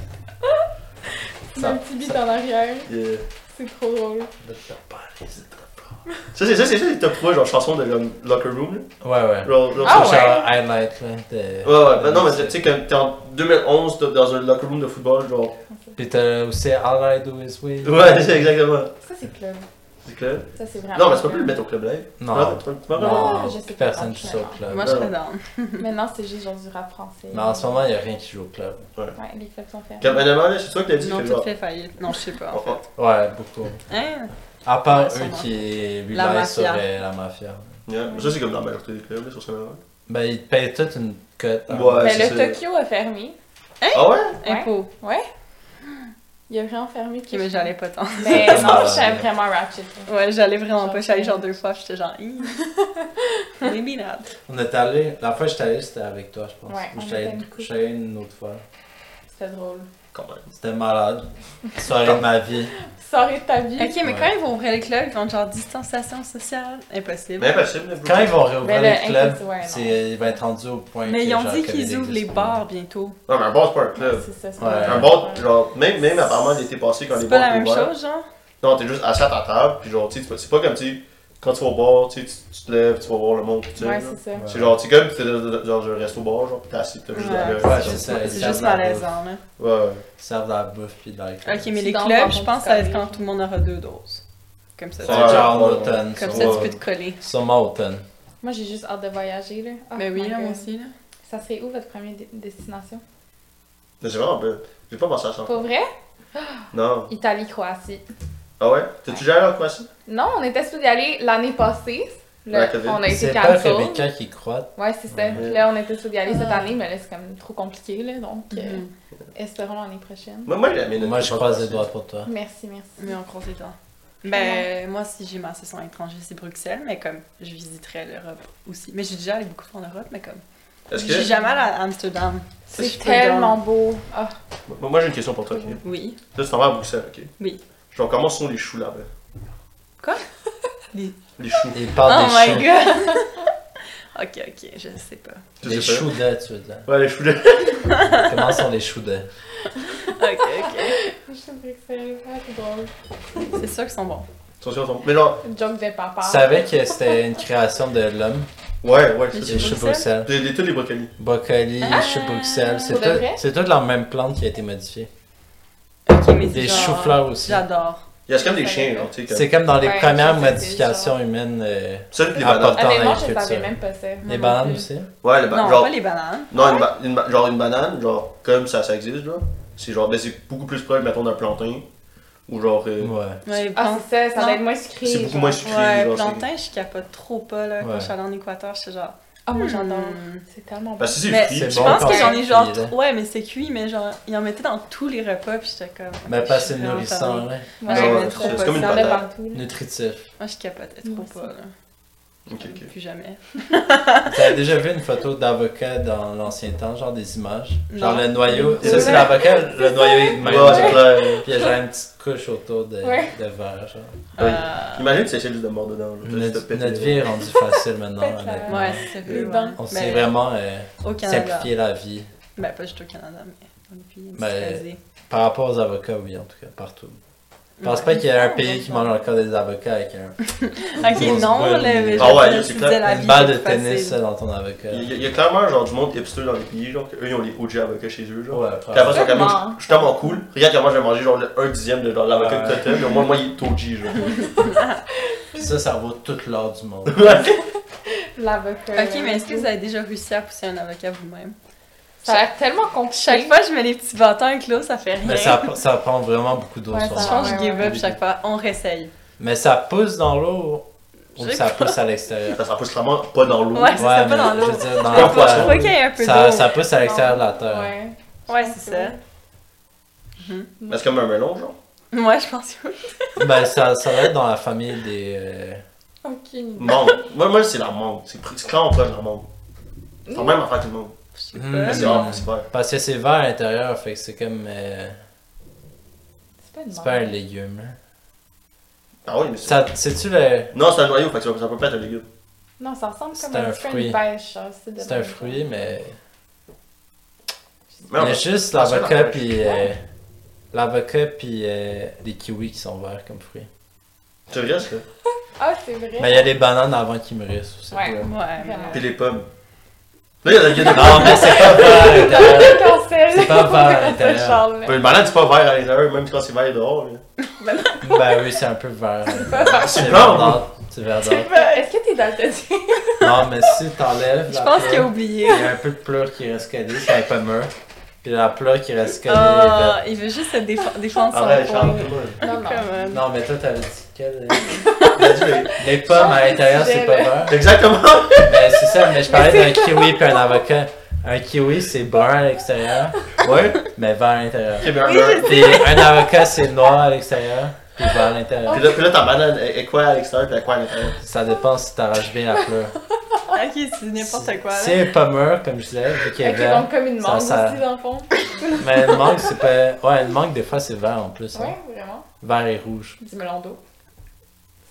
[SPEAKER 2] C'est un petit beat en arrière.
[SPEAKER 3] Yeah.
[SPEAKER 2] C'est trop drôle.
[SPEAKER 3] Ça, c'est ça, c'est ça, les top 3 genre chansons de comme, Locker Room.
[SPEAKER 1] Ouais, ouais.
[SPEAKER 3] là. Genre, genre,
[SPEAKER 2] Ah
[SPEAKER 1] C'est
[SPEAKER 2] ouais.
[SPEAKER 1] genre highlight, là. de-
[SPEAKER 3] Ouais, ouais, ben non, mais
[SPEAKER 1] de-
[SPEAKER 3] tu sais, comme t'es en 2011, t'es dans un locker room de football, genre.
[SPEAKER 1] Puis t'as aussi All I Do Is Win.
[SPEAKER 3] Ouais, c'est exactement.
[SPEAKER 2] Ça, c'est club.
[SPEAKER 3] C'est clair.
[SPEAKER 2] Ça, c'est
[SPEAKER 4] Ah.
[SPEAKER 2] vraiment.
[SPEAKER 3] Non, mais tu peux plus le mettre au club live.
[SPEAKER 1] Non.
[SPEAKER 3] Tu peux pas
[SPEAKER 2] Non.
[SPEAKER 1] Non,
[SPEAKER 2] je sais
[SPEAKER 1] plus
[SPEAKER 2] pas,
[SPEAKER 1] personne qui joue au
[SPEAKER 2] franchement.
[SPEAKER 1] club.
[SPEAKER 4] Moi, je serais dans.
[SPEAKER 2] Maintenant, c'est juste genre du rap français.
[SPEAKER 1] Mais en ce moment, il n'y a rien qui joue au club.
[SPEAKER 2] Ouais, les clubs sont fermés.
[SPEAKER 3] Comme honnêtement, là, c'est toi qui l'as dit,
[SPEAKER 4] Ils
[SPEAKER 3] que
[SPEAKER 4] ont
[SPEAKER 3] genre. oh,
[SPEAKER 4] tout fait faillite. Non, je sais pas, en
[SPEAKER 3] on- on-
[SPEAKER 4] fait.
[SPEAKER 1] Ouais, beaucoup.
[SPEAKER 4] Hein?
[SPEAKER 1] À part
[SPEAKER 4] Ouais, sûrement.
[SPEAKER 1] eux qui lui
[SPEAKER 4] La
[SPEAKER 1] sur
[SPEAKER 4] mafia.
[SPEAKER 1] euh, la mafia.
[SPEAKER 3] Yeah, mais Ça, c'est comme dans la majorité des clubs, là, sur ce moment
[SPEAKER 4] Hein?
[SPEAKER 1] Ben, ils te payent toute une cote. hein.
[SPEAKER 3] Ouais.
[SPEAKER 2] mais
[SPEAKER 3] c'est
[SPEAKER 2] le
[SPEAKER 3] ça.
[SPEAKER 2] Tokyo a fermé.
[SPEAKER 3] Ah ouais?
[SPEAKER 2] Ouais.
[SPEAKER 4] Impôt.
[SPEAKER 2] Ouais. Il a vraiment fermé.
[SPEAKER 4] Ok, mais j'allais pas tant.
[SPEAKER 2] Mais non, je savais vraiment ratchet.
[SPEAKER 4] Ouais, j'allais vraiment pas.
[SPEAKER 2] Genre,
[SPEAKER 4] J'allais genre deux fois, puis j'étais genre. Hi. Maybe not.
[SPEAKER 1] On est allé, la fois que j'étais allé, c'était avec toi, je pense.
[SPEAKER 2] Ouais,
[SPEAKER 1] Ou
[SPEAKER 2] on
[SPEAKER 1] j'étais
[SPEAKER 2] était
[SPEAKER 1] allé-
[SPEAKER 2] une couple.
[SPEAKER 1] j'étais allé une autre fois.
[SPEAKER 2] C'était drôle.
[SPEAKER 3] Quand même.
[SPEAKER 1] C'était malade. Soirée de ma vie.
[SPEAKER 2] Soirée de ta vie.
[SPEAKER 4] Ok, mais
[SPEAKER 1] Ouais.
[SPEAKER 4] quand ils vont ouvrir les clubs, ils vont genre distanciation sociale. Impossible.
[SPEAKER 3] Mais impossible, là,
[SPEAKER 1] Quand ils vont
[SPEAKER 2] Mais
[SPEAKER 1] réouvrir
[SPEAKER 2] le
[SPEAKER 1] les clubs,
[SPEAKER 2] Inquisiteur, ouais, non.
[SPEAKER 1] c'est, il va être rendu au point
[SPEAKER 4] Mais
[SPEAKER 1] que,
[SPEAKER 4] ils ont
[SPEAKER 1] genre,
[SPEAKER 4] dit
[SPEAKER 1] que
[SPEAKER 4] qu'ils
[SPEAKER 1] les
[SPEAKER 4] ouvrent les
[SPEAKER 1] existent.
[SPEAKER 4] bars bientôt.
[SPEAKER 3] Non, mais un bar, c'est pas un club.
[SPEAKER 2] C'est ça, c'est
[SPEAKER 1] Ouais.
[SPEAKER 2] pas
[SPEAKER 3] Un
[SPEAKER 2] bon.
[SPEAKER 3] bar, genre, même, même apparemment l'été passé quand les
[SPEAKER 4] C'est pas
[SPEAKER 3] bars
[SPEAKER 4] la
[SPEAKER 3] étaient
[SPEAKER 4] même
[SPEAKER 3] ouverts.
[SPEAKER 4] chose, genre?
[SPEAKER 3] Non, t'es juste assis à ta table, puis genre, tu sais, tu- c'est pas comme tu sais, quand tu vas au bar, tu sais, tu- tu te lèves, tu vas voir le monde, tu sais.
[SPEAKER 2] Ouais,
[SPEAKER 3] là.
[SPEAKER 2] c'est ça.
[SPEAKER 1] Ouais.
[SPEAKER 3] C'est genre, tu sais, comme t'es dans dans un resto bar, genre, pis t'es assis, t'as juste
[SPEAKER 4] Ouais.
[SPEAKER 3] la gueule.
[SPEAKER 1] Ouais,
[SPEAKER 3] genre.
[SPEAKER 1] c'est ça. ils
[SPEAKER 4] C'est
[SPEAKER 1] servent
[SPEAKER 4] juste
[SPEAKER 1] de la
[SPEAKER 4] malaisant, là.
[SPEAKER 3] Ouais, ouais.
[SPEAKER 1] bouffe- Ils servent de la bouffe puis de l'alcool.
[SPEAKER 4] Ok, mais les
[SPEAKER 2] dans le
[SPEAKER 4] clubs,
[SPEAKER 2] bar,
[SPEAKER 4] je
[SPEAKER 2] on
[SPEAKER 4] pense
[SPEAKER 2] dit
[SPEAKER 4] que ça va
[SPEAKER 2] ça,
[SPEAKER 4] être quand tout le monde aura deux doses. Comme ça.
[SPEAKER 1] C'est
[SPEAKER 3] Ouais.
[SPEAKER 1] genre en
[SPEAKER 3] Ouais.
[SPEAKER 1] automne.
[SPEAKER 4] Comme
[SPEAKER 1] ça.
[SPEAKER 4] ça, tu
[SPEAKER 3] Ouais.
[SPEAKER 4] peux te coller.
[SPEAKER 1] Sûrement automne.
[SPEAKER 2] Moi, j'ai juste hâte de voyager, là. Oh
[SPEAKER 4] Mais Ben oui,
[SPEAKER 2] my
[SPEAKER 4] là, moi
[SPEAKER 2] God.
[SPEAKER 4] aussi, là.
[SPEAKER 2] Ça serait où votre première de- destination?
[SPEAKER 3] Mais c'est vraiment bien. J'ai pas pensé à ça.
[SPEAKER 2] Pour vrai?
[SPEAKER 3] Non.
[SPEAKER 2] Italie, Croatie.
[SPEAKER 3] Ah ouais? T'as-tu déjà allé en Croatie?
[SPEAKER 2] Non, on était supposé y aller l'année passée. Là,
[SPEAKER 3] La COVID.
[SPEAKER 2] on a été
[SPEAKER 1] C'est pas
[SPEAKER 2] cancel.
[SPEAKER 1] Rebecca qui croit.
[SPEAKER 2] Ouais, c'est ça.
[SPEAKER 3] Ouais.
[SPEAKER 2] Là, on était supposé y aller cette
[SPEAKER 4] Ah.
[SPEAKER 2] année, mais là, c'est comme trop compliqué, là. Donc, euh,
[SPEAKER 4] Mhm.
[SPEAKER 2] espérons l'année prochaine.
[SPEAKER 3] Moi, moi, j'ai la
[SPEAKER 1] Moi, je croise les doigts pour
[SPEAKER 3] Ah.
[SPEAKER 1] toi.
[SPEAKER 2] Merci, merci.
[SPEAKER 4] Mais on croise les doigts. Ben, moi, si j'ai ma session à l'étranger, c'est Bruxelles, mais comme je visiterai l'Europe aussi. Mais j'ai déjà allé beaucoup en Europe, mais comme.
[SPEAKER 3] Est-ce
[SPEAKER 4] J'ai
[SPEAKER 3] que.
[SPEAKER 4] jamais allé à Amsterdam. Si
[SPEAKER 2] C'est
[SPEAKER 4] je peux
[SPEAKER 2] tellement beau. Ah,
[SPEAKER 3] Moi, moi, j'ai une question pour toi, ok? Là,
[SPEAKER 4] dans- Oui.
[SPEAKER 3] tu t'en vas à Bruxelles, ok?
[SPEAKER 4] Oui.
[SPEAKER 3] Genre, comment sont les choux là-bas?
[SPEAKER 4] Quoi?
[SPEAKER 3] Les
[SPEAKER 4] Les-
[SPEAKER 3] choux.
[SPEAKER 1] Il
[SPEAKER 4] Oh
[SPEAKER 1] parle Ah, des choux.
[SPEAKER 4] my god! ok, ok, je sais pas.
[SPEAKER 3] Tu
[SPEAKER 1] Les
[SPEAKER 3] sais pas?
[SPEAKER 1] choux de, tu veux dire.
[SPEAKER 3] Ouais, les choux là.
[SPEAKER 1] Comment sont les choux de?
[SPEAKER 4] Ok, ok.
[SPEAKER 2] je sais pas que c'est ah, c'est drôle.
[SPEAKER 4] C'est sûr qu'ils sont bons.
[SPEAKER 3] Attention, attention. Mais genre,
[SPEAKER 2] Joke de papa.
[SPEAKER 1] Tu savais que c'était une création de l'homme,
[SPEAKER 3] ouais, ouais, c'est
[SPEAKER 4] Les
[SPEAKER 1] les choux Bruxelles.
[SPEAKER 3] Les, les, tous les brocolis.
[SPEAKER 1] Brocoli,
[SPEAKER 4] Ah,
[SPEAKER 1] choux Bruxelles, c'est
[SPEAKER 2] pour de vrai?
[SPEAKER 1] tout, c'est toute la même plante qui a été modifiée.
[SPEAKER 4] Ok, mais c'est
[SPEAKER 1] Des
[SPEAKER 4] genre-
[SPEAKER 1] choux-fleurs aussi.
[SPEAKER 4] J'adore.
[SPEAKER 3] Il y a quand même des
[SPEAKER 2] Ça
[SPEAKER 3] chiens,
[SPEAKER 2] dépend.
[SPEAKER 3] genre, tu sais, comme.
[SPEAKER 1] C'est comme dans les
[SPEAKER 2] Ouais,
[SPEAKER 1] premières
[SPEAKER 2] ça, c'est
[SPEAKER 1] modifications humaines. euh,
[SPEAKER 3] Seuls les
[SPEAKER 1] Ah,
[SPEAKER 3] bananes.
[SPEAKER 1] pas-
[SPEAKER 2] Honnêtement,
[SPEAKER 1] Dans la
[SPEAKER 2] je savais
[SPEAKER 1] culture.
[SPEAKER 2] même pas ça.
[SPEAKER 1] les
[SPEAKER 4] non
[SPEAKER 1] bananes
[SPEAKER 4] plus.
[SPEAKER 1] aussi.
[SPEAKER 3] Ouais, les
[SPEAKER 4] Non,
[SPEAKER 3] bananes. Genre,
[SPEAKER 4] pas les bananes.
[SPEAKER 3] non, une ba- une ba- genre une banane, genre, comme ça, ça existe, genre. C'est genre, ben, c'est beaucoup plus proche, mettons, d'un plantain. Ou genre. euh,
[SPEAKER 1] Ouais.
[SPEAKER 4] Ouais, les
[SPEAKER 2] Ah,
[SPEAKER 4] plantes-
[SPEAKER 2] c'est ça, ça
[SPEAKER 4] Non.
[SPEAKER 2] doit être moins sucré.
[SPEAKER 3] C'est beaucoup
[SPEAKER 2] genre.
[SPEAKER 3] moins sucré,
[SPEAKER 4] Ouais,
[SPEAKER 3] genre. c'est-
[SPEAKER 4] plantain, je capote trop pas, là. Quand
[SPEAKER 1] Ouais.
[SPEAKER 4] je suis allée en Équateur, j'étais genre.
[SPEAKER 2] Ah, moi, j'adore.
[SPEAKER 4] Hmm.
[SPEAKER 2] C'est tellement bon.
[SPEAKER 3] Parce que Bah, c'est
[SPEAKER 4] Mais
[SPEAKER 3] cuit.
[SPEAKER 1] C'est
[SPEAKER 4] je
[SPEAKER 1] bon
[SPEAKER 4] pense
[SPEAKER 1] quand
[SPEAKER 4] que j'en
[SPEAKER 1] c'est
[SPEAKER 4] ai genre.
[SPEAKER 1] cuit, là.
[SPEAKER 4] Ouais, mais c'est cuit, mais genre, ils en mettaient dans tous les repas, puis j'étais comme.
[SPEAKER 1] Mais
[SPEAKER 4] ok,
[SPEAKER 1] pas
[SPEAKER 4] je
[SPEAKER 1] assez
[SPEAKER 4] suis vraiment
[SPEAKER 1] nourrissant,
[SPEAKER 4] tannée.
[SPEAKER 1] ouais.
[SPEAKER 2] Moi,
[SPEAKER 4] Ouais,
[SPEAKER 2] j'aimais
[SPEAKER 4] ouais,
[SPEAKER 2] trop
[SPEAKER 4] c'est
[SPEAKER 2] pas
[SPEAKER 3] comme
[SPEAKER 2] ça.
[SPEAKER 3] une
[SPEAKER 2] Il y en a
[SPEAKER 1] hein.
[SPEAKER 3] patate.
[SPEAKER 2] partout. là.
[SPEAKER 1] Nutritif.
[SPEAKER 4] Moi, je capotais
[SPEAKER 2] Moi
[SPEAKER 4] trop
[SPEAKER 2] aussi.
[SPEAKER 4] pas, là.
[SPEAKER 3] Ok, ok.
[SPEAKER 4] Plus jamais.
[SPEAKER 1] T'as déjà vu une photo d'avocat dans l'ancien temps, genre des images? Genre
[SPEAKER 4] Non.
[SPEAKER 1] le noyau.
[SPEAKER 3] C'est
[SPEAKER 1] Ça, c'est
[SPEAKER 4] vrai.
[SPEAKER 1] l'avocat, le noyau est de même.
[SPEAKER 3] Ouais, c'est
[SPEAKER 1] genre.
[SPEAKER 3] clair.
[SPEAKER 1] Puis il y a genre une petite couche autour de,
[SPEAKER 2] Ouais.
[SPEAKER 1] de verre. Genre.
[SPEAKER 3] Ouais.
[SPEAKER 4] Euh,
[SPEAKER 3] Imagine que tu essaies juste de mordre dedans. genre, juste de
[SPEAKER 1] Notre,
[SPEAKER 3] péter
[SPEAKER 1] notre
[SPEAKER 3] les
[SPEAKER 1] vie est rendue facile maintenant.
[SPEAKER 2] Faites-le.
[SPEAKER 1] honnêtement.
[SPEAKER 4] Ouais, c'est
[SPEAKER 2] Les
[SPEAKER 4] vrai.
[SPEAKER 2] dents.
[SPEAKER 1] On s'est
[SPEAKER 4] Mais
[SPEAKER 1] vraiment euh,
[SPEAKER 4] Au Canada.
[SPEAKER 1] simplifié la vie.
[SPEAKER 4] Ben, pas juste au Canada, mais dans les pays
[SPEAKER 1] Ben,
[SPEAKER 4] industrialisés.
[SPEAKER 1] Par rapport aux avocats, oui, en tout cas, partout. Je pense
[SPEAKER 4] Ouais.
[SPEAKER 1] pas qu'il y ait un pays qui mange encore des avocats avec un,
[SPEAKER 4] Ok,
[SPEAKER 1] grosse
[SPEAKER 4] non,
[SPEAKER 1] boule.
[SPEAKER 4] là, mais
[SPEAKER 3] Ah ouais,
[SPEAKER 4] je me
[SPEAKER 3] c'est
[SPEAKER 4] suis dit
[SPEAKER 3] clair.
[SPEAKER 4] la
[SPEAKER 1] une
[SPEAKER 4] vie,
[SPEAKER 1] balle
[SPEAKER 4] c'est
[SPEAKER 1] de
[SPEAKER 4] facile.
[SPEAKER 1] tennis euh, dans ton avocat.
[SPEAKER 3] Il y, a- il y a clairement genre du monde hipster dans les pays, genre eux ils ont les OG avocats chez eux, genre.
[SPEAKER 1] Ouais,
[SPEAKER 3] Puis après, ils sont
[SPEAKER 1] euh, après,
[SPEAKER 3] comme, Yo,
[SPEAKER 2] Vraiment.
[SPEAKER 3] je suis tellement cool, regarde comment j'ai mangé genre le 1 dixième de genre, l'avocat que
[SPEAKER 1] Ouais.
[SPEAKER 3] t'as, mais au moins, moi il est OG, genre.
[SPEAKER 1] puis ça, ça vaut toute l'or du monde.
[SPEAKER 2] L'avocat.
[SPEAKER 4] Ok, mais est-ce que vous avez déjà réussi à pousser un avocat vous-même?
[SPEAKER 2] Ça a l'air tellement compliqué.
[SPEAKER 4] Chaque fois, je mets les petits bâtons avec l'eau, ça fait rien.
[SPEAKER 1] Mais ça, ça prend vraiment beaucoup d'eau
[SPEAKER 2] Ouais,
[SPEAKER 1] sur
[SPEAKER 2] ça
[SPEAKER 4] Je
[SPEAKER 1] moi.
[SPEAKER 4] pense que
[SPEAKER 2] Ouais,
[SPEAKER 4] je
[SPEAKER 2] ouais,
[SPEAKER 4] give
[SPEAKER 3] ouais.
[SPEAKER 4] up chaque fois. On réessaye.
[SPEAKER 1] Mais ça pousse dans l'eau ou
[SPEAKER 4] Je
[SPEAKER 1] ça pousse à l'extérieur?
[SPEAKER 3] Ça, ça pousse clairement pas dans l'eau.
[SPEAKER 4] Ouais, ça, c'est pas
[SPEAKER 1] mais
[SPEAKER 4] dans l'eau.
[SPEAKER 1] je veux dire, dans
[SPEAKER 3] Ouais,
[SPEAKER 1] la
[SPEAKER 3] faut-
[SPEAKER 1] terre,
[SPEAKER 4] faut qu'il y ait un peu
[SPEAKER 1] ça,
[SPEAKER 4] d'eau.
[SPEAKER 1] ça pousse à l'extérieur de la terre.
[SPEAKER 2] Ouais.
[SPEAKER 4] Ouais, c'est ça.
[SPEAKER 3] Mais c'est comme un melon, genre.
[SPEAKER 4] Moi, je pense que oui.
[SPEAKER 1] Ben, ça, ça va être dans la famille des. euh,
[SPEAKER 2] Aucune idée.
[SPEAKER 3] Mangue. moi, moi c'est la mangue. C'est pr- c'est clairement proche de la mangue. Faut même affaire que le mangue.
[SPEAKER 4] Je sais
[SPEAKER 1] Hmm.
[SPEAKER 4] pas.
[SPEAKER 3] Mais c'est rare, c'est pas.
[SPEAKER 1] Parce que c'est vert à l'intérieur, fait que c'est comme. euh,
[SPEAKER 2] C'est pas une
[SPEAKER 1] C'est
[SPEAKER 2] merde.
[SPEAKER 1] pas un légume. hein.
[SPEAKER 3] Ah oui, mais c'est.
[SPEAKER 1] Ça- C'est-tu le.
[SPEAKER 3] Non, c'est un noyau, fait que ça ça peut pas être un légume.
[SPEAKER 2] Non, ça ressemble
[SPEAKER 1] C'est
[SPEAKER 2] comme
[SPEAKER 1] un
[SPEAKER 2] un petit peu à
[SPEAKER 1] fruit.
[SPEAKER 2] une pêche. hein, de
[SPEAKER 1] C'est un
[SPEAKER 2] même.
[SPEAKER 1] fruit, mais.
[SPEAKER 3] Mais on
[SPEAKER 1] mais
[SPEAKER 3] va-
[SPEAKER 1] juste
[SPEAKER 3] on va faire
[SPEAKER 1] l'avocat
[SPEAKER 3] la pêche.
[SPEAKER 1] puis. euh, L'avocat puis euh, les kiwis qui sont verts comme fruits.
[SPEAKER 3] C'est vrai, ça.
[SPEAKER 2] Ah, c'est vrai.
[SPEAKER 1] Mais il y a les bananes avant qu'ils mûrissent aussi.
[SPEAKER 2] Ouais.
[SPEAKER 4] Ouais, mais
[SPEAKER 2] Vraiment.
[SPEAKER 3] Puis les pommes. Là, il y a il y a des
[SPEAKER 1] Non, Ah, mais c'est pas vert à l'intérieur.
[SPEAKER 2] C'est cancel.
[SPEAKER 1] euh, C'est pas vert à
[SPEAKER 2] C'est
[SPEAKER 1] l'intérieur.
[SPEAKER 2] Charles.
[SPEAKER 3] Mais le malade, c'est pas vert à l'intérieur, même quand c'est vert dehors. là.
[SPEAKER 1] Ben oui, c'est un peu vert.
[SPEAKER 2] Ah,
[SPEAKER 3] C'est blanc,
[SPEAKER 1] verdâtre. C'est verdâtre.
[SPEAKER 2] Est-ce que t'es daltonien?
[SPEAKER 1] Non, mais si t'enlèves.
[SPEAKER 4] Je
[SPEAKER 1] la
[SPEAKER 4] pense
[SPEAKER 1] peau,
[SPEAKER 4] qu'il a oublié.
[SPEAKER 1] Il y a un peu de pleure qui reste collée, ça n'est pas mûr. Puis la pleure qui reste collée.
[SPEAKER 4] Ah, il veut juste se défendre, défendre son
[SPEAKER 3] Arrête,
[SPEAKER 4] point.
[SPEAKER 3] Charles, tout
[SPEAKER 2] Non, non.
[SPEAKER 4] Come
[SPEAKER 1] est
[SPEAKER 4] on.
[SPEAKER 1] verte. Non, mais toi, t'avais dit quelle.
[SPEAKER 3] le
[SPEAKER 1] Les pommes à l'intérieur, c'est pas vert.
[SPEAKER 3] Exactement.
[SPEAKER 1] Ben, c'est ça, mais je parlais d'un kiwi puis un avocat. Un kiwi, c'est brun à l'extérieur,
[SPEAKER 3] Ouais.
[SPEAKER 1] mais vert à l'intérieur.
[SPEAKER 3] Ok, mais un- un-
[SPEAKER 1] Puis un avocat, c'est noir à l'extérieur, puis vert à l'intérieur.
[SPEAKER 3] Puis là, puis là, ta banane est est quoi à l'extérieur puis à quoi à l'intérieur?
[SPEAKER 1] Ça dépend si t'arraches bien la pleure.
[SPEAKER 4] Ok, c'est n'importe quoi. là.
[SPEAKER 1] Si elle est pas mûre, comme je disais, vu qu'elle est
[SPEAKER 2] Ok,
[SPEAKER 1] verte.
[SPEAKER 2] donc comme une
[SPEAKER 1] Ça,
[SPEAKER 2] mangue
[SPEAKER 1] ça-
[SPEAKER 2] aussi, dans le fond.
[SPEAKER 1] Mais une mangue, c'est pas. Ouais, une mangue, des fois, c'est vert en plus. hein.
[SPEAKER 2] Ouais, vraiment.
[SPEAKER 1] Vert et rouge.
[SPEAKER 2] Du melon d'eau.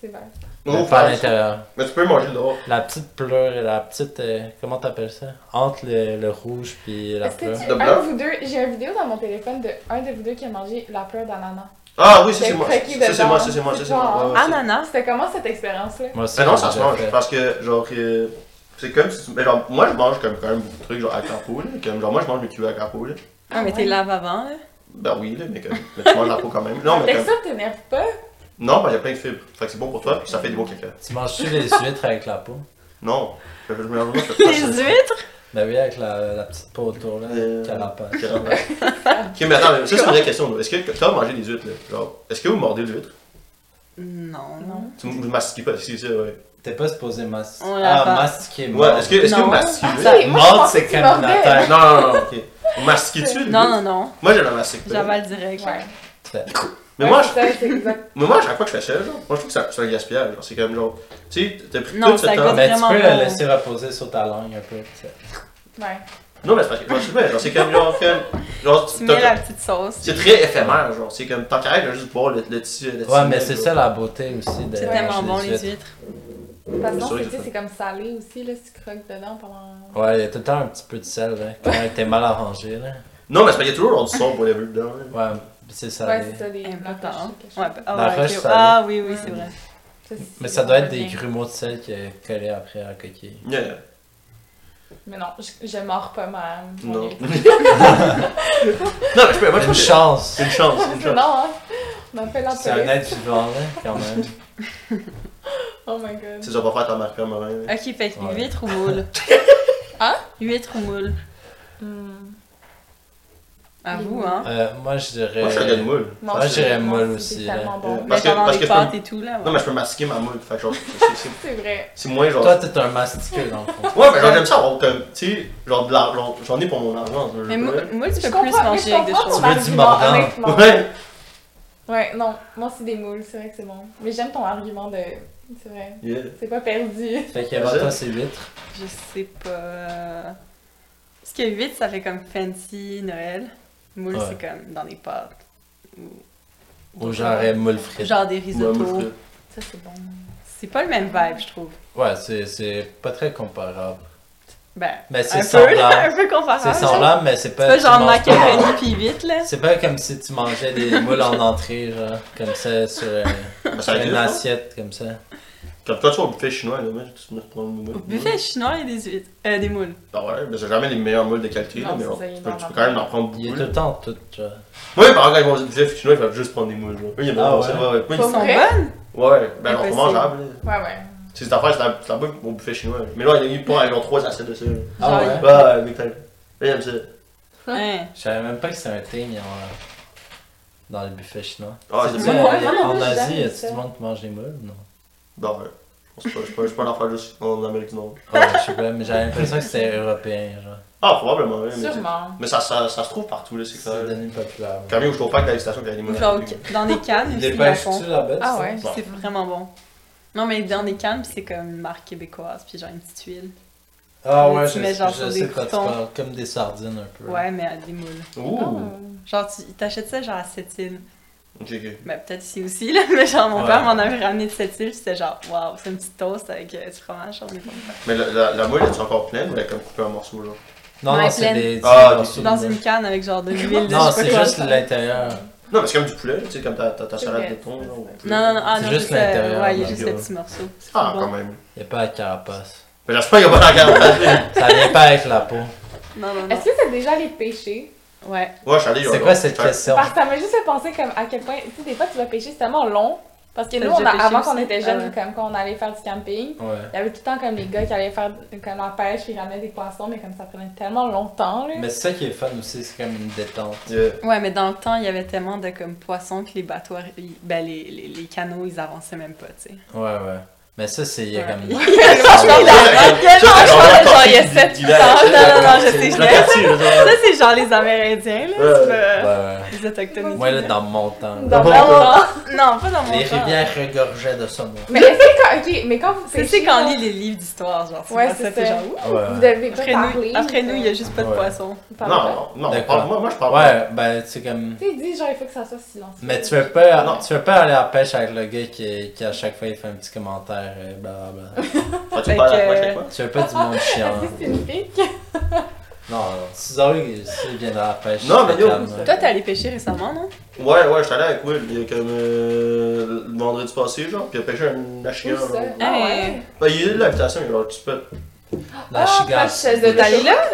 [SPEAKER 2] C'est vert.
[SPEAKER 3] Oh,
[SPEAKER 1] Mais pas à l'intérieur.
[SPEAKER 3] Mais tu peux manger le dehors.
[SPEAKER 1] La petite pleure, la petite. euh, comment t'appelles ça Entre le, le rouge puis la
[SPEAKER 2] Est-ce
[SPEAKER 1] pleure.
[SPEAKER 2] que
[SPEAKER 3] De
[SPEAKER 2] tu... Un
[SPEAKER 3] blanc?
[SPEAKER 2] de vous deux... J'ai une vidéo dans mon téléphone de un de vous deux qui a mangé la peur d'ananas.
[SPEAKER 3] Ah oui, ça
[SPEAKER 2] C'est
[SPEAKER 3] c'est moi. Ça
[SPEAKER 2] craqué
[SPEAKER 3] c'est
[SPEAKER 2] dedans.
[SPEAKER 3] moi, ça c'est moi, ça c'est moi. Ouais, ouais, c'est-
[SPEAKER 4] Ananas.
[SPEAKER 2] C'était comment cette expérience-là?
[SPEAKER 1] Moi aussi.
[SPEAKER 3] Mais non,
[SPEAKER 1] j'ai
[SPEAKER 3] ça se
[SPEAKER 1] déjà
[SPEAKER 3] mange.
[SPEAKER 1] fait.
[SPEAKER 3] Parce que, genre, euh, c'est comme si tu. Mais genre, moi je mange comme quand même beaucoup de trucs, genre à carpeau, là. Comme, genre, moi je mange mes cubes à carpeau, là.
[SPEAKER 4] Ah, mais t'es lave avant, là.
[SPEAKER 3] Ben oui, là, mais comme. Mais tu manges la peau quand même. Non,
[SPEAKER 2] Fait
[SPEAKER 3] mais
[SPEAKER 2] que
[SPEAKER 3] comme.
[SPEAKER 2] ça t'énerve pas?
[SPEAKER 3] Non, ben il y a plein de fibres. Fait que c'est bon pour toi, puis ça fait des bons caca.
[SPEAKER 1] Tu manges-tu les huîtres avec la peau
[SPEAKER 3] Non. Je je me lave, moi, je fais pas
[SPEAKER 4] Les
[SPEAKER 3] ça.
[SPEAKER 4] huîtres.
[SPEAKER 1] Ben oui, avec la, la petite peau autour, là.
[SPEAKER 3] Euh,
[SPEAKER 1] Carapace.
[SPEAKER 3] Ok, non, ouais. Ok, mais attends, mais ça c'est une vraie question. là. Est-ce que quand vous mangez des huîtres, là, genre, est-ce que vous mordez l'huître
[SPEAKER 4] Non, non.
[SPEAKER 2] Non.
[SPEAKER 3] Tu- Vous mastiquez pas, c'est ça, ouais.
[SPEAKER 1] T'es pas supposé mastiquer.
[SPEAKER 4] On la
[SPEAKER 1] Ah,
[SPEAKER 4] part.
[SPEAKER 1] mastiquer,
[SPEAKER 3] Ouais, est-ce que, est-ce que
[SPEAKER 4] Non.
[SPEAKER 3] vous mastiquez
[SPEAKER 2] Ok,
[SPEAKER 3] l'huître?
[SPEAKER 1] Ça
[SPEAKER 3] Euh,
[SPEAKER 2] moi, je
[SPEAKER 1] mord,
[SPEAKER 2] pensais
[SPEAKER 1] c'est
[SPEAKER 2] que tu mordais.
[SPEAKER 1] communautaire.
[SPEAKER 3] Non, non, non, non, ok. Mastiques-tu?
[SPEAKER 4] Non, non, non.
[SPEAKER 3] Moi, je la mastique pas.
[SPEAKER 4] J'avale direct. là.
[SPEAKER 2] Ouais.
[SPEAKER 3] Mais
[SPEAKER 2] Ouais,
[SPEAKER 3] moi,
[SPEAKER 2] c'est
[SPEAKER 3] je-
[SPEAKER 2] ça, c'est exact.
[SPEAKER 3] mais moi, à chaque fois que je fais ça, genre, moi, je trouve que c'est un- c'est un gaspillage. genre, C'est comme genre, tu sais, t'as pris
[SPEAKER 4] Non,
[SPEAKER 3] tout ce
[SPEAKER 4] ça
[SPEAKER 3] temps.
[SPEAKER 4] goûte-
[SPEAKER 1] Mais tu
[SPEAKER 4] Vraiment
[SPEAKER 1] peux
[SPEAKER 4] bon.
[SPEAKER 1] la laisser reposer sur ta langue un peu. tu sais.
[SPEAKER 2] Ouais.
[SPEAKER 3] Non, mais c'est parce que, genre, c'est vrai, genre, c'est comme genre, comme- genre,
[SPEAKER 4] Tu
[SPEAKER 3] tu-
[SPEAKER 4] mets la
[SPEAKER 3] t'as-
[SPEAKER 4] petite sauce.
[SPEAKER 3] c'est très éphémère, genre, c'est comme, tant qu'à rien, je vais juste boire le, le tissu. le
[SPEAKER 1] Ouais,
[SPEAKER 3] tissu,
[SPEAKER 1] mais c'est
[SPEAKER 3] genre.
[SPEAKER 1] ça la beauté aussi de
[SPEAKER 4] C'est
[SPEAKER 1] manger
[SPEAKER 4] tellement
[SPEAKER 1] des
[SPEAKER 4] bon, les huîtres.
[SPEAKER 2] Parce que
[SPEAKER 3] C'est
[SPEAKER 2] non,
[SPEAKER 3] vrai
[SPEAKER 2] c'est
[SPEAKER 3] que
[SPEAKER 2] tu sais,
[SPEAKER 3] ça-
[SPEAKER 2] c'est comme salé aussi, là, si tu croques dedans pendant.
[SPEAKER 1] Ouais, il y a tout le temps un petit peu de sel, là. Quand t'es mal arrangé, là.
[SPEAKER 3] Non, mais c'est parce qu'il y a toujours genre, du son pour les bulles dedans. hein. là.
[SPEAKER 1] Ouais, c'est salé.
[SPEAKER 2] Ouais, c'est ça, des
[SPEAKER 4] Important.
[SPEAKER 2] blancs.
[SPEAKER 4] Ouais, ah,
[SPEAKER 1] La
[SPEAKER 4] ouais,
[SPEAKER 1] roche
[SPEAKER 4] ok.
[SPEAKER 1] salée.
[SPEAKER 4] Ah, oui, oui, c'est vrai.
[SPEAKER 1] mais ça doit être des grumeaux de sel qui est collé après à la coquille.
[SPEAKER 3] Yeah.
[SPEAKER 2] Mais non, je, je mords pas mal.
[SPEAKER 3] Non. non, mais je peux, moi, je
[SPEAKER 1] Une
[SPEAKER 3] pense que-
[SPEAKER 1] chance!
[SPEAKER 3] c'est une chance, c'est une
[SPEAKER 2] Non,
[SPEAKER 3] chance.
[SPEAKER 2] hein. On a fait
[SPEAKER 4] Ah,
[SPEAKER 2] la
[SPEAKER 1] C'est un
[SPEAKER 2] police.
[SPEAKER 1] être vivant, là, quand même.
[SPEAKER 2] Oh my god.
[SPEAKER 3] C'est ça, pas faire ta marque comme avant. hein. là.
[SPEAKER 4] Ok, fait que
[SPEAKER 1] Ouais.
[SPEAKER 4] huîtres ou moule.
[SPEAKER 2] Hein?
[SPEAKER 4] Huîtres ou moule.
[SPEAKER 2] Hmm.
[SPEAKER 4] À
[SPEAKER 2] Les
[SPEAKER 4] vous,
[SPEAKER 2] moules.
[SPEAKER 4] hein.
[SPEAKER 1] Euh, moi, je dirais.
[SPEAKER 3] Moi, je suis un gars de moule.
[SPEAKER 2] Non,
[SPEAKER 1] Moi,
[SPEAKER 2] c'est-
[SPEAKER 1] j'irais
[SPEAKER 2] non,
[SPEAKER 1] molle
[SPEAKER 2] c'est
[SPEAKER 1] aussi,
[SPEAKER 2] tellement
[SPEAKER 1] là.
[SPEAKER 2] bon.
[SPEAKER 3] Parce
[SPEAKER 4] Mais
[SPEAKER 3] que-
[SPEAKER 4] pendant
[SPEAKER 3] parce
[SPEAKER 4] les
[SPEAKER 3] que je
[SPEAKER 4] pâtes et tout, là.
[SPEAKER 3] Non,
[SPEAKER 4] Ouais.
[SPEAKER 3] mais je peux mastiquer ma moule. Fait que, genre, c'est- c'est-
[SPEAKER 2] C'est vrai.
[SPEAKER 3] c'est moins genre.
[SPEAKER 1] Toi, t'es un mastiqueux, dans le fond.
[SPEAKER 3] Ouais, mais genre, j'aime ça avoir comme, tu sais, genre de l'argent, j'en ai pour mon argent. je veux
[SPEAKER 4] Mais
[SPEAKER 3] dire.
[SPEAKER 4] moule, moule,
[SPEAKER 2] Je
[SPEAKER 4] tu peux plus
[SPEAKER 2] comprends, mais
[SPEAKER 4] manger
[SPEAKER 2] je
[SPEAKER 4] avec des
[SPEAKER 2] comprends
[SPEAKER 4] choses.
[SPEAKER 1] Tu
[SPEAKER 2] ton
[SPEAKER 1] veux du
[SPEAKER 2] argument,
[SPEAKER 1] mordant.
[SPEAKER 2] honnêtement.
[SPEAKER 3] Ouais!
[SPEAKER 2] Ouais, non, moi c'est des moules, c'est vrai que c'est bon. Mais j'aime ton argument de. C'est vrai,
[SPEAKER 3] Yeah.
[SPEAKER 2] c'est pas perdu.
[SPEAKER 1] Fait qu'Eva, toi, c'est huître.
[SPEAKER 4] Je sais pas. Parce que 8, ça fait comme fancy Noël. Moule,
[SPEAKER 1] Ouais.
[SPEAKER 4] c'est comme dans des pâtes. Ou...
[SPEAKER 1] Ou genre euh, moule frite.
[SPEAKER 4] Genre des
[SPEAKER 3] Ouais, moi,
[SPEAKER 4] risottos.
[SPEAKER 3] je ferais-
[SPEAKER 2] Ça c'est bon.
[SPEAKER 4] C'est pas le même vibe, je trouve.
[SPEAKER 1] Ouais, c'est- c'est pas très comparable.
[SPEAKER 4] Ben,
[SPEAKER 1] Mais
[SPEAKER 4] un
[SPEAKER 1] c'est
[SPEAKER 4] peu,
[SPEAKER 1] semblable.
[SPEAKER 4] un peu comparable.
[SPEAKER 1] C'est semblable, mais c'est
[SPEAKER 4] C'est
[SPEAKER 1] pas.
[SPEAKER 4] pas
[SPEAKER 1] tu
[SPEAKER 4] genre
[SPEAKER 1] manges pas-
[SPEAKER 4] macaroni pis 8, là.
[SPEAKER 1] C'est pas comme si tu mangeais des moules en entrée, genre, comme ça, sur, euh, sur
[SPEAKER 3] a été
[SPEAKER 1] une
[SPEAKER 3] le fun.
[SPEAKER 1] assiette, comme ça.
[SPEAKER 3] Quand toi, tu vas au buffet chinois, là, moi, tu me reprends le moule.
[SPEAKER 4] Au buffet chinois, il y a des huîtres. Euh, des moules.
[SPEAKER 3] Ah ouais, mais c'est jamais les meilleurs moules de qualité, là,
[SPEAKER 2] Non,
[SPEAKER 3] mais
[SPEAKER 2] c'est
[SPEAKER 3] on-
[SPEAKER 2] ça,
[SPEAKER 3] tu,
[SPEAKER 2] il
[SPEAKER 3] peux,
[SPEAKER 2] en
[SPEAKER 3] tu peux
[SPEAKER 2] vend
[SPEAKER 3] quand même en prendre
[SPEAKER 1] Il
[SPEAKER 3] beaucoup.
[SPEAKER 1] est tout
[SPEAKER 3] là.
[SPEAKER 1] le temps tout, genre.
[SPEAKER 3] Moi, par exemple, quand ils vont au buffet chinois, ils peuvent juste prendre des moules. Là. Eux, ils aiment
[SPEAKER 1] Ah
[SPEAKER 3] vraiment ça, ouais, ouais. Moi,
[SPEAKER 4] Ils sont
[SPEAKER 2] vrai?
[SPEAKER 4] bonnes?
[SPEAKER 3] ils- Ouais, ben, alors, c'est
[SPEAKER 4] Impossible.
[SPEAKER 3] mangeable. là.
[SPEAKER 2] Ouais, ouais.
[SPEAKER 3] C'est cette affaire, c'est la- c'est la bonne au buffet chinois. là. Mais là, ils ont pas, ils ont trois assiettes de ça. là.
[SPEAKER 1] Ah
[SPEAKER 4] Genre,
[SPEAKER 1] ouais?
[SPEAKER 3] Bah, mais t'as. Là, ils aiment ça.
[SPEAKER 4] Hein.
[SPEAKER 1] Je savais même pas que c'était un thing en- dans les buffets chinois.
[SPEAKER 3] Ah,
[SPEAKER 1] C'est
[SPEAKER 3] c'est
[SPEAKER 1] ça,
[SPEAKER 3] ça.
[SPEAKER 2] Ouais, ouais, non,
[SPEAKER 1] en
[SPEAKER 2] moi, j'ai
[SPEAKER 1] Asie,
[SPEAKER 2] jamais
[SPEAKER 1] y a
[SPEAKER 2] vu ça.
[SPEAKER 1] tout le monde qui mange des moules, non?
[SPEAKER 3] Non, Bah ouais. Je pense pas, je suis pas- je suis pas un affaire juste en Amérique du Nord.
[SPEAKER 1] Ouais, je sais pas, mais j'avais l'impression que c'était européen, genre.
[SPEAKER 3] Ah, probablement, ouais. Mais,
[SPEAKER 2] Sûrement.
[SPEAKER 3] mais ça, ça, ça se trouve partout, là, c'est
[SPEAKER 1] C'est
[SPEAKER 3] clair.
[SPEAKER 1] devenu populaire.
[SPEAKER 3] Quand même, je trouve pas que t'as les stations qui
[SPEAKER 4] Ou
[SPEAKER 3] animent.
[SPEAKER 4] genre dans des cannes aussi,
[SPEAKER 1] Des
[SPEAKER 4] ils la font.
[SPEAKER 1] pêches-tu là-bas?
[SPEAKER 2] Ah
[SPEAKER 1] tu
[SPEAKER 2] ouais.
[SPEAKER 3] Bon.
[SPEAKER 4] C'est vraiment bon. Non, mais dans des cannes, pis c'est comme une marque québécoise, puis genre une petite huile.
[SPEAKER 1] Ah
[SPEAKER 4] Mais
[SPEAKER 1] ouais, je,
[SPEAKER 4] tu mets genre
[SPEAKER 1] je
[SPEAKER 4] sur
[SPEAKER 1] sais
[SPEAKER 4] des
[SPEAKER 1] quoi tu
[SPEAKER 4] croutons.
[SPEAKER 1] parles, comme des sardines un peu.
[SPEAKER 4] Ouais, mais à des moules.
[SPEAKER 2] Oh.
[SPEAKER 3] Ouh!
[SPEAKER 2] Ah.
[SPEAKER 4] Genre, tu t'achètes ça genre à Sept-Îles.
[SPEAKER 3] Ok, ok.
[SPEAKER 4] Ben, peut-être ici aussi, là, mais genre, mon
[SPEAKER 1] Ouais.
[SPEAKER 4] père m'en avait ramené de Sept-Îles, pis c'était genre, waouh, c'est un petit toast avec euh, du fromage, on est bon.
[SPEAKER 3] Mais la, la, la moule, elle est encore pleine ou elle est comme coupée en morceaux, là?
[SPEAKER 1] Non,
[SPEAKER 4] Ouais,
[SPEAKER 1] non, c'est
[SPEAKER 4] pleine.
[SPEAKER 1] des.
[SPEAKER 3] Ah,
[SPEAKER 1] des
[SPEAKER 3] ok.
[SPEAKER 1] morceaux de
[SPEAKER 4] Dans
[SPEAKER 1] moules.
[SPEAKER 4] une canne avec genre de l'huile de
[SPEAKER 1] Non,
[SPEAKER 4] je sais
[SPEAKER 1] c'est
[SPEAKER 4] pas quoi.
[SPEAKER 1] juste l'intérieur.
[SPEAKER 3] Non, mais c'est comme du poulet, tu sais, comme ta, ta, ta
[SPEAKER 2] C'est
[SPEAKER 3] salade
[SPEAKER 2] vrai.
[SPEAKER 3] de thon, là. ou-
[SPEAKER 4] Non, non, non, ah,
[SPEAKER 1] C'est
[SPEAKER 4] non,
[SPEAKER 1] juste
[SPEAKER 4] euh,
[SPEAKER 1] l'intérieur,
[SPEAKER 4] Ouais, il y
[SPEAKER 1] là,
[SPEAKER 4] a juste
[SPEAKER 1] bio.
[SPEAKER 4] le petit morceau. C'est
[SPEAKER 3] Ah,
[SPEAKER 4] bon.
[SPEAKER 3] quand même.
[SPEAKER 1] Y a pas de carapace.
[SPEAKER 3] Mais j'espère qu'il n'y a pas d'engagement.
[SPEAKER 1] Ça vient pas avec la peau.
[SPEAKER 4] Non, non, non.
[SPEAKER 2] Est-ce que c'est déjà les péchés?
[SPEAKER 4] Ouais.
[SPEAKER 3] Ouais, je suis allé.
[SPEAKER 1] C'est quoi cette question?
[SPEAKER 2] Parce que ça m'a juste fait penser comme à quel point, tu sais, des fois tu vas pêcher, c'est tellement long. Parce que
[SPEAKER 4] T'as
[SPEAKER 2] nous, on
[SPEAKER 4] déjà
[SPEAKER 2] a,
[SPEAKER 4] pêché
[SPEAKER 2] avant qu'on
[SPEAKER 4] aussi?
[SPEAKER 2] était jeunes,
[SPEAKER 4] Ah ouais.
[SPEAKER 2] comme quand on allait faire du camping,
[SPEAKER 1] Ouais.
[SPEAKER 2] il y avait tout le temps comme les gars qui allaient faire comme la pêche, ils ramenaient des poissons, mais comme ça prenait tellement longtemps, là.
[SPEAKER 1] Mais c'est ça qui est fun aussi, c'est comme une détente.
[SPEAKER 3] Yeah.
[SPEAKER 4] Ouais, mais dans le temps, il y avait tellement de comme poissons que les bateaux, arri- ils- ben, les, les, les canots, ils avançaient même pas, tu sais.
[SPEAKER 1] Ouais, ouais. Mais ça, c'est. y a
[SPEAKER 4] Ouais.
[SPEAKER 1] comme.
[SPEAKER 3] Ah,
[SPEAKER 4] genre, il y a sept ans. Non, non, non, je sais, je l'ai. Ça,
[SPEAKER 3] sais.
[SPEAKER 4] c'est genre les Amérindiens, là.
[SPEAKER 3] Ouais.
[SPEAKER 4] c'est pas-
[SPEAKER 1] Ouais, ouais.
[SPEAKER 4] Les Autochtones.
[SPEAKER 1] Moi, là, dans mon temps. là,
[SPEAKER 2] Dans
[SPEAKER 3] Bon,
[SPEAKER 2] longtemps.
[SPEAKER 4] Non, pas dans mon
[SPEAKER 1] Les
[SPEAKER 4] temps.
[SPEAKER 1] rivières regorgeaient de saumon.
[SPEAKER 2] Mais est-ce que quand, ok, mais quand vous
[SPEAKER 4] C'est
[SPEAKER 2] pêchez.
[SPEAKER 4] tu sais, quand on
[SPEAKER 2] là,
[SPEAKER 4] lit les livres d'histoire, genre, c'est
[SPEAKER 2] Ouais,
[SPEAKER 4] dans
[SPEAKER 2] c'est
[SPEAKER 4] ça, t'es
[SPEAKER 2] ça.
[SPEAKER 4] genre, ouh.
[SPEAKER 1] Ouais, ouais.
[SPEAKER 2] Vous devez pas
[SPEAKER 4] Après
[SPEAKER 2] parler.
[SPEAKER 4] nous, après nous, il y a juste pas de
[SPEAKER 1] Ouais.
[SPEAKER 4] poissons.
[SPEAKER 2] Vous parlez pas.
[SPEAKER 3] Non, non, non,
[SPEAKER 1] D'accord.
[SPEAKER 3] parle- moi, moi, je parle pas.
[SPEAKER 1] Ouais, ben, tu sais, comme.
[SPEAKER 2] Tu sais, dis genre, il faut que ça soit silencieux.
[SPEAKER 1] Mais tu veux pas,
[SPEAKER 3] Non.
[SPEAKER 1] tu veux pas aller à la pêche avec le gars qui, qui à chaque fois il fait un petit commentaire et blablabla.
[SPEAKER 3] Toi,
[SPEAKER 4] Fait
[SPEAKER 3] tu parles à
[SPEAKER 4] que-
[SPEAKER 3] moi, je fais quoi?
[SPEAKER 1] tu veux pas du monde chiant.
[SPEAKER 2] Est-ce que c'est une fille?
[SPEAKER 1] Non, non. Si Zori si vient de la pêche,
[SPEAKER 3] Non, mais
[SPEAKER 1] c'est
[SPEAKER 3] yo,
[SPEAKER 1] calme,
[SPEAKER 3] c'est-
[SPEAKER 1] là.
[SPEAKER 4] Toi, t'es allé pêcher récemment, non?
[SPEAKER 3] Ouais, ouais, je suis allé avec Will, il y a comme euh, le vendredi passé, genre, puis il a pêché un
[SPEAKER 2] Où
[SPEAKER 3] achilleur.
[SPEAKER 2] ça?
[SPEAKER 3] genre.
[SPEAKER 2] Ah
[SPEAKER 4] Hey.
[SPEAKER 2] ouais.
[SPEAKER 3] Bah, il y a eu de l'invitation, il y a genre, tu peux.
[SPEAKER 1] la
[SPEAKER 2] Ah,
[SPEAKER 1] chigasse.
[SPEAKER 2] fraîche de
[SPEAKER 1] Ouais.
[SPEAKER 2] Dali-
[SPEAKER 4] T'es allé là?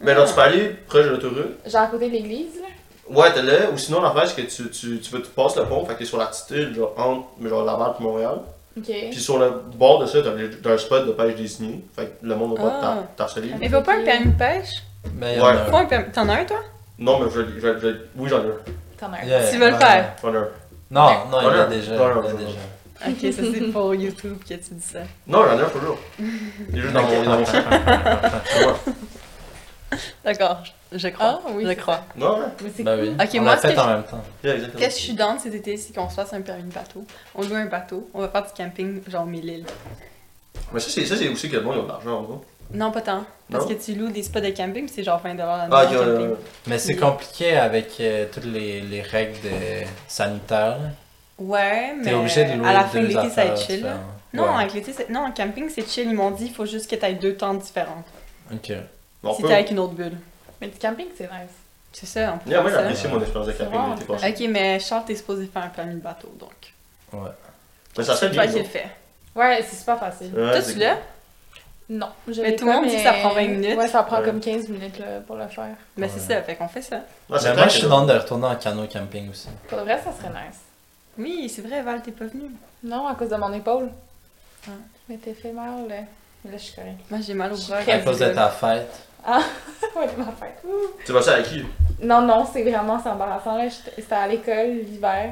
[SPEAKER 3] Mais genre, Ben, tu peux aller proche de l'autoroute.
[SPEAKER 2] Genre à côté de l'église, là.
[SPEAKER 3] Ouais, t'es là, ou sinon, l'affaire, c'est que tu, tu, tu, veux- tu passes le pont, fait que t'es sur l'attitude, genre, entre mais genre, Laval et Montréal.
[SPEAKER 2] Ok.
[SPEAKER 3] Puis sur le bord de ça, t'as le- t'as un spot de pêche désigné. Fait que le monde va
[SPEAKER 4] Ah.
[SPEAKER 3] pas t'a- t'harceler.
[SPEAKER 4] Mais faut pas un permis de pêche?
[SPEAKER 1] Mais euh, y en a
[SPEAKER 3] Ouais.
[SPEAKER 1] un.
[SPEAKER 4] Faut pas un permis- T'en as un, toi?
[SPEAKER 3] Non, mais je, je, je- Oui, j'en ai un.
[SPEAKER 2] T'en as un.
[SPEAKER 1] Yeah,
[SPEAKER 4] Tu veux le
[SPEAKER 1] ouais.
[SPEAKER 4] faire?
[SPEAKER 3] J'en ai un.
[SPEAKER 1] Non, non, il y en a
[SPEAKER 3] Ouais.
[SPEAKER 1] déjà.
[SPEAKER 3] Ouais,
[SPEAKER 1] Il y en
[SPEAKER 3] ouais,
[SPEAKER 1] a
[SPEAKER 3] ouais.
[SPEAKER 1] déjà.
[SPEAKER 4] Ok, ça c'est pour YouTube que tu dis ça.
[SPEAKER 3] Non, j'en ai un toujours. Il est juste dans mon, dans mon sac.
[SPEAKER 4] D'accord, je je crois.
[SPEAKER 2] Ah oui.
[SPEAKER 4] je
[SPEAKER 2] c'est
[SPEAKER 4] crois.
[SPEAKER 2] ça.
[SPEAKER 3] Non, ouais.
[SPEAKER 2] Mais c'est
[SPEAKER 1] Bah oui.
[SPEAKER 4] Ok,
[SPEAKER 1] On
[SPEAKER 4] moi,
[SPEAKER 1] l'a
[SPEAKER 4] ce
[SPEAKER 1] fait
[SPEAKER 4] que
[SPEAKER 1] en même temps.
[SPEAKER 3] Yeah, exactement.
[SPEAKER 4] Qu'est-ce que je suis dans cet été, c'est qu'on se fasse un permis de bateau. On loue un bateau, on va faire du camping, genre mille îles.
[SPEAKER 3] Mais ça, c'est ça, c'est aussi que le monde a de l'argent, en gros.
[SPEAKER 4] Non, pas tant. Parce
[SPEAKER 3] Non?
[SPEAKER 4] que tu loues des spots de camping, puis c'est genre 20$ la nuit
[SPEAKER 3] Ah,
[SPEAKER 4] en
[SPEAKER 3] il y a.
[SPEAKER 4] camping.
[SPEAKER 1] Mais c'est
[SPEAKER 4] Oui.
[SPEAKER 1] compliqué avec euh, toutes les, les règles de- sanitaires. là.
[SPEAKER 4] Ouais, mais
[SPEAKER 1] T'es obligé de louer
[SPEAKER 4] à la fin de
[SPEAKER 1] deux
[SPEAKER 4] l'été, ça va être
[SPEAKER 1] affaires
[SPEAKER 4] chill. là.
[SPEAKER 1] différentes.
[SPEAKER 4] Non,
[SPEAKER 1] Ouais.
[SPEAKER 4] avec l'été, c'est- non, en camping, c'est chill. Ils m'ont dit, il faut juste que t'aies deux tentes différentes.
[SPEAKER 1] Ok.
[SPEAKER 3] On
[SPEAKER 4] si
[SPEAKER 3] peut.
[SPEAKER 4] t'es avec une autre bulle.
[SPEAKER 2] Mais du camping, c'est nice.
[SPEAKER 4] C'est ça, on peut
[SPEAKER 3] Yeah, moi, j'ai
[SPEAKER 4] faire ça.
[SPEAKER 3] apprécié mon expérience de camping l'été passé.
[SPEAKER 4] Ok, mais Charles, t'es supposé faire un permis de bateau, donc.
[SPEAKER 1] Ouais.
[SPEAKER 3] Mais ça serait
[SPEAKER 4] C'est toi
[SPEAKER 3] bien.
[SPEAKER 4] qui le
[SPEAKER 3] non?
[SPEAKER 4] fais.
[SPEAKER 2] Ouais, c'est super facile.
[SPEAKER 3] Ouais,
[SPEAKER 4] Toi,
[SPEAKER 3] c'est-
[SPEAKER 4] tu l'as,
[SPEAKER 2] Non, je
[SPEAKER 4] Mais
[SPEAKER 2] l'ai
[SPEAKER 4] tout le
[SPEAKER 2] pas,
[SPEAKER 4] monde dit
[SPEAKER 2] mais-
[SPEAKER 4] que ça prend 20 minutes.
[SPEAKER 2] Ouais, ça prend
[SPEAKER 3] Ouais.
[SPEAKER 2] comme 15 minutes là, pour le faire.
[SPEAKER 4] mais
[SPEAKER 1] Ouais.
[SPEAKER 4] Ben, c'est ça, fait qu'on fait ça.
[SPEAKER 3] Ah, c'est
[SPEAKER 1] Mais
[SPEAKER 3] clair
[SPEAKER 1] moi,
[SPEAKER 3] que
[SPEAKER 1] je suis
[SPEAKER 3] non.
[SPEAKER 1] dans de retourner en canot camping aussi.
[SPEAKER 2] Pour le vrai, ça serait nice.
[SPEAKER 4] Oui, c'est vrai, Val, t'es pas venu.
[SPEAKER 2] Non, à cause de mon épaule.
[SPEAKER 4] Ah.
[SPEAKER 2] Mais t'es fait mal, là. Mais là, je suis correcte.
[SPEAKER 4] Moi, j'ai mal au bras.
[SPEAKER 1] À cause de ta fête.
[SPEAKER 2] Ouais, ma fête. Ouh.
[SPEAKER 3] Tu vas ça avec qui
[SPEAKER 2] Non, non, c'est vraiment c'est embarrassant. là. J'étais- C'était à l'école l'hiver.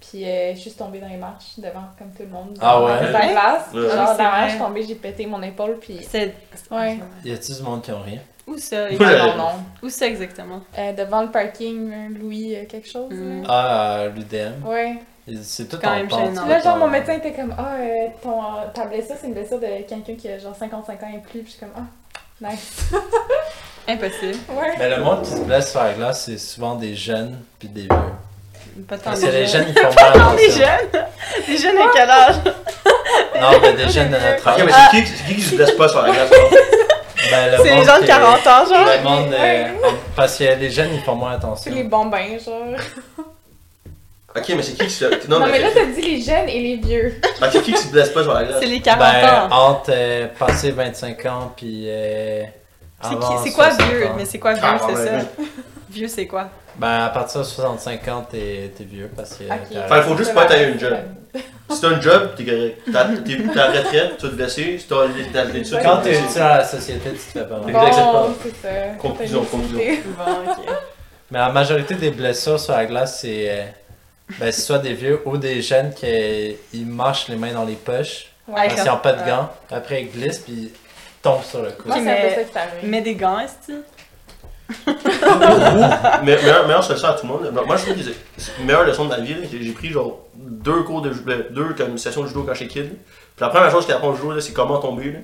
[SPEAKER 2] Puis euh, je suis tombée dans les marches devant, comme tout le monde.
[SPEAKER 1] Ah ouais?
[SPEAKER 2] Dans la classe.
[SPEAKER 3] Ouais.
[SPEAKER 2] Genre,
[SPEAKER 4] C'est
[SPEAKER 2] dans la marche,
[SPEAKER 4] vrai.
[SPEAKER 2] je suis tombée, j'ai pété mon épaule, puis.
[SPEAKER 4] C'est.
[SPEAKER 2] Ouais.
[SPEAKER 1] Y a-tu du monde qui ont rien?
[SPEAKER 4] Où ça
[SPEAKER 3] Ouais.
[SPEAKER 4] exactement?
[SPEAKER 2] ah Non, non.
[SPEAKER 4] Où ça exactement
[SPEAKER 2] Euh, devant le parking, euh, Louis, euh, quelque chose.
[SPEAKER 4] Mm.
[SPEAKER 2] là.
[SPEAKER 1] Ah, à l'UDM.
[SPEAKER 2] Ouais.
[SPEAKER 1] C'est tout
[SPEAKER 4] Quand
[SPEAKER 1] en
[SPEAKER 4] même
[SPEAKER 1] pente.
[SPEAKER 4] gênant.
[SPEAKER 1] tout
[SPEAKER 4] Non,
[SPEAKER 2] là, genre,
[SPEAKER 1] en-
[SPEAKER 2] mon médecin était comme Ah, euh, ton, ta blessure, c'est une blessure de quelqu'un qui a genre 55 ans et plus. Puis je suis comme Ah, nice.
[SPEAKER 4] Impossible.
[SPEAKER 2] Ouais.
[SPEAKER 1] Mais Ben, le monde qui se blesse sur la glace, c'est souvent des jeunes puis des vieux.
[SPEAKER 4] Pas tant
[SPEAKER 1] Parce que les
[SPEAKER 4] jeunes.
[SPEAKER 1] jeunes, ils font mal.
[SPEAKER 4] Tant des
[SPEAKER 1] attention.
[SPEAKER 4] jeunes! Des jeunes à quel âge?
[SPEAKER 1] Non, mais des jeunes de notre
[SPEAKER 3] Ok,
[SPEAKER 1] âge.
[SPEAKER 3] mais
[SPEAKER 4] Ah.
[SPEAKER 3] c'est qui, c'est qui qui se blesse pas sur la glace, alors?
[SPEAKER 1] Ben, le
[SPEAKER 4] C'est les
[SPEAKER 1] monde
[SPEAKER 4] gens de
[SPEAKER 1] qui-
[SPEAKER 4] 40 ans, genre.
[SPEAKER 1] Le monde,
[SPEAKER 2] Ouais.
[SPEAKER 1] euh, parce que les jeunes, ils font moins attention.
[SPEAKER 2] C'est les bambins, genre.
[SPEAKER 3] Ok, mais c'est qui qui se blesse...
[SPEAKER 2] Non,
[SPEAKER 3] Non,
[SPEAKER 2] mais
[SPEAKER 3] mais
[SPEAKER 2] là, t'as dit les jeunes et les vieux.
[SPEAKER 3] Fait que c'est Ah, qui qui se blesse pas sur la glace?
[SPEAKER 4] C'est les 40
[SPEAKER 1] Ben,
[SPEAKER 4] ans.
[SPEAKER 1] entre euh, passer 25 ans puis euh,
[SPEAKER 4] C'est qui-
[SPEAKER 1] avant
[SPEAKER 4] C'est quoi
[SPEAKER 1] 60
[SPEAKER 4] vieux?
[SPEAKER 1] ans.
[SPEAKER 4] Mais c'est quoi vieux,
[SPEAKER 3] Ah,
[SPEAKER 4] c'est
[SPEAKER 3] ouais,
[SPEAKER 4] ça?
[SPEAKER 3] ouais.
[SPEAKER 4] Vieux, c'est quoi?
[SPEAKER 1] Ben, à partir de 65 ans, t'es t'es vieux parce que...
[SPEAKER 2] Ok.
[SPEAKER 1] t'as-
[SPEAKER 3] Fait qu'il faut juste pas tailler une jeune. Si t'as un job, t'es correct. T'as t'es- t'es à la retraite, tu vas te blesser. Si t'as des t'as des études,
[SPEAKER 1] Quand t'es
[SPEAKER 3] tu vas te
[SPEAKER 1] utile
[SPEAKER 3] blesser.
[SPEAKER 1] à la société, tu te fais pas mal.
[SPEAKER 2] Bon,
[SPEAKER 3] Exactement.
[SPEAKER 2] c'est ça.
[SPEAKER 3] Conclusion,
[SPEAKER 2] T'as une
[SPEAKER 3] conclusion.
[SPEAKER 2] idée.
[SPEAKER 4] Bon, ok.
[SPEAKER 1] Mais la majorité des blessures sur la glace, c'est euh, ben, c'est soit des vieux ou des jeunes qui euh, ils marchent les mains dans les poches
[SPEAKER 2] Ouais,
[SPEAKER 1] parce
[SPEAKER 4] quand-
[SPEAKER 1] qu'ils n'ont Ah, pas de
[SPEAKER 4] ouais. euh,
[SPEAKER 1] gants. Après, ils glissent puis ils tombent sur le cou.
[SPEAKER 2] Moi,
[SPEAKER 4] Ok,
[SPEAKER 2] c'est un peu
[SPEAKER 4] mais-
[SPEAKER 2] ça que ça arrive.
[SPEAKER 4] Mets des gants, est-ce
[SPEAKER 3] Mais meilleure, meilleure solution à tout le monde. Moi, je trouve que c'est- c'est une meilleure leçon de ma vie. là. J'ai j'ai pris genre deux cours de ju- euh, deux comme sessions de judo quand j'étais kid. Puis la première chose qui apprend au judo, là, c'est comment tomber. Là.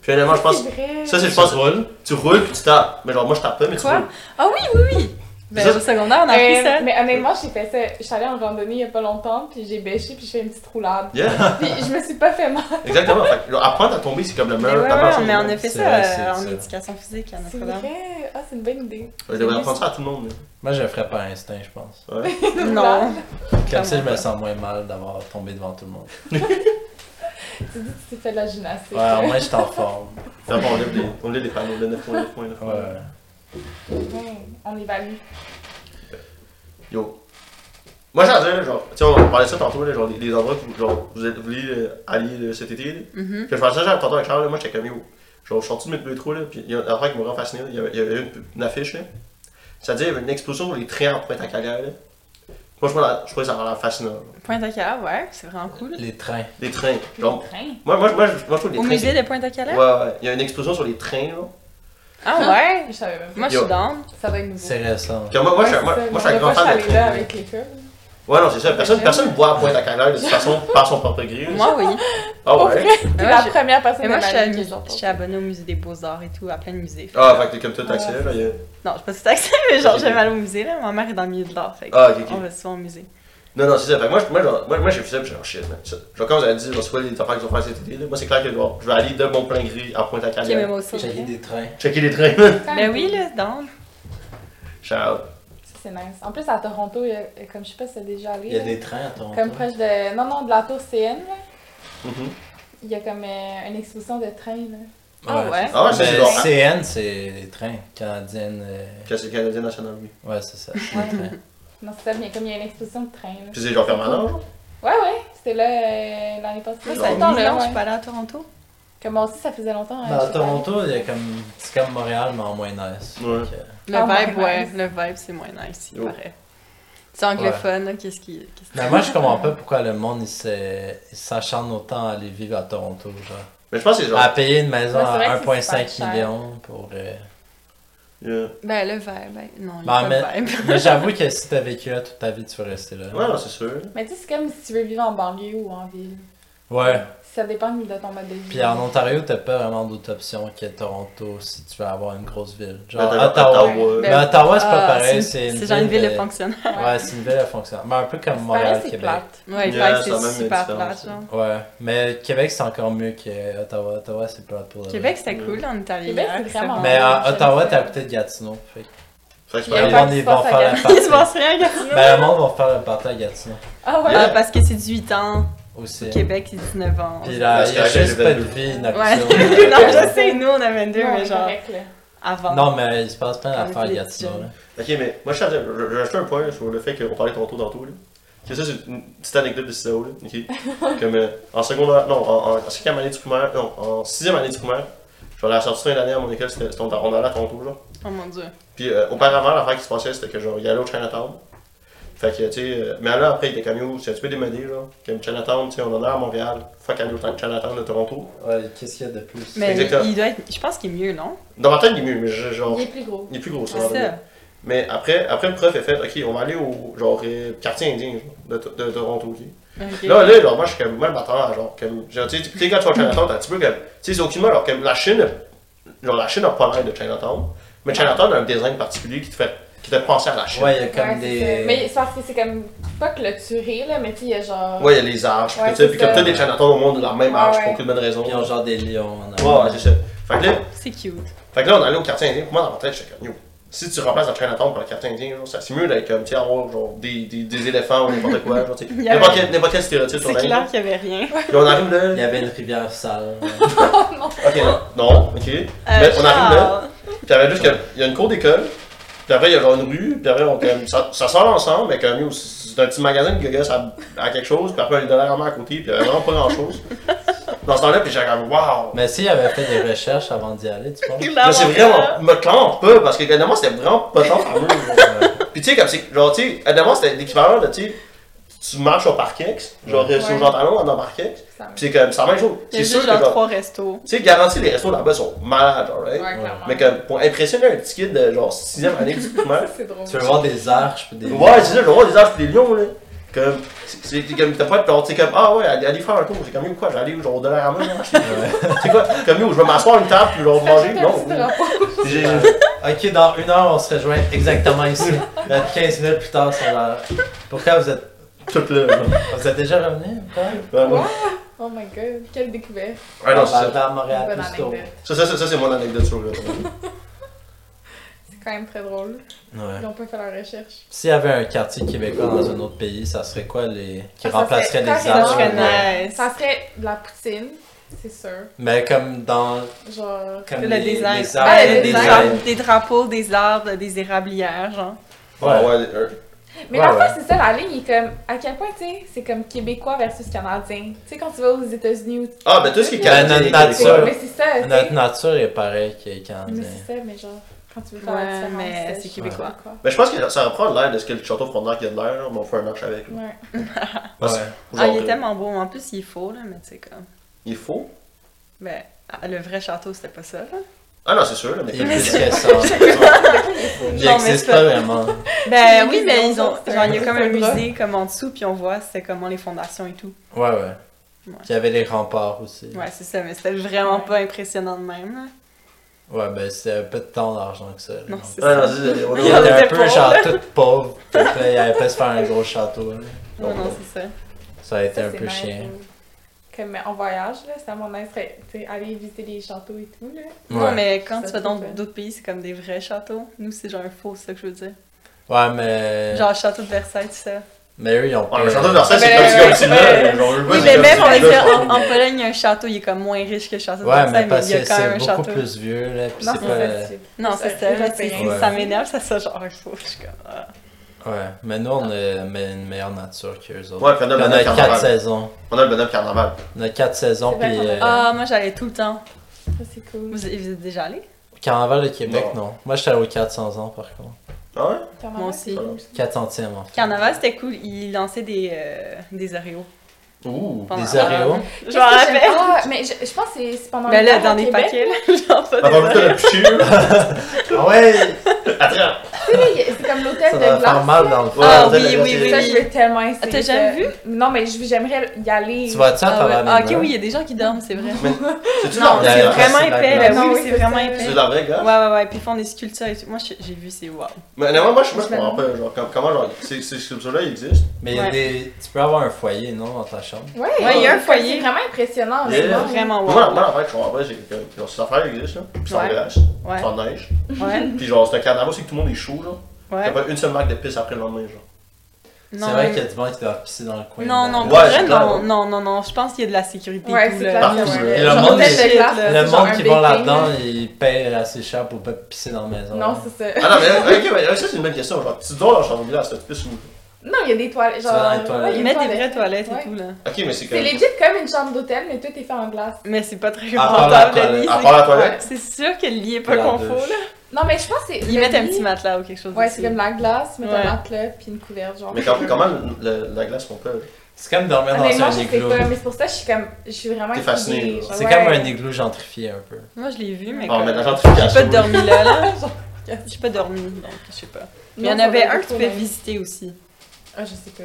[SPEAKER 3] Puis honnêtement, je pense.
[SPEAKER 2] C'est vrai.
[SPEAKER 3] Ça, c'est je pense.
[SPEAKER 1] roules.
[SPEAKER 3] Tu roules puis tu tapes. Mais genre, moi, je tape pas, mais tu
[SPEAKER 4] Quoi?
[SPEAKER 3] roules.
[SPEAKER 4] Ah oui, oui, oui! Ben,
[SPEAKER 3] Ça,
[SPEAKER 4] au secondaire, on a
[SPEAKER 2] Euh,
[SPEAKER 4] appris ça.
[SPEAKER 2] mais honnêtement, j'ai fait ça. Je suis allée en randonnée il y a pas longtemps, puis j'ai bêché, puis j'ai fait une petite roulade.
[SPEAKER 3] Yeah,
[SPEAKER 2] Puis je me suis pas fait mal.
[SPEAKER 3] exactement. Fait que, genre, apprendre à tomber, c'est comme la
[SPEAKER 4] Mais
[SPEAKER 3] meilleure.
[SPEAKER 4] ouais,
[SPEAKER 3] la meilleure
[SPEAKER 4] ouais,
[SPEAKER 3] chose
[SPEAKER 4] mais
[SPEAKER 3] au
[SPEAKER 4] on
[SPEAKER 3] monde.
[SPEAKER 4] a fait
[SPEAKER 1] C'est
[SPEAKER 4] ça
[SPEAKER 1] vrai, c'est-
[SPEAKER 4] euh, en
[SPEAKER 1] c'est-
[SPEAKER 4] éducation physique à
[SPEAKER 2] C'est
[SPEAKER 4] Notre-Dame.
[SPEAKER 2] vrai. Ah, c'est une bonne idée.
[SPEAKER 3] On devrait apprendre ça à tout le monde.
[SPEAKER 1] Moi, je le ferais par instinct, je pense.
[SPEAKER 3] là. Ouais.
[SPEAKER 4] Non.
[SPEAKER 1] Comme ça, je me
[SPEAKER 4] Clairement.
[SPEAKER 1] sens moins mal d'avoir tombé devant tout le monde.
[SPEAKER 2] Tu dis que tu t'es fait de la gymnastique.
[SPEAKER 1] Ouais, au moins, je t'en forme.
[SPEAKER 3] Fait qu'on enlève des- on enlève des panneaux, on enlève 9 points, 9 points, 9
[SPEAKER 1] Ouais,
[SPEAKER 3] points.
[SPEAKER 1] ouais.
[SPEAKER 2] Ouais, on évalue.
[SPEAKER 3] Yo. Moi, j'en dire, genre, tu sais, on parlait de ça tantôt, là, genre, les, les endroits que vous, genre, vous êtes voulu euh, aller là, cet été. Là.
[SPEAKER 4] Mhm.
[SPEAKER 3] Puis je pensais ça tantôt avec Charles, là, moi, j'étais comme yo. Genre, je suis sorti de mes deux trous, là, puis il y a un affaire qui m'a vraiment fasciné. là. Il y avait, il y avait une, une affiche, là. Ça disait, il y avait une exposition sur les trains en pointe à Calgary, là. Moi, je trouve la- je trouvais ça vraiment fascinant. genre.
[SPEAKER 4] Pointe-à-Calabre, ouais, c'est vraiment cool.
[SPEAKER 1] Les trains.
[SPEAKER 3] Les trains. Genre,
[SPEAKER 2] Train.
[SPEAKER 3] moi, moi, moi, je, moi, je trouve les
[SPEAKER 4] Au
[SPEAKER 3] trains.
[SPEAKER 4] musée
[SPEAKER 3] c'est-
[SPEAKER 4] de Pointe-à-Calabre?
[SPEAKER 3] Ouais, ouais. Il y a une exposition sur les trains, là.
[SPEAKER 4] Ah ouais?
[SPEAKER 2] Je savais même pas.
[SPEAKER 4] Moi, je suis
[SPEAKER 3] Yo.
[SPEAKER 4] down.
[SPEAKER 2] Ça doit être nouveau.
[SPEAKER 1] C'est récent.
[SPEAKER 3] Puis moi, moi, je suis
[SPEAKER 2] Ouais,
[SPEAKER 3] un- moi,
[SPEAKER 2] c'est ça.
[SPEAKER 3] moi, je suis un
[SPEAKER 2] On
[SPEAKER 3] grand
[SPEAKER 2] va pas
[SPEAKER 3] fan
[SPEAKER 2] s'aller
[SPEAKER 3] de
[SPEAKER 2] là
[SPEAKER 3] trains.
[SPEAKER 1] Ah
[SPEAKER 2] avec les filles.
[SPEAKER 3] Ouais, non, c'est ça. Personne, personne voit à pointe à Calgary, de toute façon, par son propre grille. là.
[SPEAKER 4] Moi, oui.
[SPEAKER 3] Ah
[SPEAKER 2] Pour
[SPEAKER 3] ouais.
[SPEAKER 2] vrai, T'es
[SPEAKER 4] Ouais,
[SPEAKER 2] la
[SPEAKER 4] je-
[SPEAKER 2] première personne
[SPEAKER 4] Mais moi,
[SPEAKER 2] de
[SPEAKER 4] je
[SPEAKER 2] ma
[SPEAKER 4] suis,
[SPEAKER 2] vie
[SPEAKER 4] Ben abonnée-
[SPEAKER 2] qui est genre
[SPEAKER 4] je suis abonnée au musée des Beaux-Arts et tout, à plein de musées.
[SPEAKER 3] Ah, fait que t'es comme tout accès,
[SPEAKER 2] Ouais.
[SPEAKER 3] là. il y a-
[SPEAKER 4] Non, je sais pas si c'est accès, mais genre, j'aime aller au musée, là. Ma mère est dans le milieu de l'art, fait que
[SPEAKER 3] Ah, ok, ok.
[SPEAKER 4] on va souvent au musée.
[SPEAKER 3] Non, non, c'est ça. Fait que moi, je- moi, genre, moi, moi j'ai vu ça, puis j'ai genre, shit, man. Ça- Genre, quand vous avez dit, genre, c'est quoi les affaires qu'ils vont faire cet été, là, moi, c'est clair que genre, je vais aller de mon plein gris à pointe à
[SPEAKER 4] Ok,
[SPEAKER 3] calais
[SPEAKER 4] mais moi aussi.
[SPEAKER 1] J'ai des trains.
[SPEAKER 3] Checker les trains, man.
[SPEAKER 2] Quand
[SPEAKER 4] Ben
[SPEAKER 2] même.
[SPEAKER 4] oui, là, down.
[SPEAKER 3] Shout.
[SPEAKER 2] Ça, C'est nice. En plus, à Toronto, il y a- comme je sais pas si t'es déjà allé.
[SPEAKER 1] Il y a
[SPEAKER 2] là,
[SPEAKER 1] des trains à Toronto.
[SPEAKER 2] Comme proche de. Non, non, de la tour CN, là.
[SPEAKER 1] Mm-hmm.
[SPEAKER 3] Mhm.
[SPEAKER 2] Il y a comme euh, une exposition de train, là.
[SPEAKER 4] Ah ouais?
[SPEAKER 3] Ah ouais, ça, c'est
[SPEAKER 1] Ben,
[SPEAKER 3] genre. hein,
[SPEAKER 1] CN, c'est les trains canadiennes. euh,
[SPEAKER 3] que c'est le Canadien National, oui.
[SPEAKER 1] Ouais, c'est ça. les trains.
[SPEAKER 2] Non, c'est ça, mais comme il y a une exposition de train, là.
[SPEAKER 3] Puis c'est genre
[SPEAKER 1] Ah
[SPEAKER 3] permanent, genre.
[SPEAKER 2] Ouais, ouais, c'était là euh, l'année passée.
[SPEAKER 4] Moi,
[SPEAKER 3] Genre,
[SPEAKER 4] ça fait
[SPEAKER 2] Longtemps, là,
[SPEAKER 4] longtemps que je
[SPEAKER 2] ouais.
[SPEAKER 4] suis pas allée à Toronto.
[SPEAKER 2] Comme moi aussi, ça faisait longtemps. hein,
[SPEAKER 1] Ben, à
[SPEAKER 2] je sais pas.
[SPEAKER 1] Toronto, il y a comme... c'est comme Montréal, mais en moins nice. euh,
[SPEAKER 3] Ouais.
[SPEAKER 1] Fait que-
[SPEAKER 4] Le
[SPEAKER 2] Ah,
[SPEAKER 4] vibe,
[SPEAKER 2] ouais,
[SPEAKER 4] ouais.
[SPEAKER 2] nice.
[SPEAKER 4] Le vibe, c'est moins nice, il
[SPEAKER 3] Yo.
[SPEAKER 4] paraît. C'est anglophone, là, qu'est-ce qui. qu'est-ce qui-
[SPEAKER 1] Mais moi, je comprends pas pourquoi le monde il se- il s'acharne autant à aller vivre à Toronto. Genre.
[SPEAKER 3] Mais je pense que c'est genre.
[SPEAKER 1] À payer une maison
[SPEAKER 2] Ouais, c'est vrai
[SPEAKER 1] à
[SPEAKER 2] que c'est
[SPEAKER 1] 1,5
[SPEAKER 2] super cher.
[SPEAKER 1] million pour. euh,
[SPEAKER 3] Yeah.
[SPEAKER 4] Ben, le vibe, ben, non, il y
[SPEAKER 1] Ben,
[SPEAKER 4] a pas de vibe.
[SPEAKER 1] Mais j'avoue que si t'as vécu là toute ta vie, tu vas rester là.
[SPEAKER 3] Ouais, non, c'est sûr.
[SPEAKER 2] Mais tu sais, c'est comme si tu veux vivre en banlieue ou en ville.
[SPEAKER 1] Ouais.
[SPEAKER 2] Ça dépend de ton mode de vie.
[SPEAKER 1] Puis en Ontario, t'as pas vraiment d'autres options que Toronto si tu veux avoir une grosse ville. Genre
[SPEAKER 3] Ottawa.
[SPEAKER 1] Ottawa.
[SPEAKER 3] Ottawa.
[SPEAKER 1] Mais Ottawa, c'est pas
[SPEAKER 4] Ah,
[SPEAKER 1] pareil.
[SPEAKER 4] C'est
[SPEAKER 1] C'est
[SPEAKER 4] une- c'est genre une ville de
[SPEAKER 1] euh,
[SPEAKER 4] fonctionnaire.
[SPEAKER 1] Ouais, c'est une ville à fonctionner. Mais un peu comme Montréal,
[SPEAKER 2] c'est
[SPEAKER 1] Québec.
[SPEAKER 2] plate.
[SPEAKER 4] Ouais, il
[SPEAKER 3] Yeah,
[SPEAKER 4] paraît que
[SPEAKER 3] c'est la
[SPEAKER 4] c'est
[SPEAKER 3] même
[SPEAKER 4] super
[SPEAKER 3] différence,
[SPEAKER 4] plate,
[SPEAKER 3] ça.
[SPEAKER 4] genre.
[SPEAKER 1] Ouais. Mais Québec, c'est encore mieux que Ottawa. Ottawa, c'est plate pour le
[SPEAKER 4] Québec, c'était
[SPEAKER 3] Ouais.
[SPEAKER 4] cool, hein, on est allé
[SPEAKER 2] Québec,
[SPEAKER 4] hier,
[SPEAKER 2] c'est vraiment-
[SPEAKER 1] Mais à
[SPEAKER 2] J'aime
[SPEAKER 1] Ottawa,
[SPEAKER 2] ça.
[SPEAKER 1] t'es à côté de Gatineau. Fait que
[SPEAKER 3] Fait que c'est
[SPEAKER 2] Il y a
[SPEAKER 3] pas
[SPEAKER 1] le
[SPEAKER 2] pas-
[SPEAKER 3] grave.
[SPEAKER 1] monde,
[SPEAKER 2] qui
[SPEAKER 1] ils
[SPEAKER 2] se
[SPEAKER 1] vont
[SPEAKER 2] passe à
[SPEAKER 1] faire la
[SPEAKER 4] Il se
[SPEAKER 1] partie.
[SPEAKER 4] passe rien, gars.
[SPEAKER 1] Ben, le monde va faire le party à Gatineau
[SPEAKER 2] Ah ouais?
[SPEAKER 4] Ah, parce que c'est 18 ans,
[SPEAKER 1] aussi.
[SPEAKER 4] Québec, c'est 19 ans.
[SPEAKER 1] Puis là,
[SPEAKER 3] Parce
[SPEAKER 1] il y a
[SPEAKER 3] que j'ai
[SPEAKER 1] juste pas de
[SPEAKER 3] 22.
[SPEAKER 1] vie
[SPEAKER 4] Ouais,
[SPEAKER 1] nocturne.
[SPEAKER 4] non, je sais, nous, on a 22,
[SPEAKER 2] Non,
[SPEAKER 4] mais
[SPEAKER 2] c'est
[SPEAKER 4] genre,
[SPEAKER 2] correct, là.
[SPEAKER 4] avant.
[SPEAKER 1] Non, mais il se passe plein d'affaires à
[SPEAKER 4] Avec les
[SPEAKER 1] Gatineau. là.
[SPEAKER 3] Ok, mais moi, je tiens à dire, je- je- j'ai acheté un point sur le fait qu'on parlait de Toronto tantôt, là. Que ça, c'est une petite anecdote de Ciao, là. ok? Comme euh, en secondaire, non, en, en, en cinquième année du primaire, non, en sixième année du primaire, genre, la sortie de fin d'année à mon école, c'était, c'était- on allait à Toronto, genre.
[SPEAKER 4] Oh mon dieu.
[SPEAKER 3] Puis euh, auparavant, l'affaire qui se passait, c'était que genre, il allait au Chinatown. Fait que, tu sais, euh, mais là, après, il était comme yo, c'est un petit peu démodé, genre. Comme Chinatown, tu sais, on en a à Montréal. Fuck, aller autant que Chinatown de Toronto.
[SPEAKER 1] Ouais, qu'est-ce qu'il y a de plus?
[SPEAKER 4] Mais
[SPEAKER 3] Exactement.
[SPEAKER 4] il doit être. Je pense qu'il est mieux, non?
[SPEAKER 3] Dans ma tête, il est mieux, mais je- genre,
[SPEAKER 2] Il est plus gros.
[SPEAKER 3] il est plus gros, ça.
[SPEAKER 4] C'est ça.
[SPEAKER 3] Mais après, après, le prof a fait, ok, on va aller au genre, euh, quartier indien, genre, de, de, de Toronto, ok.
[SPEAKER 4] Ok.
[SPEAKER 3] Là, là, genre, moi, je suis comme, moi, le bâtard, genre, comme, genre, tu sais, tu sais, quand tu vas à Chinatown, t'as un petit peu comme, tu sais, c'est aucunement, genre, comme, la Chine, genre, la Chine a pas l'air de Chinatown, mais Chinatown a un design particulier qui te fait, qui te fait penser à la Chine.
[SPEAKER 1] Ouais, il y a
[SPEAKER 2] Ouais,
[SPEAKER 1] comme
[SPEAKER 2] c'est
[SPEAKER 1] des.
[SPEAKER 2] ça. Mais c'est parce que c'est comme pas clôturé, là, mais tu sais, il y a genre.
[SPEAKER 3] Ouais, il y a les arches,
[SPEAKER 2] Ouais,
[SPEAKER 3] pis tout ça,
[SPEAKER 2] c'est
[SPEAKER 3] pis comme
[SPEAKER 2] ça.
[SPEAKER 3] toutes les Chinatown au monde ont leur même
[SPEAKER 2] Ouais,
[SPEAKER 3] arche
[SPEAKER 2] ouais.
[SPEAKER 3] pour aucune bonne raison.
[SPEAKER 1] Puis ils ont genre des lions. en
[SPEAKER 3] Ouais,
[SPEAKER 1] avant.
[SPEAKER 3] ouais, c'est ça. Fait que là,
[SPEAKER 4] C'est cute.
[SPEAKER 3] fait que là, on allait au quartier indien, pis moi, dans ma tête, j'étais comme, yo, si tu remplaces la Chinatown par le quartier indien, genre, ça, c'est mieux d'être comme, tu sais, avoir, genre, des, des, des éléphants ou n'importe quoi, genre, tu sais,
[SPEAKER 4] Il y avait-
[SPEAKER 3] n'importe quel, n'importe quel stéréotype sur
[SPEAKER 4] C'est
[SPEAKER 3] l'Inde.
[SPEAKER 4] clair qu'il y avait rien.
[SPEAKER 3] Puis on arrive là,
[SPEAKER 1] Il y avait une rivière sale.
[SPEAKER 3] ok, non, non, ok.
[SPEAKER 4] Euh,
[SPEAKER 3] Mais on arrive là, Puis après, juste que- il y a une cour d'école, puis après, il y a genre une rue, puis après, on, comme, ça, ça sort ensemble, mais comme, yo, c'est un petit magasin de gaga ça à quelque chose, puis après, il y a le dollar à côté, puis il y a vraiment pas grand chose. Dans ce temps-là, puis j'ai comme, waouh!
[SPEAKER 1] Mais s'il avait fait des recherches avant d'y aller, tu penses?
[SPEAKER 3] Là, c'est vraiment, me clame pas, parce que, évidemment, c'était vraiment pas tant fameux. genre. Puis tu sais, comme, c'est, genre, tu sais, évidemment, c'était l'équivalent de, tu sais, tu marches au parkex, genre,
[SPEAKER 2] Ouais.
[SPEAKER 3] sur Jean Talon, dans le parkex,
[SPEAKER 2] Ça me-
[SPEAKER 3] puis c'est comme, ça même chose.
[SPEAKER 4] Il y a
[SPEAKER 3] C'est sûr
[SPEAKER 4] juste
[SPEAKER 3] que,
[SPEAKER 4] genre
[SPEAKER 3] genre,
[SPEAKER 4] trois restos.
[SPEAKER 3] tu sais, garanti, les restos là-bas sont malades, genre, right?
[SPEAKER 2] Ouais, clairement.
[SPEAKER 3] Mais comme, pour impressionner un petit kid de genre 6ème année du primaire,
[SPEAKER 2] Ça, c'est drôle.
[SPEAKER 1] Tu veux voir des arches pis des.
[SPEAKER 3] ouais, c'est ça, je vois des arches pis des lions, là. Comme, c'est- c'est c'est comme, t'as pas de genre, tu sais, comme, ah ouais, allez allez faire un tour, c'est comme, yo, quoi, j'allais genre au dollar à main, là, je sais pas. C'est quoi, comme, yo, je vais m'asseoir à une table pis genre manger,
[SPEAKER 2] T'as
[SPEAKER 3] non.
[SPEAKER 2] un petit drapeau.
[SPEAKER 3] J'ai-
[SPEAKER 1] Euh, ok, dans une heure, on se rejoint exactement ici. Euh, 15 minutes plus tard, ça va. Pourquoi vous êtes.
[SPEAKER 3] Tout là, genre.
[SPEAKER 1] Vous êtes déjà revenu?
[SPEAKER 3] Vraiment.
[SPEAKER 2] Oh my god, quelle découverte.
[SPEAKER 3] Ouais, non, c'est ça.
[SPEAKER 1] à Montréal,
[SPEAKER 2] Bonne
[SPEAKER 1] plus tôt.
[SPEAKER 2] anecdote.
[SPEAKER 3] Ça, ça, ça, ça, c'est mon anecdote sur le
[SPEAKER 2] C'est quand même très drôle.
[SPEAKER 1] Ouais.
[SPEAKER 2] Ils ont pas fait leur recherche.
[SPEAKER 1] S'il y avait un quartier québécois dans un autre pays, ça serait quoi les. qui
[SPEAKER 2] Ça,
[SPEAKER 4] Ah,
[SPEAKER 2] ça
[SPEAKER 1] remplacerait
[SPEAKER 2] serait
[SPEAKER 1] les
[SPEAKER 2] carrément-
[SPEAKER 1] arches?
[SPEAKER 2] je
[SPEAKER 1] ouais.
[SPEAKER 4] Très nice.
[SPEAKER 2] Ça serait de la poutine, c'est sûr.
[SPEAKER 1] Mais comme dans.
[SPEAKER 2] Genre.
[SPEAKER 1] Comme
[SPEAKER 4] Le
[SPEAKER 1] les,
[SPEAKER 4] design.
[SPEAKER 1] les
[SPEAKER 4] Ah,
[SPEAKER 1] arches,
[SPEAKER 4] le
[SPEAKER 1] les
[SPEAKER 4] design.
[SPEAKER 1] designs.
[SPEAKER 4] Des drapeaux, des arbres, des érablières, genre.
[SPEAKER 1] Ouais.
[SPEAKER 3] Ouais, ouais, euh,
[SPEAKER 2] Mais
[SPEAKER 1] Ouais,
[SPEAKER 2] la
[SPEAKER 1] ouais.
[SPEAKER 2] c'est ça, la ligne est comme. À quel point, tu sais, c'est comme Québécois versus Canadien. Tu sais, quand tu vas aux États-Unis ou.
[SPEAKER 3] Ah, ben, tout ce qui est
[SPEAKER 1] Ben,
[SPEAKER 3] canadien,
[SPEAKER 1] notre
[SPEAKER 3] québécois.
[SPEAKER 1] nature.
[SPEAKER 2] Mais c'est ça, tu sais.
[SPEAKER 1] Notre nature est pareille que les
[SPEAKER 2] Mais
[SPEAKER 1] Canadiens.
[SPEAKER 2] c'est ça, mais genre, quand tu veux faire la
[SPEAKER 4] Ouais,
[SPEAKER 2] différence.
[SPEAKER 4] mais c'est
[SPEAKER 2] genre,
[SPEAKER 4] québécois.
[SPEAKER 3] Ben, je pense que ça reprend l'air de ce que le château Frontenac y a de l'air, là, mais on fait un arche avec. là.
[SPEAKER 2] Ouais.
[SPEAKER 1] Ouais.
[SPEAKER 4] Ah, il
[SPEAKER 3] Genre, euh,
[SPEAKER 4] est tellement beau. En plus, il est faux, là, mais tu sais, comme.
[SPEAKER 3] Il est faux?
[SPEAKER 4] Ben, ah, le vrai château, c'était pas ça, là.
[SPEAKER 3] Ah non, c'est sûr, là, mais.
[SPEAKER 1] Il est
[SPEAKER 4] Mais
[SPEAKER 1] plus
[SPEAKER 4] c'est- ben,
[SPEAKER 1] récent. Il
[SPEAKER 4] Non, mais
[SPEAKER 1] n'existe
[SPEAKER 4] c'est
[SPEAKER 1] pas
[SPEAKER 4] pas-
[SPEAKER 1] vraiment.
[SPEAKER 4] Ben
[SPEAKER 2] Mais
[SPEAKER 4] oui,
[SPEAKER 2] ils
[SPEAKER 4] mais
[SPEAKER 2] ont
[SPEAKER 4] ils ont.
[SPEAKER 2] ça,
[SPEAKER 4] Genre, il y a
[SPEAKER 2] c'est
[SPEAKER 4] comme
[SPEAKER 2] un
[SPEAKER 4] un
[SPEAKER 2] drap.
[SPEAKER 4] musée, comme en dessous, puis on voit c'est comment les fondations et tout.
[SPEAKER 1] Ouais, ouais.
[SPEAKER 4] Ouais.
[SPEAKER 1] Puis il y avait les remparts aussi.
[SPEAKER 4] Ouais, c'est ça, mais c'était vraiment pas impressionnant de même, là.
[SPEAKER 1] Ouais, ben c'était pas de temps d'argent que ça. les
[SPEAKER 4] Non,
[SPEAKER 1] remparts.
[SPEAKER 4] c'est
[SPEAKER 3] Ah
[SPEAKER 4] ça.
[SPEAKER 3] non, c'est ça. on
[SPEAKER 1] Il
[SPEAKER 3] est-
[SPEAKER 1] était
[SPEAKER 4] On
[SPEAKER 1] un
[SPEAKER 4] était
[SPEAKER 1] peu
[SPEAKER 4] pauvres.
[SPEAKER 1] genre tout pauvre. Fait que là, il avait pas se faire un gros château. là.
[SPEAKER 4] Non, non, c'est ça.
[SPEAKER 1] Ça a été
[SPEAKER 2] Ça,
[SPEAKER 1] un
[SPEAKER 2] c'est
[SPEAKER 1] peu
[SPEAKER 2] nice,
[SPEAKER 1] chiant.
[SPEAKER 2] oui. Comme en voyage, là, c'est à mon avis, serait, tu sais, aller visiter les châteaux et tout, là.
[SPEAKER 1] Ouais.
[SPEAKER 4] Non, mais quand
[SPEAKER 2] Ça
[SPEAKER 4] tu vas
[SPEAKER 2] se
[SPEAKER 4] dans
[SPEAKER 2] fait.
[SPEAKER 4] d'autres pays, c'est comme des vrais châteaux. Nous, c'est genre un faux, c'est ça que je veux dire.
[SPEAKER 1] Ouais, mais.
[SPEAKER 4] Genre, le château de Versailles, tout ça.
[SPEAKER 1] Mais eux, ils ont
[SPEAKER 3] Ah,
[SPEAKER 1] pas.
[SPEAKER 3] le château de Versailles, c'est
[SPEAKER 2] Ouais,
[SPEAKER 4] ben,
[SPEAKER 3] comme si
[SPEAKER 2] ouais,
[SPEAKER 3] comme si
[SPEAKER 2] ouais.
[SPEAKER 3] là, genre, le bois,
[SPEAKER 4] Oui,
[SPEAKER 3] c'est
[SPEAKER 4] mais
[SPEAKER 3] comme
[SPEAKER 4] même
[SPEAKER 3] si
[SPEAKER 4] on
[SPEAKER 3] là,
[SPEAKER 4] est fait- en, en Pologne, il y a un château, il est comme moins riche que le château de
[SPEAKER 1] Ouais, mais
[SPEAKER 4] Versailles, mais
[SPEAKER 1] parce
[SPEAKER 4] il y a
[SPEAKER 1] que
[SPEAKER 4] quand même
[SPEAKER 1] c'est
[SPEAKER 4] un
[SPEAKER 1] beaucoup
[SPEAKER 4] château.
[SPEAKER 1] plus vieux, là. Puis
[SPEAKER 2] Non,
[SPEAKER 1] c'est
[SPEAKER 2] c'est
[SPEAKER 1] pas.
[SPEAKER 2] facile.
[SPEAKER 4] Non,
[SPEAKER 2] Ça,
[SPEAKER 4] ça, c'était
[SPEAKER 2] européen.
[SPEAKER 4] c'est-
[SPEAKER 1] Ouais.
[SPEAKER 4] ça m'énerve, ça, ça, genre, un faux. Je suis comme. ah.
[SPEAKER 1] Ouais. Mais nous, on a mais une meilleure nature qu'eux autres.
[SPEAKER 3] Ouais, puis on
[SPEAKER 1] Puis
[SPEAKER 3] a
[SPEAKER 1] on
[SPEAKER 3] le
[SPEAKER 1] a
[SPEAKER 3] bonhomme
[SPEAKER 1] quatre
[SPEAKER 3] carnaval.
[SPEAKER 1] saisons.
[SPEAKER 3] On a le bonhomme carnaval.
[SPEAKER 1] On a quatre saisons,
[SPEAKER 2] C'est
[SPEAKER 1] puis.
[SPEAKER 2] vrai qu'on a-
[SPEAKER 1] euh,
[SPEAKER 4] Ah, moi, j'allais tout le temps.
[SPEAKER 2] Ça, c'est cool.
[SPEAKER 4] Vous, vous êtes déjà allé?
[SPEAKER 1] Carnaval de Québec,
[SPEAKER 3] Non.
[SPEAKER 1] non. Moi, j'étais au 400 ans, par contre.
[SPEAKER 3] Ah ouais?
[SPEAKER 2] Carnaval,
[SPEAKER 4] Moi aussi.
[SPEAKER 2] c'est cool, ça.
[SPEAKER 1] 400e, en fait.
[SPEAKER 4] Carnaval, c'était cool. Il lançait des, euh, des Oreos.
[SPEAKER 3] Ouh.
[SPEAKER 4] pendant-
[SPEAKER 1] Des Oreos.
[SPEAKER 4] Je
[SPEAKER 2] Qu'est-ce
[SPEAKER 4] m'en
[SPEAKER 2] que j'aime
[SPEAKER 4] rappelle.
[SPEAKER 2] pas? Mais je, je pense que c'est c'est pendant
[SPEAKER 4] Ben
[SPEAKER 2] le
[SPEAKER 4] là,
[SPEAKER 2] temps
[SPEAKER 4] dans
[SPEAKER 2] au
[SPEAKER 4] des
[SPEAKER 2] Québec,
[SPEAKER 4] paquets, là, genre pas
[SPEAKER 1] bah,
[SPEAKER 3] Ah, pas vu
[SPEAKER 4] des
[SPEAKER 3] que le pichu, là.
[SPEAKER 1] Ah ouais!
[SPEAKER 3] Attends.
[SPEAKER 2] Tu sais, là, il y a- c'est comme l'hôtel
[SPEAKER 1] Ça
[SPEAKER 2] de
[SPEAKER 1] doit
[SPEAKER 2] glace.
[SPEAKER 1] faire mal
[SPEAKER 2] là.
[SPEAKER 1] dans le fond.
[SPEAKER 4] Ah,
[SPEAKER 3] on dirait
[SPEAKER 4] oui,
[SPEAKER 3] la
[SPEAKER 4] oui,
[SPEAKER 3] glace,
[SPEAKER 4] oui,
[SPEAKER 2] Ça,
[SPEAKER 4] oui.
[SPEAKER 2] je veux tellement essayer.
[SPEAKER 4] Ah, T'as
[SPEAKER 2] ça.
[SPEAKER 4] jamais vu?
[SPEAKER 2] Non, mais je- j'aimerais y aller.
[SPEAKER 1] Tu vas-tu à
[SPEAKER 4] Ah, ouais.
[SPEAKER 1] travers
[SPEAKER 4] Ah,
[SPEAKER 1] les
[SPEAKER 4] ok,
[SPEAKER 1] murs?
[SPEAKER 4] oui, il y a des gens qui dorment, c'est vrai.
[SPEAKER 3] C'est-tu la
[SPEAKER 4] Non,
[SPEAKER 1] il y
[SPEAKER 3] vraie
[SPEAKER 1] a
[SPEAKER 4] c'est
[SPEAKER 1] la-
[SPEAKER 3] glace?
[SPEAKER 4] vraiment
[SPEAKER 1] Ah, c'est la
[SPEAKER 4] épais,
[SPEAKER 1] glace.
[SPEAKER 4] là. Oui,
[SPEAKER 2] Non,
[SPEAKER 4] oui,
[SPEAKER 2] oui,
[SPEAKER 4] c'est
[SPEAKER 2] c'est
[SPEAKER 4] vraiment
[SPEAKER 2] ça.
[SPEAKER 4] épais.
[SPEAKER 3] C'est
[SPEAKER 4] Ouais,
[SPEAKER 3] la vraie glace?
[SPEAKER 4] ouais, ouais. Puis ils font des sculptures et tout. Moi, j'ai j'ai vu, c'est wow.
[SPEAKER 3] Mais non, moi, je me
[SPEAKER 2] Vraiment.
[SPEAKER 3] comprends pas. Genre, comme- comment, genre, ces ces sculptures-là, ils existent?
[SPEAKER 1] Mais il y a
[SPEAKER 4] Ouais.
[SPEAKER 1] des... tu peux avoir un foyer, non, dans ta chambre?
[SPEAKER 2] Ouais,
[SPEAKER 4] Ouais, il y a un
[SPEAKER 2] c'est
[SPEAKER 4] foyer.
[SPEAKER 2] vraiment impressionnant.
[SPEAKER 3] Yeah.
[SPEAKER 2] honnêtement.
[SPEAKER 4] Vraiment wow.
[SPEAKER 3] Moi, moi, en fait, je comprends pas. C'est comme, genre, ces affaires existent, là. Puis c'est en
[SPEAKER 4] Ah, Ouais.
[SPEAKER 3] glace,
[SPEAKER 4] Ouais,
[SPEAKER 3] c'est en neige.
[SPEAKER 4] ouais,
[SPEAKER 3] Puis genre, c'est un carnaval, c'est que tout le monde est chaud, là. T'as
[SPEAKER 4] ouais.
[SPEAKER 3] pas une seule marque de pisse après le lendemain, genre.
[SPEAKER 1] C'est vrai
[SPEAKER 4] mais-
[SPEAKER 1] qu'il y a du monde qui doit pisser dans le coin.
[SPEAKER 4] Non, non,
[SPEAKER 1] là.
[SPEAKER 4] pour
[SPEAKER 3] Ouais,
[SPEAKER 4] vrai,
[SPEAKER 3] c'est clair,
[SPEAKER 4] non,
[SPEAKER 3] ouais.
[SPEAKER 4] non, non, non, je pense qu'il y a de la sécurité.
[SPEAKER 2] Ouais,
[SPEAKER 4] et tout,
[SPEAKER 2] c'est
[SPEAKER 4] là.
[SPEAKER 2] clair.
[SPEAKER 3] Partout,
[SPEAKER 2] que,
[SPEAKER 3] là.
[SPEAKER 2] ouais.
[SPEAKER 1] Et le
[SPEAKER 2] Genre,
[SPEAKER 1] monde
[SPEAKER 2] hôtel
[SPEAKER 1] est-
[SPEAKER 2] de glace,
[SPEAKER 4] Le
[SPEAKER 2] c'est
[SPEAKER 1] Le
[SPEAKER 2] genre
[SPEAKER 1] monde
[SPEAKER 2] euh, un
[SPEAKER 1] qui va
[SPEAKER 2] building,
[SPEAKER 1] là-dedans, il paye assez cher pour pas pisser dans la maison. hein.
[SPEAKER 2] Non,
[SPEAKER 1] là.
[SPEAKER 2] c'est ça.
[SPEAKER 3] Ah non, mais là, ok, mais là, ça, c'est une bonne question. Genre, tu dors dans le champ de glace, là, tu pisses où?
[SPEAKER 2] Non, il y a des toilettes.
[SPEAKER 1] vas dans
[SPEAKER 2] Genre,
[SPEAKER 1] les toilettes.
[SPEAKER 2] ouais, il
[SPEAKER 4] Ils
[SPEAKER 2] y a
[SPEAKER 4] mettent des vraies toilettes
[SPEAKER 2] Ouais.
[SPEAKER 4] et tout, là.
[SPEAKER 3] Ok, mais c'est comme.
[SPEAKER 2] C'est legit comme une chambre d'hôtel, mais tout est fait en glace.
[SPEAKER 4] Mais c'est pas très
[SPEAKER 1] part la
[SPEAKER 4] confortable, le
[SPEAKER 1] toilette.
[SPEAKER 4] lit.
[SPEAKER 3] À
[SPEAKER 4] c'est-
[SPEAKER 3] part la toilette?
[SPEAKER 4] C'est sûr que le lit est
[SPEAKER 1] Puis
[SPEAKER 4] pas
[SPEAKER 1] la
[SPEAKER 4] confort,
[SPEAKER 1] douche.
[SPEAKER 4] là.
[SPEAKER 2] Non, mais je pense que c'est.
[SPEAKER 4] Ils
[SPEAKER 2] le
[SPEAKER 4] mettent un
[SPEAKER 2] lit-
[SPEAKER 4] petit matelas ou quelque chose.
[SPEAKER 2] Ouais,
[SPEAKER 4] dessus.
[SPEAKER 2] c'est comme la glace, mettre
[SPEAKER 4] Ouais.
[SPEAKER 2] un matelas puis une couverte, genre.
[SPEAKER 3] Mais quand, comment le- le- la glace qu'on peut.
[SPEAKER 1] C'est comme dormir dans
[SPEAKER 2] Honnêtement,
[SPEAKER 1] un
[SPEAKER 2] je sais
[SPEAKER 1] igloo.
[SPEAKER 2] pas, Ah, mais c'est pour ça que je suis comme. Je suis vraiment
[SPEAKER 3] T'es fascinée,
[SPEAKER 2] intriguée,
[SPEAKER 3] là.
[SPEAKER 2] genre,
[SPEAKER 1] C'est
[SPEAKER 2] ouais.
[SPEAKER 1] comme un igloo gentrifié un peu.
[SPEAKER 4] Moi, je l'ai vu, mais.
[SPEAKER 3] Ah,
[SPEAKER 4] comme-
[SPEAKER 3] mais la
[SPEAKER 4] J'ai pas
[SPEAKER 3] gentrification.
[SPEAKER 4] dormi là, là. J'ai pas dormi, donc je sais pas. Mais il y en
[SPEAKER 2] Non, ça
[SPEAKER 4] avait
[SPEAKER 2] va
[SPEAKER 4] un que
[SPEAKER 2] être
[SPEAKER 4] tu peux
[SPEAKER 2] trop
[SPEAKER 4] visiter aussi.
[SPEAKER 2] nice. Ah, je sais pas.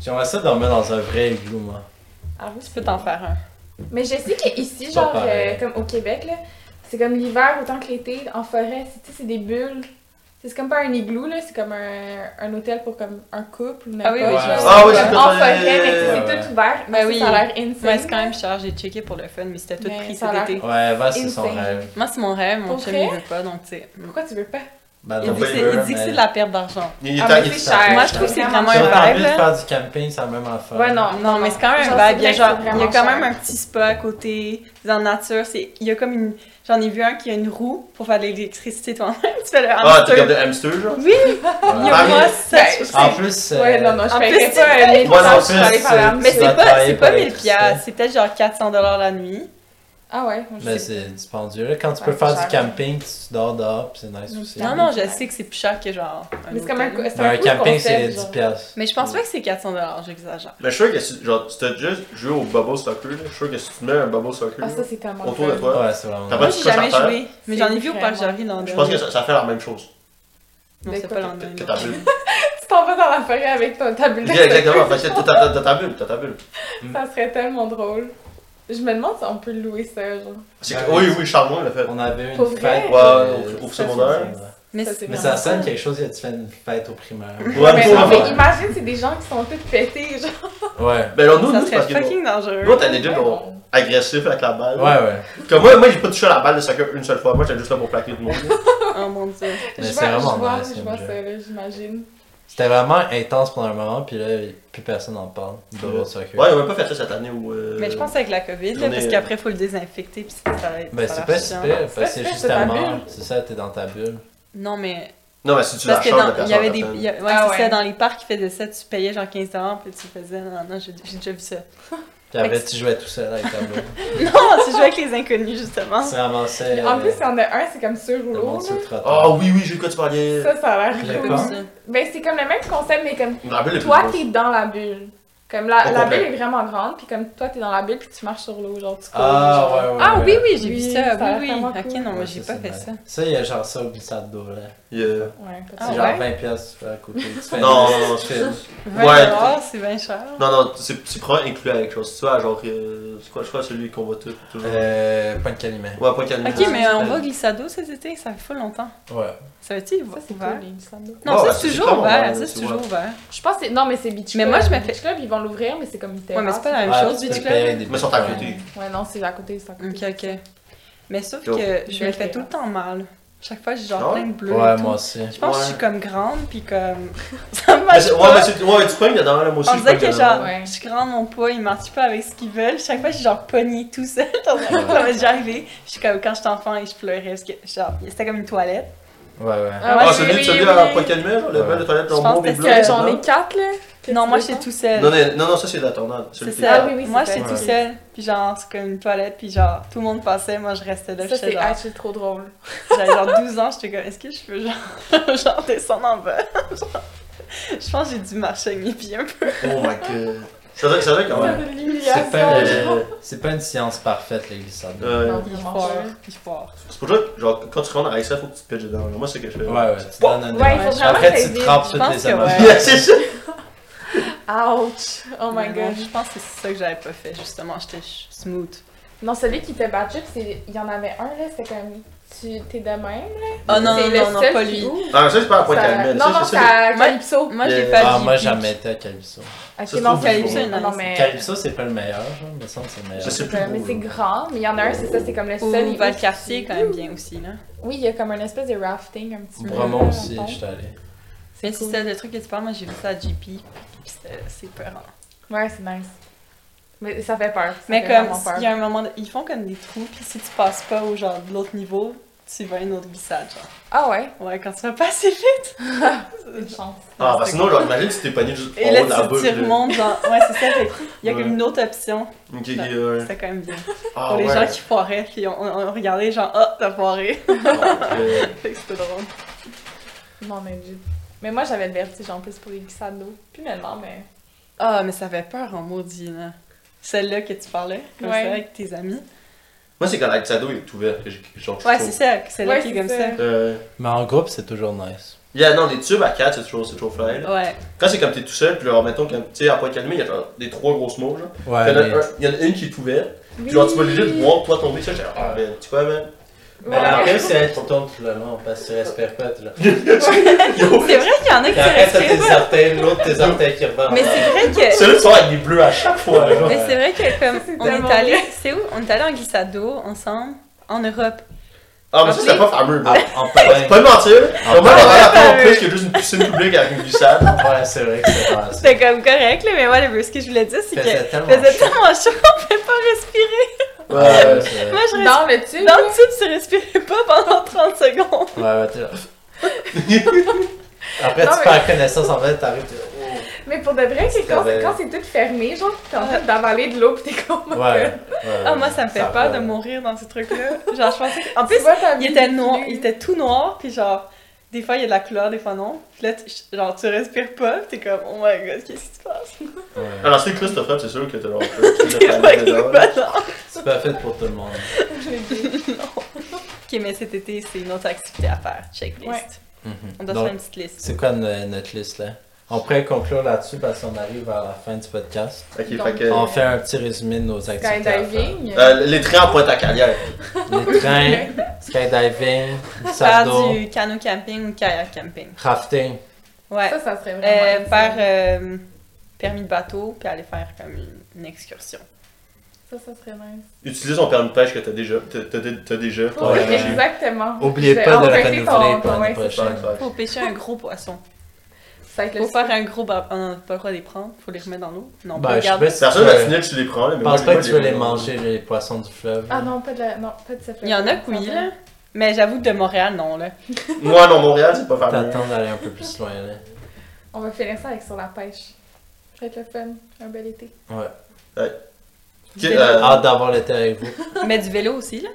[SPEAKER 1] J'aimerais ça dormir dans un vrai igloo, moi.
[SPEAKER 2] Ah, oui,
[SPEAKER 4] Tu peux t'en faire un.
[SPEAKER 2] Mais je sais
[SPEAKER 1] C'est
[SPEAKER 2] qu'ici,
[SPEAKER 1] pas
[SPEAKER 2] genre,
[SPEAKER 1] pareil.
[SPEAKER 2] euh, comme au Québec, là, c'est comme l'hiver autant que l'été, en forêt, c'est- tu sais, c'est des bulles. C'est comme pas un igloo, là, c'est comme un, un hôtel pour comme un couple, même
[SPEAKER 4] Ah oui,
[SPEAKER 2] pas,
[SPEAKER 1] oui,
[SPEAKER 2] genre,
[SPEAKER 1] je sais.
[SPEAKER 3] Ah oui, c'est
[SPEAKER 2] En
[SPEAKER 3] pas-
[SPEAKER 2] forêt, mais tu sais,
[SPEAKER 1] Ouais,
[SPEAKER 2] c'est
[SPEAKER 1] ouais.
[SPEAKER 2] tout ouvert. Mais
[SPEAKER 4] Ah oui.
[SPEAKER 2] ça a l'air insane.
[SPEAKER 4] Ouais, c'est quand même cher. J'ai checké pour le fun, mais c'était tout
[SPEAKER 2] Mais
[SPEAKER 4] pris
[SPEAKER 2] ça
[SPEAKER 4] cet
[SPEAKER 2] a l'air-
[SPEAKER 4] été.
[SPEAKER 1] Ouais, va, c'est son
[SPEAKER 2] Insane.
[SPEAKER 1] rêve.
[SPEAKER 4] Moi, c'est mon rêve. Mon
[SPEAKER 2] Pour
[SPEAKER 4] chum,
[SPEAKER 2] vrai?
[SPEAKER 4] il veut pas, donc tu sais.
[SPEAKER 2] Pourquoi tu veux pas?
[SPEAKER 1] Ben,
[SPEAKER 4] Il
[SPEAKER 1] non,
[SPEAKER 4] dit
[SPEAKER 3] veut
[SPEAKER 4] que
[SPEAKER 1] pas
[SPEAKER 4] c'est- il dit que
[SPEAKER 1] mais-
[SPEAKER 4] c'est de la perte d'argent.
[SPEAKER 3] Il, il
[SPEAKER 2] Ah,
[SPEAKER 3] t'a-
[SPEAKER 2] mais
[SPEAKER 3] il-
[SPEAKER 2] c'est cher.
[SPEAKER 4] Moi, je trouve que c'est vraiment
[SPEAKER 1] Si
[SPEAKER 4] un
[SPEAKER 1] on a envie
[SPEAKER 4] rêve.
[SPEAKER 1] de
[SPEAKER 4] là.
[SPEAKER 1] faire du camping, c'est la même affaire.
[SPEAKER 2] Ouais, non.
[SPEAKER 4] Non, mais c'est quand même
[SPEAKER 2] Genre,
[SPEAKER 4] un vibe.
[SPEAKER 2] c'est
[SPEAKER 4] Il y a,
[SPEAKER 2] vrai que
[SPEAKER 4] genre,
[SPEAKER 2] c'est
[SPEAKER 4] il y a
[SPEAKER 2] vraiment
[SPEAKER 4] quand même
[SPEAKER 2] cher.
[SPEAKER 4] un petit spa à côté, dans la nature. c'est- Il y a comme une. J'en ai vu un qui a une roue pour faire de l'électricité toi-même. tu fais le
[SPEAKER 3] Ah, t'es comme
[SPEAKER 4] hamster.
[SPEAKER 3] de hamster, genre.
[SPEAKER 4] Oui, il y a
[SPEAKER 1] Ouais.
[SPEAKER 4] moi,
[SPEAKER 3] Ah,
[SPEAKER 4] ça.
[SPEAKER 2] oui.
[SPEAKER 1] En plus, euh,
[SPEAKER 2] Ouais, non, non, je
[SPEAKER 4] en
[SPEAKER 2] paierais
[SPEAKER 4] plus,
[SPEAKER 2] pas
[SPEAKER 4] c'est-
[SPEAKER 2] un mille
[SPEAKER 3] Moi,
[SPEAKER 2] dollars
[SPEAKER 3] en
[SPEAKER 2] pour
[SPEAKER 3] plus,
[SPEAKER 2] aller faire la
[SPEAKER 1] c'est-
[SPEAKER 2] même
[SPEAKER 4] Mais
[SPEAKER 1] Tu vas
[SPEAKER 4] c'est pas,
[SPEAKER 1] travailler
[SPEAKER 4] c'est
[SPEAKER 1] pour
[SPEAKER 4] pas 1000
[SPEAKER 1] l'électricité.
[SPEAKER 4] piastres, c'est peut-être genre 400 dollars la nuit.
[SPEAKER 2] Ah ouais, moi, je
[SPEAKER 1] Mais
[SPEAKER 2] sais.
[SPEAKER 1] ben, c'est dispendieux. là. Quand tu
[SPEAKER 2] Ouais,
[SPEAKER 1] peux
[SPEAKER 2] c'est
[SPEAKER 1] faire du
[SPEAKER 2] cher.
[SPEAKER 1] camping, tu dors dehors, pis c'est nice aussi.
[SPEAKER 2] La
[SPEAKER 4] Non,
[SPEAKER 2] nuit,
[SPEAKER 4] non, je
[SPEAKER 2] ouais.
[SPEAKER 4] sais que c'est plus cher que genre. un
[SPEAKER 2] Mais c'est comme un,
[SPEAKER 4] hôtel.
[SPEAKER 2] c'est
[SPEAKER 1] Mais un
[SPEAKER 2] cool
[SPEAKER 1] camping,
[SPEAKER 2] concept,
[SPEAKER 1] c'est
[SPEAKER 2] genre.
[SPEAKER 1] 10 piastres.
[SPEAKER 4] Mais je pense pas que c'est 400 dollars, j'exagère.
[SPEAKER 3] Mais je suis sûr que si, genre, si t'as déjà joué au bubble soccer, là, je suis sûr que si tu mets un bubble soccer
[SPEAKER 2] Ah, ça,
[SPEAKER 3] là,
[SPEAKER 2] c'est tellement
[SPEAKER 3] autour de
[SPEAKER 2] fun.
[SPEAKER 3] toi,
[SPEAKER 1] Ouais, c'est vraiment.
[SPEAKER 3] T'as
[SPEAKER 1] nice.
[SPEAKER 3] pas
[SPEAKER 4] Moi,
[SPEAKER 3] de
[SPEAKER 4] j'ai
[SPEAKER 3] couche à
[SPEAKER 4] jamais
[SPEAKER 3] terre.
[SPEAKER 4] joué, mais
[SPEAKER 2] C'est
[SPEAKER 4] j'en ai vu au parc
[SPEAKER 2] vraiment-
[SPEAKER 4] Jarry l'an
[SPEAKER 3] je pense que
[SPEAKER 4] dernier.
[SPEAKER 3] ça, ça fait la même chose
[SPEAKER 4] Non,
[SPEAKER 2] Mais
[SPEAKER 4] c'est
[SPEAKER 2] quoi,
[SPEAKER 4] pas l'an
[SPEAKER 3] que, que
[SPEAKER 4] dernier.
[SPEAKER 3] ta bulle.
[SPEAKER 2] Tu t'en vas dans la forêt avec ton tablier.
[SPEAKER 3] Yeah, exactement, fait que t'as ta, t'as ta bulle, t'as ta bulle.
[SPEAKER 2] Ça serait tellement drôle. Je me demande si on peut louer ça, genre.
[SPEAKER 3] C'est que- oui, oui, Charles Moin l'a fait.
[SPEAKER 1] On avait une
[SPEAKER 2] Pour vrai?
[SPEAKER 1] fête.
[SPEAKER 3] Ouais,
[SPEAKER 1] euh,
[SPEAKER 3] au- au
[SPEAKER 1] ça,
[SPEAKER 3] secondaire.
[SPEAKER 1] c'est ça.
[SPEAKER 4] Mais
[SPEAKER 2] Ça,
[SPEAKER 4] c'est-
[SPEAKER 2] c'est
[SPEAKER 1] Mais
[SPEAKER 2] Non.
[SPEAKER 1] ça sonne quelque chose, il y a tu fais une fête au primaire.
[SPEAKER 3] Ouais,
[SPEAKER 2] mais,
[SPEAKER 3] pour
[SPEAKER 2] non, mais
[SPEAKER 3] avoir-
[SPEAKER 2] imagine, c'est des gens qui sont tous pétés, genre.
[SPEAKER 1] Ouais.
[SPEAKER 3] Ben alors, nous,
[SPEAKER 4] ça
[SPEAKER 3] nous, c'est
[SPEAKER 4] serait
[SPEAKER 3] parce que nous,
[SPEAKER 4] fucking dangereux.
[SPEAKER 3] nous, on était déjà genre, agressifs avec la balle.
[SPEAKER 1] Ouais, ouais.
[SPEAKER 3] Comme moi, moi j'ai pas touché à la balle de soccer une seule fois, moi j'étais juste là pour plaquer tout le monde.
[SPEAKER 4] Oh mon dieu.
[SPEAKER 1] Mais
[SPEAKER 2] je
[SPEAKER 1] c'est
[SPEAKER 2] vois, je
[SPEAKER 1] vraiment
[SPEAKER 2] vois,
[SPEAKER 1] nice
[SPEAKER 2] je
[SPEAKER 1] comme
[SPEAKER 2] vois
[SPEAKER 1] jeu.
[SPEAKER 2] ça, là, j'imagine.
[SPEAKER 1] C'était vraiment intense pendant un moment, puis là, plus personne n'en parle. Bubble soccer.
[SPEAKER 3] Ouais, on a pas fait ça cette année où. euh,
[SPEAKER 4] Mais je pense avec la COVID, là,
[SPEAKER 3] Journée,
[SPEAKER 4] parce
[SPEAKER 3] euh,
[SPEAKER 4] qu'après, faut le désinfecter, puis ça ça va être.
[SPEAKER 1] Ben,
[SPEAKER 4] ça
[SPEAKER 1] c'est
[SPEAKER 4] va
[SPEAKER 1] pas
[SPEAKER 4] être
[SPEAKER 1] si
[SPEAKER 4] chiant.
[SPEAKER 1] pire, parce que
[SPEAKER 2] C'est
[SPEAKER 1] c'est
[SPEAKER 2] pas
[SPEAKER 1] juste
[SPEAKER 2] si pire, c'est ta
[SPEAKER 1] mort.
[SPEAKER 2] bulle.
[SPEAKER 1] C'est ça, t'es dans ta bulle.
[SPEAKER 4] Non, mais.
[SPEAKER 3] Non, mais si tu la
[SPEAKER 4] Parce que
[SPEAKER 3] changes de
[SPEAKER 4] dans, il
[SPEAKER 3] personne.
[SPEAKER 4] y avait des.
[SPEAKER 3] après.
[SPEAKER 4] il y a- ouais,
[SPEAKER 2] Ah
[SPEAKER 4] c'est ça,
[SPEAKER 2] ouais.
[SPEAKER 4] dans les parcs, ils faisaient ça, tu payais genre 15 dollars, puis tu faisais. Non, non, j'ai j'ai déjà vu ça.
[SPEAKER 1] Puis après, tu jouais tout seul avec ta bulle.
[SPEAKER 4] Non, tu jouais avec les inconnus, justement.
[SPEAKER 1] Tu ramassais.
[SPEAKER 2] En
[SPEAKER 1] euh,
[SPEAKER 2] plus, il y en a un, c'est comme sur
[SPEAKER 1] le
[SPEAKER 2] rouleau,
[SPEAKER 1] monde sur le trottoir.
[SPEAKER 3] Ah oui, oui, j'ai de quoi tu parlais.
[SPEAKER 2] Ça, ça a l'air
[SPEAKER 1] J'ai
[SPEAKER 2] cool.
[SPEAKER 1] pas.
[SPEAKER 2] Ben, c'est comme le même concept, mais comme
[SPEAKER 3] La bulle est plus
[SPEAKER 2] toi,
[SPEAKER 3] grosse.
[SPEAKER 2] t'es dans la bulle. Comme la,
[SPEAKER 3] Au
[SPEAKER 2] la
[SPEAKER 3] complet.
[SPEAKER 2] bulle est vraiment grande, puis comme toi, t'es dans la bulle, puis tu marches sur l'eau, genre, tu cours.
[SPEAKER 1] Ah,
[SPEAKER 2] genre.
[SPEAKER 1] ouais, ouais.
[SPEAKER 4] Ah
[SPEAKER 1] ouais.
[SPEAKER 4] oui, oui, j'ai
[SPEAKER 2] Oui,
[SPEAKER 4] vu
[SPEAKER 2] ça
[SPEAKER 4] ça.
[SPEAKER 2] a l'air
[SPEAKER 4] Oui, oui.
[SPEAKER 2] tellement
[SPEAKER 4] Ok,
[SPEAKER 2] cool.
[SPEAKER 4] non, moi,
[SPEAKER 1] Ouais,
[SPEAKER 4] j'ai
[SPEAKER 1] ça,
[SPEAKER 4] pas
[SPEAKER 1] c'est
[SPEAKER 4] fait
[SPEAKER 1] nice.
[SPEAKER 4] ça.
[SPEAKER 1] Ça, il y a genre ça au glissade d'eau, là.
[SPEAKER 3] Yeah.
[SPEAKER 2] Ouais, peut-être.
[SPEAKER 1] C'est
[SPEAKER 4] Ah
[SPEAKER 1] genre
[SPEAKER 4] ouais?
[SPEAKER 1] 20 piastres, tu fais à côté. Tu fais
[SPEAKER 3] Non,
[SPEAKER 1] une-
[SPEAKER 3] non, non,
[SPEAKER 1] tu
[SPEAKER 3] c'est-
[SPEAKER 1] filmes.
[SPEAKER 4] 20
[SPEAKER 3] Ouais.
[SPEAKER 4] dollars, c'est bien cher.
[SPEAKER 3] Non, non, c'est c'est probablement inclus avec quelque chose. Tu vois, genre, euh, c'est quoi, je crois, celui qu'on voit tout. tout le monde.
[SPEAKER 1] Euh, Point de calimère.
[SPEAKER 3] Ouais, point calme.
[SPEAKER 4] Ok, mais
[SPEAKER 1] c'est
[SPEAKER 4] on
[SPEAKER 1] bien.
[SPEAKER 4] va glissado cet été, ça fait full longtemps.
[SPEAKER 1] Ouais.
[SPEAKER 4] Ça va-tu
[SPEAKER 2] Ça, c'est
[SPEAKER 4] ouvert?
[SPEAKER 2] cool, les glissades.
[SPEAKER 4] Non,
[SPEAKER 3] Ouais,
[SPEAKER 4] ça
[SPEAKER 3] ça,
[SPEAKER 4] c'est
[SPEAKER 3] c'est
[SPEAKER 4] toujours
[SPEAKER 3] comme
[SPEAKER 4] ouvert,
[SPEAKER 3] ouvert,
[SPEAKER 4] ça
[SPEAKER 3] tu
[SPEAKER 4] c'est
[SPEAKER 3] vois.
[SPEAKER 4] toujours ouvert.
[SPEAKER 2] Je pense que c'est. Non, mais c'est Beach
[SPEAKER 4] Mais
[SPEAKER 2] Club.
[SPEAKER 4] moi, je me fais-
[SPEAKER 2] Beach Club, ils vont l'ouvrir, mais c'est comme une
[SPEAKER 4] Ouais, mais c'est pas la même
[SPEAKER 1] Ouais,
[SPEAKER 4] chose,
[SPEAKER 1] tu
[SPEAKER 4] Beach
[SPEAKER 1] peux payer
[SPEAKER 4] Club.
[SPEAKER 1] des
[SPEAKER 3] Mais sont à
[SPEAKER 1] bitcoins.
[SPEAKER 3] côté.
[SPEAKER 2] Ouais, non, c'est à côté, c'est à côté.
[SPEAKER 4] Ok, ok. Mais sauf
[SPEAKER 3] Yo.
[SPEAKER 4] que je
[SPEAKER 2] Je
[SPEAKER 4] me
[SPEAKER 2] le
[SPEAKER 4] fais
[SPEAKER 2] fais.
[SPEAKER 4] tout le temps mal. Chaque fois, j'ai genre
[SPEAKER 3] Non?
[SPEAKER 4] plein de bleus. et
[SPEAKER 1] Ah Ouais,
[SPEAKER 4] tout.
[SPEAKER 1] moi aussi.
[SPEAKER 4] Je pense que je
[SPEAKER 3] Ouais.
[SPEAKER 4] suis comme grande, puis comme. Ça me
[SPEAKER 3] Mais
[SPEAKER 4] marche
[SPEAKER 3] c'est- Ouais, mais
[SPEAKER 4] pas.
[SPEAKER 3] c'est. Ouais, tu pognes dedans, là, moi aussi.
[SPEAKER 4] On
[SPEAKER 3] je
[SPEAKER 4] dirait
[SPEAKER 3] pogne
[SPEAKER 4] que
[SPEAKER 3] dedans.
[SPEAKER 4] genre,
[SPEAKER 2] dedans. Ouais.
[SPEAKER 4] je suis grande, mon poids, ils marchent pas avec ce qu'ils veulent. Chaque fois, je suis genre pognée tout seul. Dans ma-
[SPEAKER 1] Ouais.
[SPEAKER 4] dans ma- J'arrivais, je suis comme quand j'étais enfant et je pleurais parce que genre, c'était comme une toilette.
[SPEAKER 1] Ouais, ouais.
[SPEAKER 2] Ah,
[SPEAKER 3] Ah,
[SPEAKER 2] oui,
[SPEAKER 3] celui,
[SPEAKER 2] oui,
[SPEAKER 3] celui
[SPEAKER 2] oui.
[SPEAKER 3] à point calme, genre, le
[SPEAKER 1] Ouais.
[SPEAKER 3] bel de toilette,
[SPEAKER 4] Je
[SPEAKER 3] le
[SPEAKER 4] pense
[SPEAKER 3] bon,
[SPEAKER 4] que
[SPEAKER 3] les
[SPEAKER 4] c'est
[SPEAKER 3] bleus.
[SPEAKER 2] Que
[SPEAKER 4] que
[SPEAKER 2] j'en
[SPEAKER 3] non?
[SPEAKER 2] ai quatre, là.
[SPEAKER 4] Non, moi,
[SPEAKER 2] tu
[SPEAKER 4] c'est
[SPEAKER 2] veux
[SPEAKER 4] tout seul.
[SPEAKER 3] Non, non, non, non, ça c'est de la tornade.
[SPEAKER 4] C'est
[SPEAKER 3] Celui qui est
[SPEAKER 4] ça.
[SPEAKER 2] Ah oui, oui, c'est
[SPEAKER 4] moi,
[SPEAKER 2] ça.
[SPEAKER 4] j'étais tout
[SPEAKER 1] Ouais.
[SPEAKER 4] seul. Puis genre, c'est comme une toilette. Puis genre, tout le monde passait. Moi, je restais là.
[SPEAKER 2] Ça,
[SPEAKER 4] J'étais
[SPEAKER 2] c'est
[SPEAKER 4] genre,
[SPEAKER 2] ah, c'est trop drôle.
[SPEAKER 4] j'avais genre 12 ans. J'étais comme, est-ce que je peux genre, genre descendre en bas? Genre, je pense que j'ai dû marcher avec mes pieds un peu.
[SPEAKER 3] Oh my god. Ça doit Ah ça doit quand
[SPEAKER 1] Ouais.
[SPEAKER 3] même.
[SPEAKER 2] C'est de
[SPEAKER 1] C'est
[SPEAKER 2] l'humiliation.
[SPEAKER 1] pas,
[SPEAKER 3] Euh,
[SPEAKER 1] euh, c'est pas une science parfaite, les glissades.
[SPEAKER 3] euh,
[SPEAKER 2] Non,
[SPEAKER 4] Il
[SPEAKER 2] vraiment
[SPEAKER 4] foire.
[SPEAKER 2] pas.
[SPEAKER 4] Il foire.
[SPEAKER 3] C'est pour ça que, genre, quand tu rentres dans ça, faut que tu te pitches dedans. Moi, c'est ce que je fais.
[SPEAKER 1] Ouais, ouais, tu donnes une
[SPEAKER 2] Ouais, il faut
[SPEAKER 1] démarche.
[SPEAKER 2] vraiment
[SPEAKER 1] Après,
[SPEAKER 2] que
[SPEAKER 1] tu
[SPEAKER 2] ça
[SPEAKER 1] trempes
[SPEAKER 4] Je
[SPEAKER 1] toutes
[SPEAKER 4] pense
[SPEAKER 1] les
[SPEAKER 4] que
[SPEAKER 1] émotions.
[SPEAKER 4] ouais.
[SPEAKER 3] c'est ça.
[SPEAKER 2] Ouch! Oh my
[SPEAKER 4] Mais non,
[SPEAKER 2] god.
[SPEAKER 4] Je pense que c'est ça que j'avais pas fait, justement. J'étais ch- smooth.
[SPEAKER 2] Non, celui qui était battu, c'est... il y en avait un, là, c'était comme. Tu t'es de même, là?
[SPEAKER 4] Oh non,
[SPEAKER 2] C'est
[SPEAKER 4] non,
[SPEAKER 2] le
[SPEAKER 4] non,
[SPEAKER 2] seul
[SPEAKER 4] pas
[SPEAKER 2] qui
[SPEAKER 4] lui.
[SPEAKER 2] ouvre.
[SPEAKER 3] Ah, ça, c'est pas à point
[SPEAKER 2] Ça-
[SPEAKER 3] calme.
[SPEAKER 2] Non, non,
[SPEAKER 3] ça,
[SPEAKER 2] c'est
[SPEAKER 3] ça,
[SPEAKER 2] à
[SPEAKER 4] Moi-
[SPEAKER 2] Calypso.
[SPEAKER 4] Moi, j'ai
[SPEAKER 3] Euh,
[SPEAKER 4] fait.
[SPEAKER 1] Ah,
[SPEAKER 4] du
[SPEAKER 1] moi,
[SPEAKER 4] beach.
[SPEAKER 1] jamais été à Calypso.
[SPEAKER 2] Ok,
[SPEAKER 3] se
[SPEAKER 2] non,
[SPEAKER 3] trouve, c'est
[SPEAKER 2] Calypso,
[SPEAKER 4] bon.
[SPEAKER 2] non, non, mais.
[SPEAKER 1] Calypso, c'est pas le meilleur, genre, mais ça, c'est le meilleur.
[SPEAKER 3] Je sais plus.
[SPEAKER 2] Euh, mais c'est grand, mais il y en a un, c'est ça, c'est comme le
[SPEAKER 4] Ou
[SPEAKER 2] seul. il ouvre.
[SPEAKER 4] Valcartier, est quand même bien aussi, là.
[SPEAKER 2] Oui, il y a comme un espèce de rafting un petit peu.
[SPEAKER 1] Bromont
[SPEAKER 2] là,
[SPEAKER 1] aussi,
[SPEAKER 2] en fond.
[SPEAKER 1] je suis allé.
[SPEAKER 4] Mais
[SPEAKER 2] cool.
[SPEAKER 4] si c'était le truc que tu parles, moi, j'ai vu ça à GP. puis c'était- C'est hein. peurant.
[SPEAKER 2] Ouais, c'est nice. Mais ça fait peur. ça
[SPEAKER 4] Mais
[SPEAKER 2] fait
[SPEAKER 4] comme,
[SPEAKER 2] vraiment peur.
[SPEAKER 4] il y a un moment, de- ils font comme des trous, puis si tu passes pas au genre de l'autre niveau, tu vas à une autre glissade, genre.
[SPEAKER 2] Ah ouais?
[SPEAKER 4] Ouais, quand tu vas pas assez vite.
[SPEAKER 2] Une chance.
[SPEAKER 3] Ah, parce que sinon, genre, imagine si t'es pogné juste en
[SPEAKER 4] Et
[SPEAKER 3] haut de Oh, la
[SPEAKER 4] là, tu,
[SPEAKER 3] bouche.
[SPEAKER 4] tu
[SPEAKER 3] là.
[SPEAKER 4] remontes, genre. Ouais, c'est ça. fait- Il y a
[SPEAKER 3] Ouais.
[SPEAKER 4] comme une autre option.
[SPEAKER 3] Ok, ok, ouais.
[SPEAKER 4] C'était quand même bien.
[SPEAKER 3] Ah,
[SPEAKER 4] Pour les
[SPEAKER 3] ouais.
[SPEAKER 4] gens qui foiraient, puis on, on- on regardait, genre, ah, t'as foiré.
[SPEAKER 3] Euh,
[SPEAKER 4] Fait que c'était drôle.
[SPEAKER 2] Non, mais j'ai- Mais moi, j'avais le vertige en plus pour les glissades d'eau. Plus maintenant, mais.
[SPEAKER 4] Ah, mais ça fait peur en maudit, là. Celle-là que tu parlais, comme
[SPEAKER 2] Ouais.
[SPEAKER 4] ça, avec tes amis.
[SPEAKER 3] Moi, c'est quand la glissade d'eau est ouverte que j'ai genre. je
[SPEAKER 4] Ouais,
[SPEAKER 3] trouve.
[SPEAKER 4] c'est ça, celle-là
[SPEAKER 2] Ouais,
[SPEAKER 4] qui est
[SPEAKER 2] c'est
[SPEAKER 4] comme ça.
[SPEAKER 2] ça.
[SPEAKER 3] Euh,
[SPEAKER 1] Mais en groupe, c'est toujours nice.
[SPEAKER 3] Yeah, non, les tubes à 4, c'est toujours, c'est toujours fly. là.
[SPEAKER 4] Ouais.
[SPEAKER 3] Quand c'est comme t'es tout seul, puis genre, mettons, comme, tu sais, à point calmé, il y a genre des trois grosses mots, genre. Il
[SPEAKER 1] Ouais,
[SPEAKER 3] y en a
[SPEAKER 1] mais...
[SPEAKER 3] un- il y en a une qui est ouverte, puis genre, tu vas
[SPEAKER 2] Oui.
[SPEAKER 3] legit voir toi tomber, ça, j'ai genre, ah, ben, tu vois, man.
[SPEAKER 1] Mais
[SPEAKER 2] Ouais.
[SPEAKER 1] après, c'est elle qui tombe tout le long parce que tu respires pas. tu l'as.
[SPEAKER 3] Yo,
[SPEAKER 4] C'est vrai qu'il y en a qui
[SPEAKER 1] Et après, t'as
[SPEAKER 4] respirent
[SPEAKER 1] tes
[SPEAKER 4] pas.
[SPEAKER 1] orteils, l'autre, tes orteils qui reviennent.
[SPEAKER 4] Mais c'est vrai que.
[SPEAKER 3] Ceux-là sont avec des bleus à chaque fois, genre.
[SPEAKER 4] Mais c'est vrai que comme on
[SPEAKER 2] tellement
[SPEAKER 4] est allé, c'est où On est allé en glissade d'eau ensemble en Europe.
[SPEAKER 3] Ah, mais ça, c'était pas fameux, bro.
[SPEAKER 1] En plein.
[SPEAKER 3] Pas de mentir,
[SPEAKER 1] Ah,
[SPEAKER 3] on va
[SPEAKER 1] ouais,
[SPEAKER 3] avoir
[SPEAKER 4] fameux.
[SPEAKER 3] plus que juste une piscine publique avec une glissade.
[SPEAKER 1] Ouais, c'est vrai que c'est pas assez.
[SPEAKER 4] C'était comme correct, là, mais whatever. Ce que je voulais dire, c'est que
[SPEAKER 1] Faisait
[SPEAKER 4] faisait
[SPEAKER 1] tellement
[SPEAKER 4] tellement chaud, on pouvait pas respirer.
[SPEAKER 1] Ouais, ouais, c'est vrai.
[SPEAKER 4] Moi, je respirais.
[SPEAKER 2] Dans le tube?
[SPEAKER 4] Dans le tube, tu respirais pas pendant 30 secondes.
[SPEAKER 1] Ouais, ouais, t'es là. Après,
[SPEAKER 2] Non,
[SPEAKER 1] tu
[SPEAKER 2] mais-
[SPEAKER 1] perds connaissance, en fait, t'arrives, t'es là, oh.
[SPEAKER 2] Mais pour de vrai, c'est
[SPEAKER 1] Ça
[SPEAKER 2] quand,
[SPEAKER 1] va.
[SPEAKER 2] quand c'est tout fermé, genre, t'es en train d'avaler de l'eau pis t'es comme.
[SPEAKER 1] oh. Ouais, ouais. ouais,
[SPEAKER 4] Ah, moi, ça me fait peur
[SPEAKER 1] va.
[SPEAKER 4] de mourir dans ces trucs-là. Genre, je pensais. que- En
[SPEAKER 2] Tu
[SPEAKER 4] plus,
[SPEAKER 2] vois, ta
[SPEAKER 4] il
[SPEAKER 2] vie
[SPEAKER 4] était
[SPEAKER 2] défiler.
[SPEAKER 4] noir, il était tout noir, puis genre. Des fois, il y a de la couleur, des fois non. Puis là, tu, genre, tu respires pas, puis t'es comme, oh my god, qu'est-ce qui se passe?
[SPEAKER 1] Ouais. Ah,
[SPEAKER 3] Alors, c'est Christopher, c'est sûr que t'as genre.
[SPEAKER 4] T'es fucking
[SPEAKER 3] t'as-
[SPEAKER 4] badant.
[SPEAKER 1] C'est pas fait pour tout le monde.
[SPEAKER 4] Ok, mais cet été, c'est une autre activité à faire. Checklist.
[SPEAKER 2] Ouais.
[SPEAKER 4] On doit
[SPEAKER 1] Donc,
[SPEAKER 4] faire une petite liste.
[SPEAKER 1] c'est quoi no- notre liste là On pourrait conclure là-dessus parce qu'on arrive à la fin du podcast.
[SPEAKER 3] Ok, fait que.
[SPEAKER 1] On fait un petit résumé de nos activités. à faire.
[SPEAKER 2] Skydiving.
[SPEAKER 3] euh, les trains en pointe à carrière.
[SPEAKER 1] Les trains, skydiving,
[SPEAKER 4] Faire
[SPEAKER 1] sado,
[SPEAKER 4] du canot camping ou kayak camping.
[SPEAKER 1] rafting.
[SPEAKER 4] Ouais.
[SPEAKER 2] Ça, ça serait
[SPEAKER 4] Euh,
[SPEAKER 2] vraiment. nice.
[SPEAKER 4] faire euh, permis de bateau, puis aller faire comme une, une excursion.
[SPEAKER 2] Ça, ça serait nice.
[SPEAKER 3] Utilise ton permis de pêche que t'as déjà. T'as, t'as, t'as déjà. pour
[SPEAKER 1] Ouais.
[SPEAKER 3] aller pêcher.
[SPEAKER 2] Exactement.
[SPEAKER 1] Oubliez
[SPEAKER 2] Je vais
[SPEAKER 1] pas de le
[SPEAKER 2] emprunter
[SPEAKER 1] renouveler
[SPEAKER 2] ton- ton-
[SPEAKER 1] pour
[SPEAKER 2] ouais,
[SPEAKER 1] l'année
[SPEAKER 2] c'est ça.
[SPEAKER 1] prochaine.
[SPEAKER 3] Ouais.
[SPEAKER 4] Faut pêcher un gros poisson.
[SPEAKER 2] Ça va être le
[SPEAKER 4] Faut faire un gros... bar- On n'en a pas le droit de les prendre, faut les remettre dans l'eau. Non,
[SPEAKER 1] Ben, je sais
[SPEAKER 4] regarde.
[SPEAKER 1] pas si tu
[SPEAKER 3] Personne
[SPEAKER 1] veux-
[SPEAKER 3] va finir, tu les prends. là,
[SPEAKER 1] Je
[SPEAKER 3] mais
[SPEAKER 1] pense
[SPEAKER 3] moi,
[SPEAKER 1] pas
[SPEAKER 3] moi,
[SPEAKER 1] que tu
[SPEAKER 3] les-
[SPEAKER 1] veux les manger, les poissons du fleuve.
[SPEAKER 2] Ah non, pas de la. Non, pas de cette
[SPEAKER 4] Il y en a que oui, là. Mais j'avoue que de Montréal, non, là.
[SPEAKER 3] Moi, non, Montréal, c'est pas fameux.
[SPEAKER 1] T'attends d'aller un peu plus loin là.
[SPEAKER 2] On va finir ça avec sur la pêche. Ça va être le fun. Un bel été.
[SPEAKER 1] Ouais.
[SPEAKER 3] Ok, euh,
[SPEAKER 1] Hâte d'avoir l'été avec vous.
[SPEAKER 4] Mais du vélo aussi, là.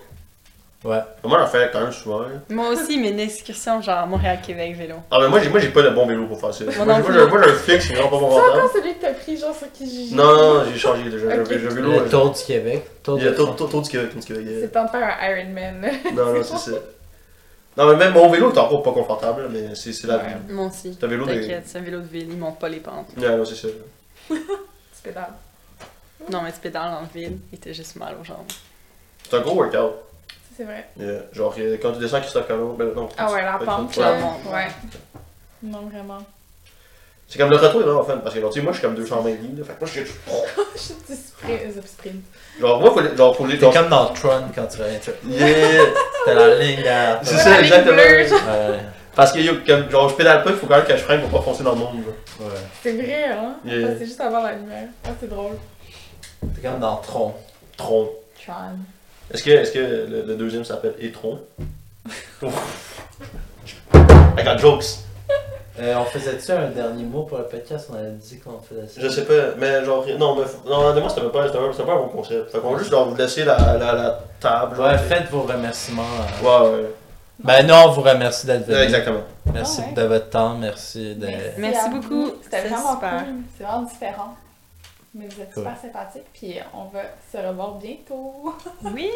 [SPEAKER 1] Ouais.
[SPEAKER 3] Moi, j'en fais quand même souvent. là.
[SPEAKER 4] Moi aussi, mais une excursion genre Montréal-Québec vélo.
[SPEAKER 3] Ah, mais moi, j'ai, moi, j'ai pas le bon vélo pour faire ça. Moi, j'ai,
[SPEAKER 4] Moi
[SPEAKER 3] moi,
[SPEAKER 4] non
[SPEAKER 3] j'ai,
[SPEAKER 4] plus.
[SPEAKER 3] moi, j'ai un fixe, c'est vraiment pas mon
[SPEAKER 2] C'est
[SPEAKER 3] rentable.
[SPEAKER 2] encore celui que t'as pris, genre sur Kijiji.
[SPEAKER 3] Non, non, non, j'ai changé déjà. J'ai
[SPEAKER 2] Ok.
[SPEAKER 3] j'ai un vélo.
[SPEAKER 1] Le
[SPEAKER 3] euh,
[SPEAKER 1] tour du Québec. Tour
[SPEAKER 3] Il y a
[SPEAKER 1] de-
[SPEAKER 3] tour, tour, tour du Québec, tour du Québec.
[SPEAKER 2] C'est temps de faire un Ironman.
[SPEAKER 3] euh, Non, non, c'est ça. Non, mais même mon vélo est encore pas confortable, mais c'est, c'est la
[SPEAKER 2] Ouais.
[SPEAKER 3] vie.
[SPEAKER 4] Moi aussi.
[SPEAKER 3] C'est un vélo de.
[SPEAKER 4] T'inquiète, c'est un vélo de ville, ils montent pas les pentes.
[SPEAKER 3] Ouais, non, c'est ça.
[SPEAKER 2] Tu pédales.
[SPEAKER 4] Non, mais tu pédales dans le ville, il était juste mal aux jambes.
[SPEAKER 3] C'est un gros workout.
[SPEAKER 2] Ça, C'est vrai.
[SPEAKER 3] Yeah. Genre, euh, quand tu descends Christophe Colomb, ben non.
[SPEAKER 2] Ah ouais, la
[SPEAKER 3] Ouais,
[SPEAKER 2] pente,
[SPEAKER 3] ouais.
[SPEAKER 2] là.
[SPEAKER 4] Ouais.
[SPEAKER 2] Ouais. Non, vraiment.
[SPEAKER 3] C'est comme le retour est vraiment fun parce que, genre, tu sais, moi, je suis comme 220 livres. là, Fait que moi, je suis.
[SPEAKER 2] Je suis du sprint. euh, sprint.
[SPEAKER 3] Genre, moi, faut les. Genre, faut les.
[SPEAKER 1] T'es
[SPEAKER 3] Genre,
[SPEAKER 1] comme dans Tron quand tu reviens. tu-
[SPEAKER 3] yeah!
[SPEAKER 1] T'as la ligne derrière.
[SPEAKER 3] C'est
[SPEAKER 1] toi.
[SPEAKER 3] ça,
[SPEAKER 2] la ligne bleue,
[SPEAKER 3] exactement.
[SPEAKER 1] Ouais.
[SPEAKER 3] Parce que, yo, comme, genre, je pédale pas, il faut quand même que je freine pour pas foncer dans le monde. là.
[SPEAKER 1] Ouais.
[SPEAKER 2] C'est vrai, hein?
[SPEAKER 3] Yeah.
[SPEAKER 2] Ça, C'est juste avant la lumière. Ah, c'est drôle.
[SPEAKER 1] C'est comme dans Tron.
[SPEAKER 3] Tron.
[SPEAKER 2] Tron.
[SPEAKER 3] Est-ce que, est-ce que le, le deuxième s'appelle Etron? I got jokes.
[SPEAKER 1] Euh, on faisait-tu un dernier mot pour le podcast On avait dit qu'on faisait ça.
[SPEAKER 3] Je sais pas, mais genre, non, mais non, honnêtement, c'était pas, c'était pas, c'était pas un bon concept. Fait qu'on va juste genre vous laisser la, la, la table. genre.
[SPEAKER 1] Ouais, faites vos remerciements. euh.
[SPEAKER 3] Ouais, ouais.
[SPEAKER 1] Ben nous, on vous remercie d'être
[SPEAKER 3] Ouais,
[SPEAKER 1] venus.
[SPEAKER 3] exactement.
[SPEAKER 1] Merci
[SPEAKER 2] Ah ouais.
[SPEAKER 1] de votre temps, merci de...
[SPEAKER 2] Merci,
[SPEAKER 4] Merci
[SPEAKER 2] à
[SPEAKER 4] beaucoup.
[SPEAKER 2] vous. C'était
[SPEAKER 4] C'est
[SPEAKER 2] vraiment
[SPEAKER 4] super.
[SPEAKER 2] cool. C'est vraiment différent. Mais vous êtes
[SPEAKER 1] Cool.
[SPEAKER 2] super sympathiques. Puis on va se revoir bientôt.
[SPEAKER 4] Oui!